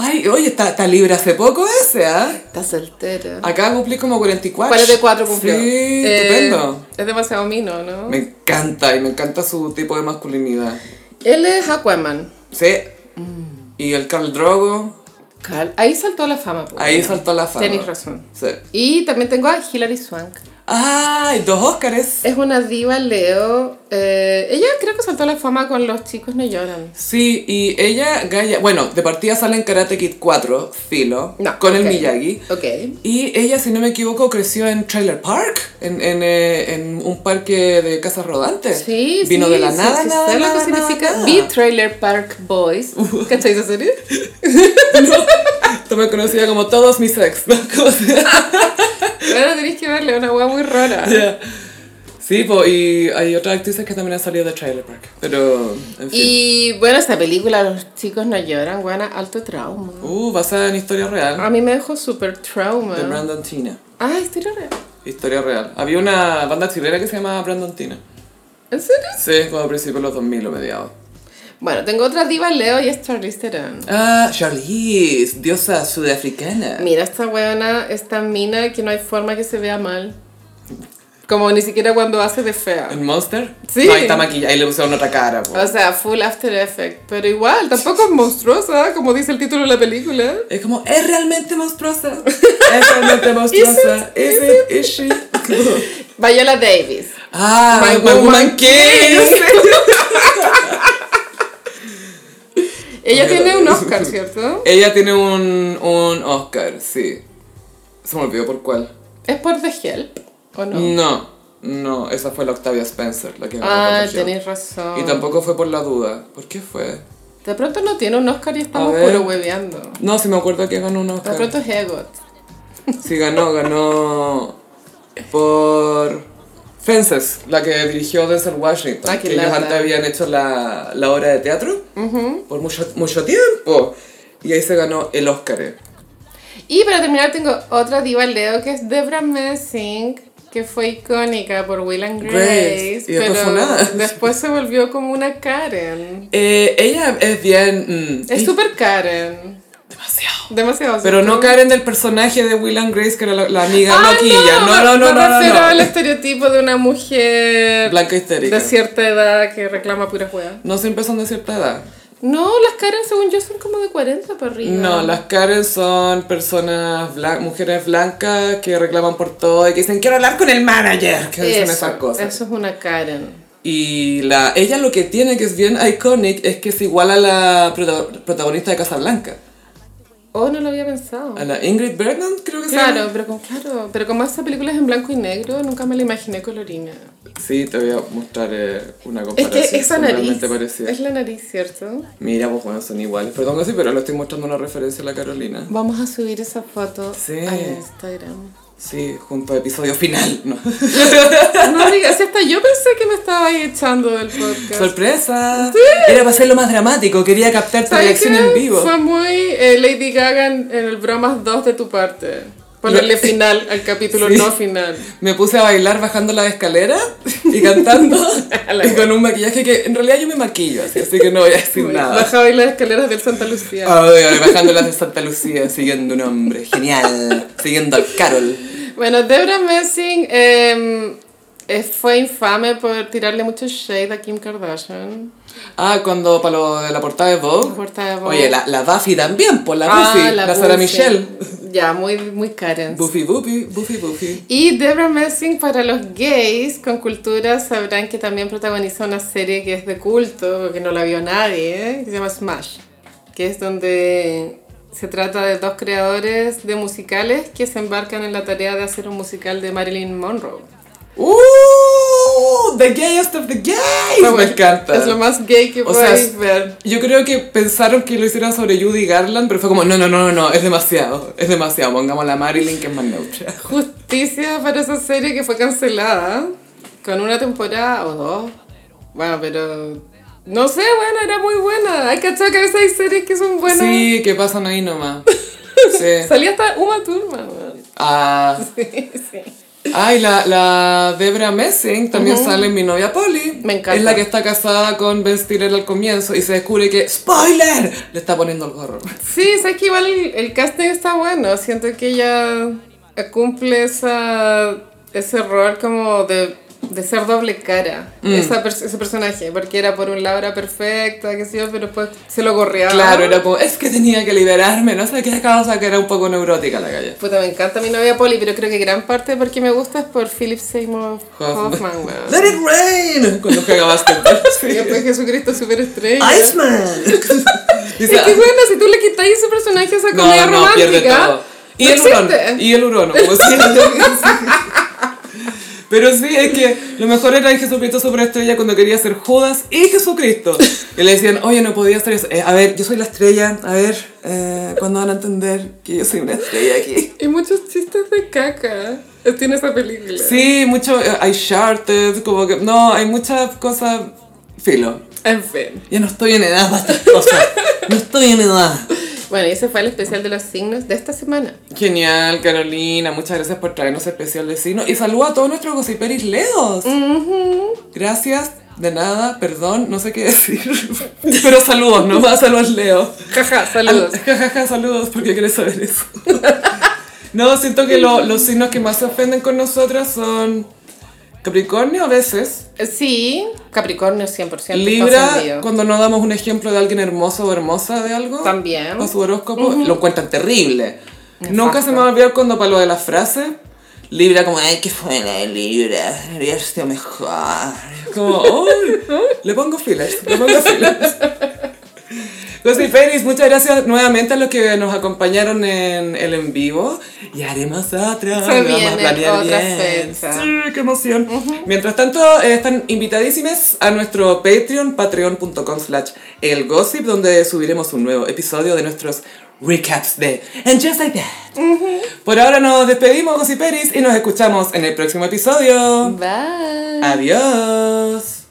Speaker 1: Ay, oye, está, está libre hace poco ese, ¿ah?
Speaker 2: Está soltero.
Speaker 1: Acá cumplí como 44.
Speaker 2: 44 cumplió.
Speaker 1: Sí,
Speaker 2: Eh,
Speaker 1: estupendo.
Speaker 2: Es demasiado mino, ¿no?
Speaker 1: Me encanta y me encanta su tipo de masculinidad.
Speaker 2: Él es Aquaman.
Speaker 1: Sí.
Speaker 2: Mm.
Speaker 1: Y el Carl Drogo,
Speaker 2: Cal- Ahí saltó la fama. po.
Speaker 1: ahí saltó la fama.
Speaker 2: Tenéis razón.
Speaker 1: Sí.
Speaker 2: Y también tengo a Hilary Swank.
Speaker 1: ¡Ay! Dos Óscares.
Speaker 2: Es una diva Leo. Eh, ella creo que saltó la fama con Los chicos no lloran.
Speaker 1: Sí, y ella, Gaia. Bueno, de partida sale en Karate Kid 4, filo.
Speaker 2: No,
Speaker 1: con el
Speaker 2: ok.
Speaker 1: Miyagi.
Speaker 2: Ok.
Speaker 1: Y ella, si no me equivoco, creció en Trailer Park, en, en, eh, en un parque de casas rodantes.
Speaker 2: Sí,
Speaker 1: Vino
Speaker 2: sí,
Speaker 1: de la
Speaker 2: sí,
Speaker 1: nada,
Speaker 2: sí,
Speaker 1: nada,
Speaker 2: sé
Speaker 1: nada,
Speaker 2: lo que
Speaker 1: nada,
Speaker 2: significa
Speaker 1: nada.
Speaker 2: The Trailer Park Boys. ¿Cachai esa serie?
Speaker 1: Tú me conocías como todos mis ex. ¿no? Como sea.
Speaker 2: Ahora tenéis que verle una hueá muy rara.
Speaker 1: Ya. Sí, po, y hay otras actrices que también han salido de Trailer Park. Pero, en fin.
Speaker 2: Y bueno, esa película, Los chicos no lloran, buena, alto trauma.
Speaker 1: Uh, basada en historia real.
Speaker 2: A mí me dejó súper trauma.
Speaker 1: De Brandon Tina.
Speaker 2: Ah, historia real.
Speaker 1: Historia real. Había una banda chilena que se llamaba Brandon Tina.
Speaker 2: ¿En serio?
Speaker 1: Sí, como a principios de los 2000 o mediados.
Speaker 2: Bueno, tengo otra diva Leo y es Charlize Theron.
Speaker 1: Ah, Charlize, diosa sudafricana.
Speaker 2: Mira esta weona, esta mina que no hay forma que se vea mal. Como ni siquiera cuando hace de fea.
Speaker 1: ¿En Monster?
Speaker 2: Sí.
Speaker 1: No, ahí está maquillada, ahí le pusieron otra cara. po.
Speaker 2: O sea, full After Effect. Pero igual, tampoco es monstruosa, como dice el título de la película.
Speaker 1: Es como, es realmente monstruosa. Es realmente monstruosa. ¿Es it? ¿Es she? Como-
Speaker 2: Viola Davis.
Speaker 1: Ah,
Speaker 2: My
Speaker 1: My,
Speaker 2: Woman
Speaker 1: Woman, Kings.
Speaker 2: Ella
Speaker 1: Viola
Speaker 2: tiene un
Speaker 1: Davis.
Speaker 2: Oscar, ¿cierto?
Speaker 1: Ella tiene un, un Oscar, sí. Se me olvidó por cuál.
Speaker 2: ¿Es por The Help o no?
Speaker 1: No, no, esa fue la Octavia Spencer, la que ganó
Speaker 2: ah,
Speaker 1: por The Help.
Speaker 2: tenéis razón.
Speaker 1: Y tampoco fue por la duda. ¿Por qué fue?
Speaker 2: De pronto no tiene un Oscar y estamos
Speaker 1: A ver.
Speaker 2: puro hueveando.
Speaker 1: No, si me acuerdo que ganó un
Speaker 2: De
Speaker 1: Oscar.
Speaker 2: pronto es Egot.
Speaker 1: Sí, ganó, ganó por Fences, la que dirigió Denzel Washington.
Speaker 2: Ah, qué
Speaker 1: que ellos
Speaker 2: lata.
Speaker 1: antes habían hecho la, la obra de teatro por mucho, mucho tiempo. Y ahí se ganó el Oscar.
Speaker 2: Y para terminar tengo otra diva Leo que es Debra Messing, que fue icónica por Will and Grace,
Speaker 1: Grace, y después
Speaker 2: pero
Speaker 1: fue nada.
Speaker 2: después se volvió como una Karen.
Speaker 1: Eh, ella es bien... mm,
Speaker 2: Es súper Karen.
Speaker 1: demasiado.
Speaker 2: Demasiado.
Speaker 1: Pero no
Speaker 2: súper-
Speaker 1: Karen del personaje de Will and Grace, que era la, la amiga
Speaker 2: Ah,
Speaker 1: loquilla. Eh, No,
Speaker 2: me-
Speaker 1: no, no,
Speaker 2: me
Speaker 1: no,
Speaker 2: refiero
Speaker 1: no.
Speaker 2: al
Speaker 1: no.
Speaker 2: estereotipo de una mujer
Speaker 1: Blanca histérica.
Speaker 2: de cierta edad que reclama puras huevas.
Speaker 1: No siempre son de cierta edad.
Speaker 2: No, las Karen según yo son como de 40 para arriba.
Speaker 1: No, las Karen son personas, blan- mujeres blancas que reclaman por todo y que dicen, quiero hablar con el manager, que dicen
Speaker 2: Eso,
Speaker 1: esas cosas.
Speaker 2: Eso es una Karen.
Speaker 1: Y la, ella lo que tiene que es bien iconic es que es igual a la prota- protagonista de Casablanca,
Speaker 2: Oh, no lo había pensado.
Speaker 1: a la Ingrid Bergman, creo que se
Speaker 2: Claro,
Speaker 1: llama.
Speaker 2: pero con, claro, pero como esta película es en blanco y negro, nunca me la imaginé colorina.
Speaker 1: Sí, te voy a mostrar eh, una
Speaker 2: Es
Speaker 1: comparación.
Speaker 2: que esa
Speaker 1: son
Speaker 2: nariz,
Speaker 1: realmente parecidas.
Speaker 2: es la nariz, ¿cierto?
Speaker 1: Mira, pues bueno, son iguales. Perdón, sí, pero le estoy mostrando una referencia a la Carolina.
Speaker 2: Vamos a subir esa foto
Speaker 1: Sí.
Speaker 2: a Instagram.
Speaker 1: Sí, junto a episodio final. No.
Speaker 2: No digas, si hasta yo pensé que me estaba echando del podcast.
Speaker 1: ¡Sorpresa! Era para hacerlo más dramático, quería captar tu
Speaker 2: ¿Sabes
Speaker 1: reacción en
Speaker 2: qué?
Speaker 1: vivo.
Speaker 2: Fue muy eh, Lady Gaga en, en el Bromas 2 de tu parte. Ponerle
Speaker 1: Lo-
Speaker 2: final al capítulo
Speaker 1: Sí.
Speaker 2: no final.
Speaker 1: Me puse a bailar bajando la escalera y cantando y con un maquillaje que en realidad yo me maquillo, así, así que no voy a decir nada. Ah.
Speaker 2: Bajaba y las escaleras del Santa Lucía.
Speaker 1: Ay, ay, bajando las de Santa Lucía, siguiendo un hombre, genial, siguiendo al Carol.
Speaker 2: Bueno, Debra Messing eh, eh, fue infame por tirarle mucho shade a Kim Kardashian.
Speaker 1: Ah, cuando para lo de la portada de Vogue.
Speaker 2: La portada de Vogue. Ah,
Speaker 1: Oye, la, la Buffy también, por la Buffy, la, Sara
Speaker 2: Buffy.
Speaker 1: Michelle.
Speaker 2: Ya, muy, muy Karen.
Speaker 1: Buffy, Buffy, Buffy, Buffy.
Speaker 2: Y Debra Messing para los gays con cultura sabrán que también protagoniza una serie que es de culto, que no la vio nadie, ¿eh? que se llama Smash, que es donde se trata de dos creadores de musicales que se embarcan en la tarea de hacer un musical de Marilyn Monroe.
Speaker 1: ¡Uh! The gayest of the gays.
Speaker 2: Bueno,
Speaker 1: Me encanta.
Speaker 2: Es lo más gay que
Speaker 1: O sea,
Speaker 2: podéis ver.
Speaker 1: Yo creo que pensaron que lo hicieran sobre Judy Garland, pero fue como, no, no, no, no, no, es demasiado, es demasiado, pongamos la Marilyn que es más neutra.
Speaker 2: Justicia para esa serie que fue cancelada con una temporada o dos. Bueno, pero no sé, bueno, era muy buena. Hay cachado que a veces hay series que son buenas.
Speaker 1: Sí, que pasan ahí nomás. Sí.
Speaker 2: Salía hasta Uma Thurman. weón.
Speaker 1: Ah. Ay, la, la Debra Messing también sale en Mi novia Polly.
Speaker 2: Me encanta.
Speaker 1: Es la que está casada con Ben Stiller al comienzo y se descubre que, ¡spoiler! Le está poniendo el gorro.
Speaker 2: Sí, sé que igual el, el casting está bueno. Siento que ella cumple esa, ese rol como de, de ser doble cara.
Speaker 1: Mm.
Speaker 2: Esa pers- ese personaje, porque era por un lado era perfecta, qué sé yo, pero después se lo gorreaba.
Speaker 1: Claro, era como, es que tenía que liberarme, no sé qué cosa, que era un poco neurótica la calle.
Speaker 2: Puta, me encanta mi novia Polly, pero creo que gran parte porque me gusta es por Philip Seymour Hoffman, weón.
Speaker 1: ¡Let it rain! Cuando juega básquetbol. Sí.
Speaker 2: Y después Jesucristo superestrella.
Speaker 1: Iceman.
Speaker 2: Es que bueno, si tú le quitas ese personaje a esa comedia romántica,
Speaker 1: Y
Speaker 2: no
Speaker 1: el hurón.
Speaker 2: existe.
Speaker 1: Y el hurón. como siempre. Pero sí, es que lo mejor era el Jesucristo superestrella cuando quería ser Judas y Jesucristo. Y le decían, oye, no podía hacer eso. Eh, a ver, yo soy la estrella. A ver, eh, ¿cuándo van a entender que yo soy una estrella aquí?
Speaker 2: Y muchos chistes de caca tiene esa película.
Speaker 1: Sí, mucho. eh, Hay charted, como que. No, hay muchas cosas. Filo.
Speaker 2: En fin.
Speaker 1: Ya no estoy en edad para estas cosas. No estoy en edad.
Speaker 2: Bueno, y ese fue el especial de los signos de esta semana.
Speaker 1: Genial, Carolina. Muchas gracias por traernos especial de signo. Y saludo a todos nuestros gossiperis leos. Gracias, de nada, perdón, no sé qué decir. Pero saludos, nomás a los leos.
Speaker 2: Jaja, saludos.
Speaker 1: Jajaja, saludos, porque quieres saber eso. No, siento que lo- los signos que más se ofenden con nosotras son Capricornio a veces,
Speaker 2: Ah, Sí, Capricornio 100%. está
Speaker 1: Libra
Speaker 2: ofendido.
Speaker 1: cuando no damos un ejemplo de alguien hermoso o hermosa de algo.
Speaker 2: También.
Speaker 1: O su horóscopo, lo encuentran terrible. Nunca se me va a olvidar cuando para lo de las frases, Libra como, ay, qué fue la de Libra, debería haber sido mejor. Como, "Ay, le pongo filas, le pongo filas. Gossip Peris, muchas gracias nuevamente a los que nos acompañaron en el en vivo y haremos otra.
Speaker 2: Se
Speaker 1: lo vamos a
Speaker 2: vienen
Speaker 1: planear
Speaker 2: otras
Speaker 1: bien.
Speaker 2: fechas.
Speaker 1: Sí, qué emoción. Mientras tanto, eh, están invitadísimas a nuestro Patreon, patreon.com slash elgossip, donde subiremos un nuevo episodio de nuestros recaps de And Just Like That. Por ahora nos despedimos, gossiperis, y nos escuchamos en el próximo episodio.
Speaker 2: Bye.
Speaker 1: Adiós.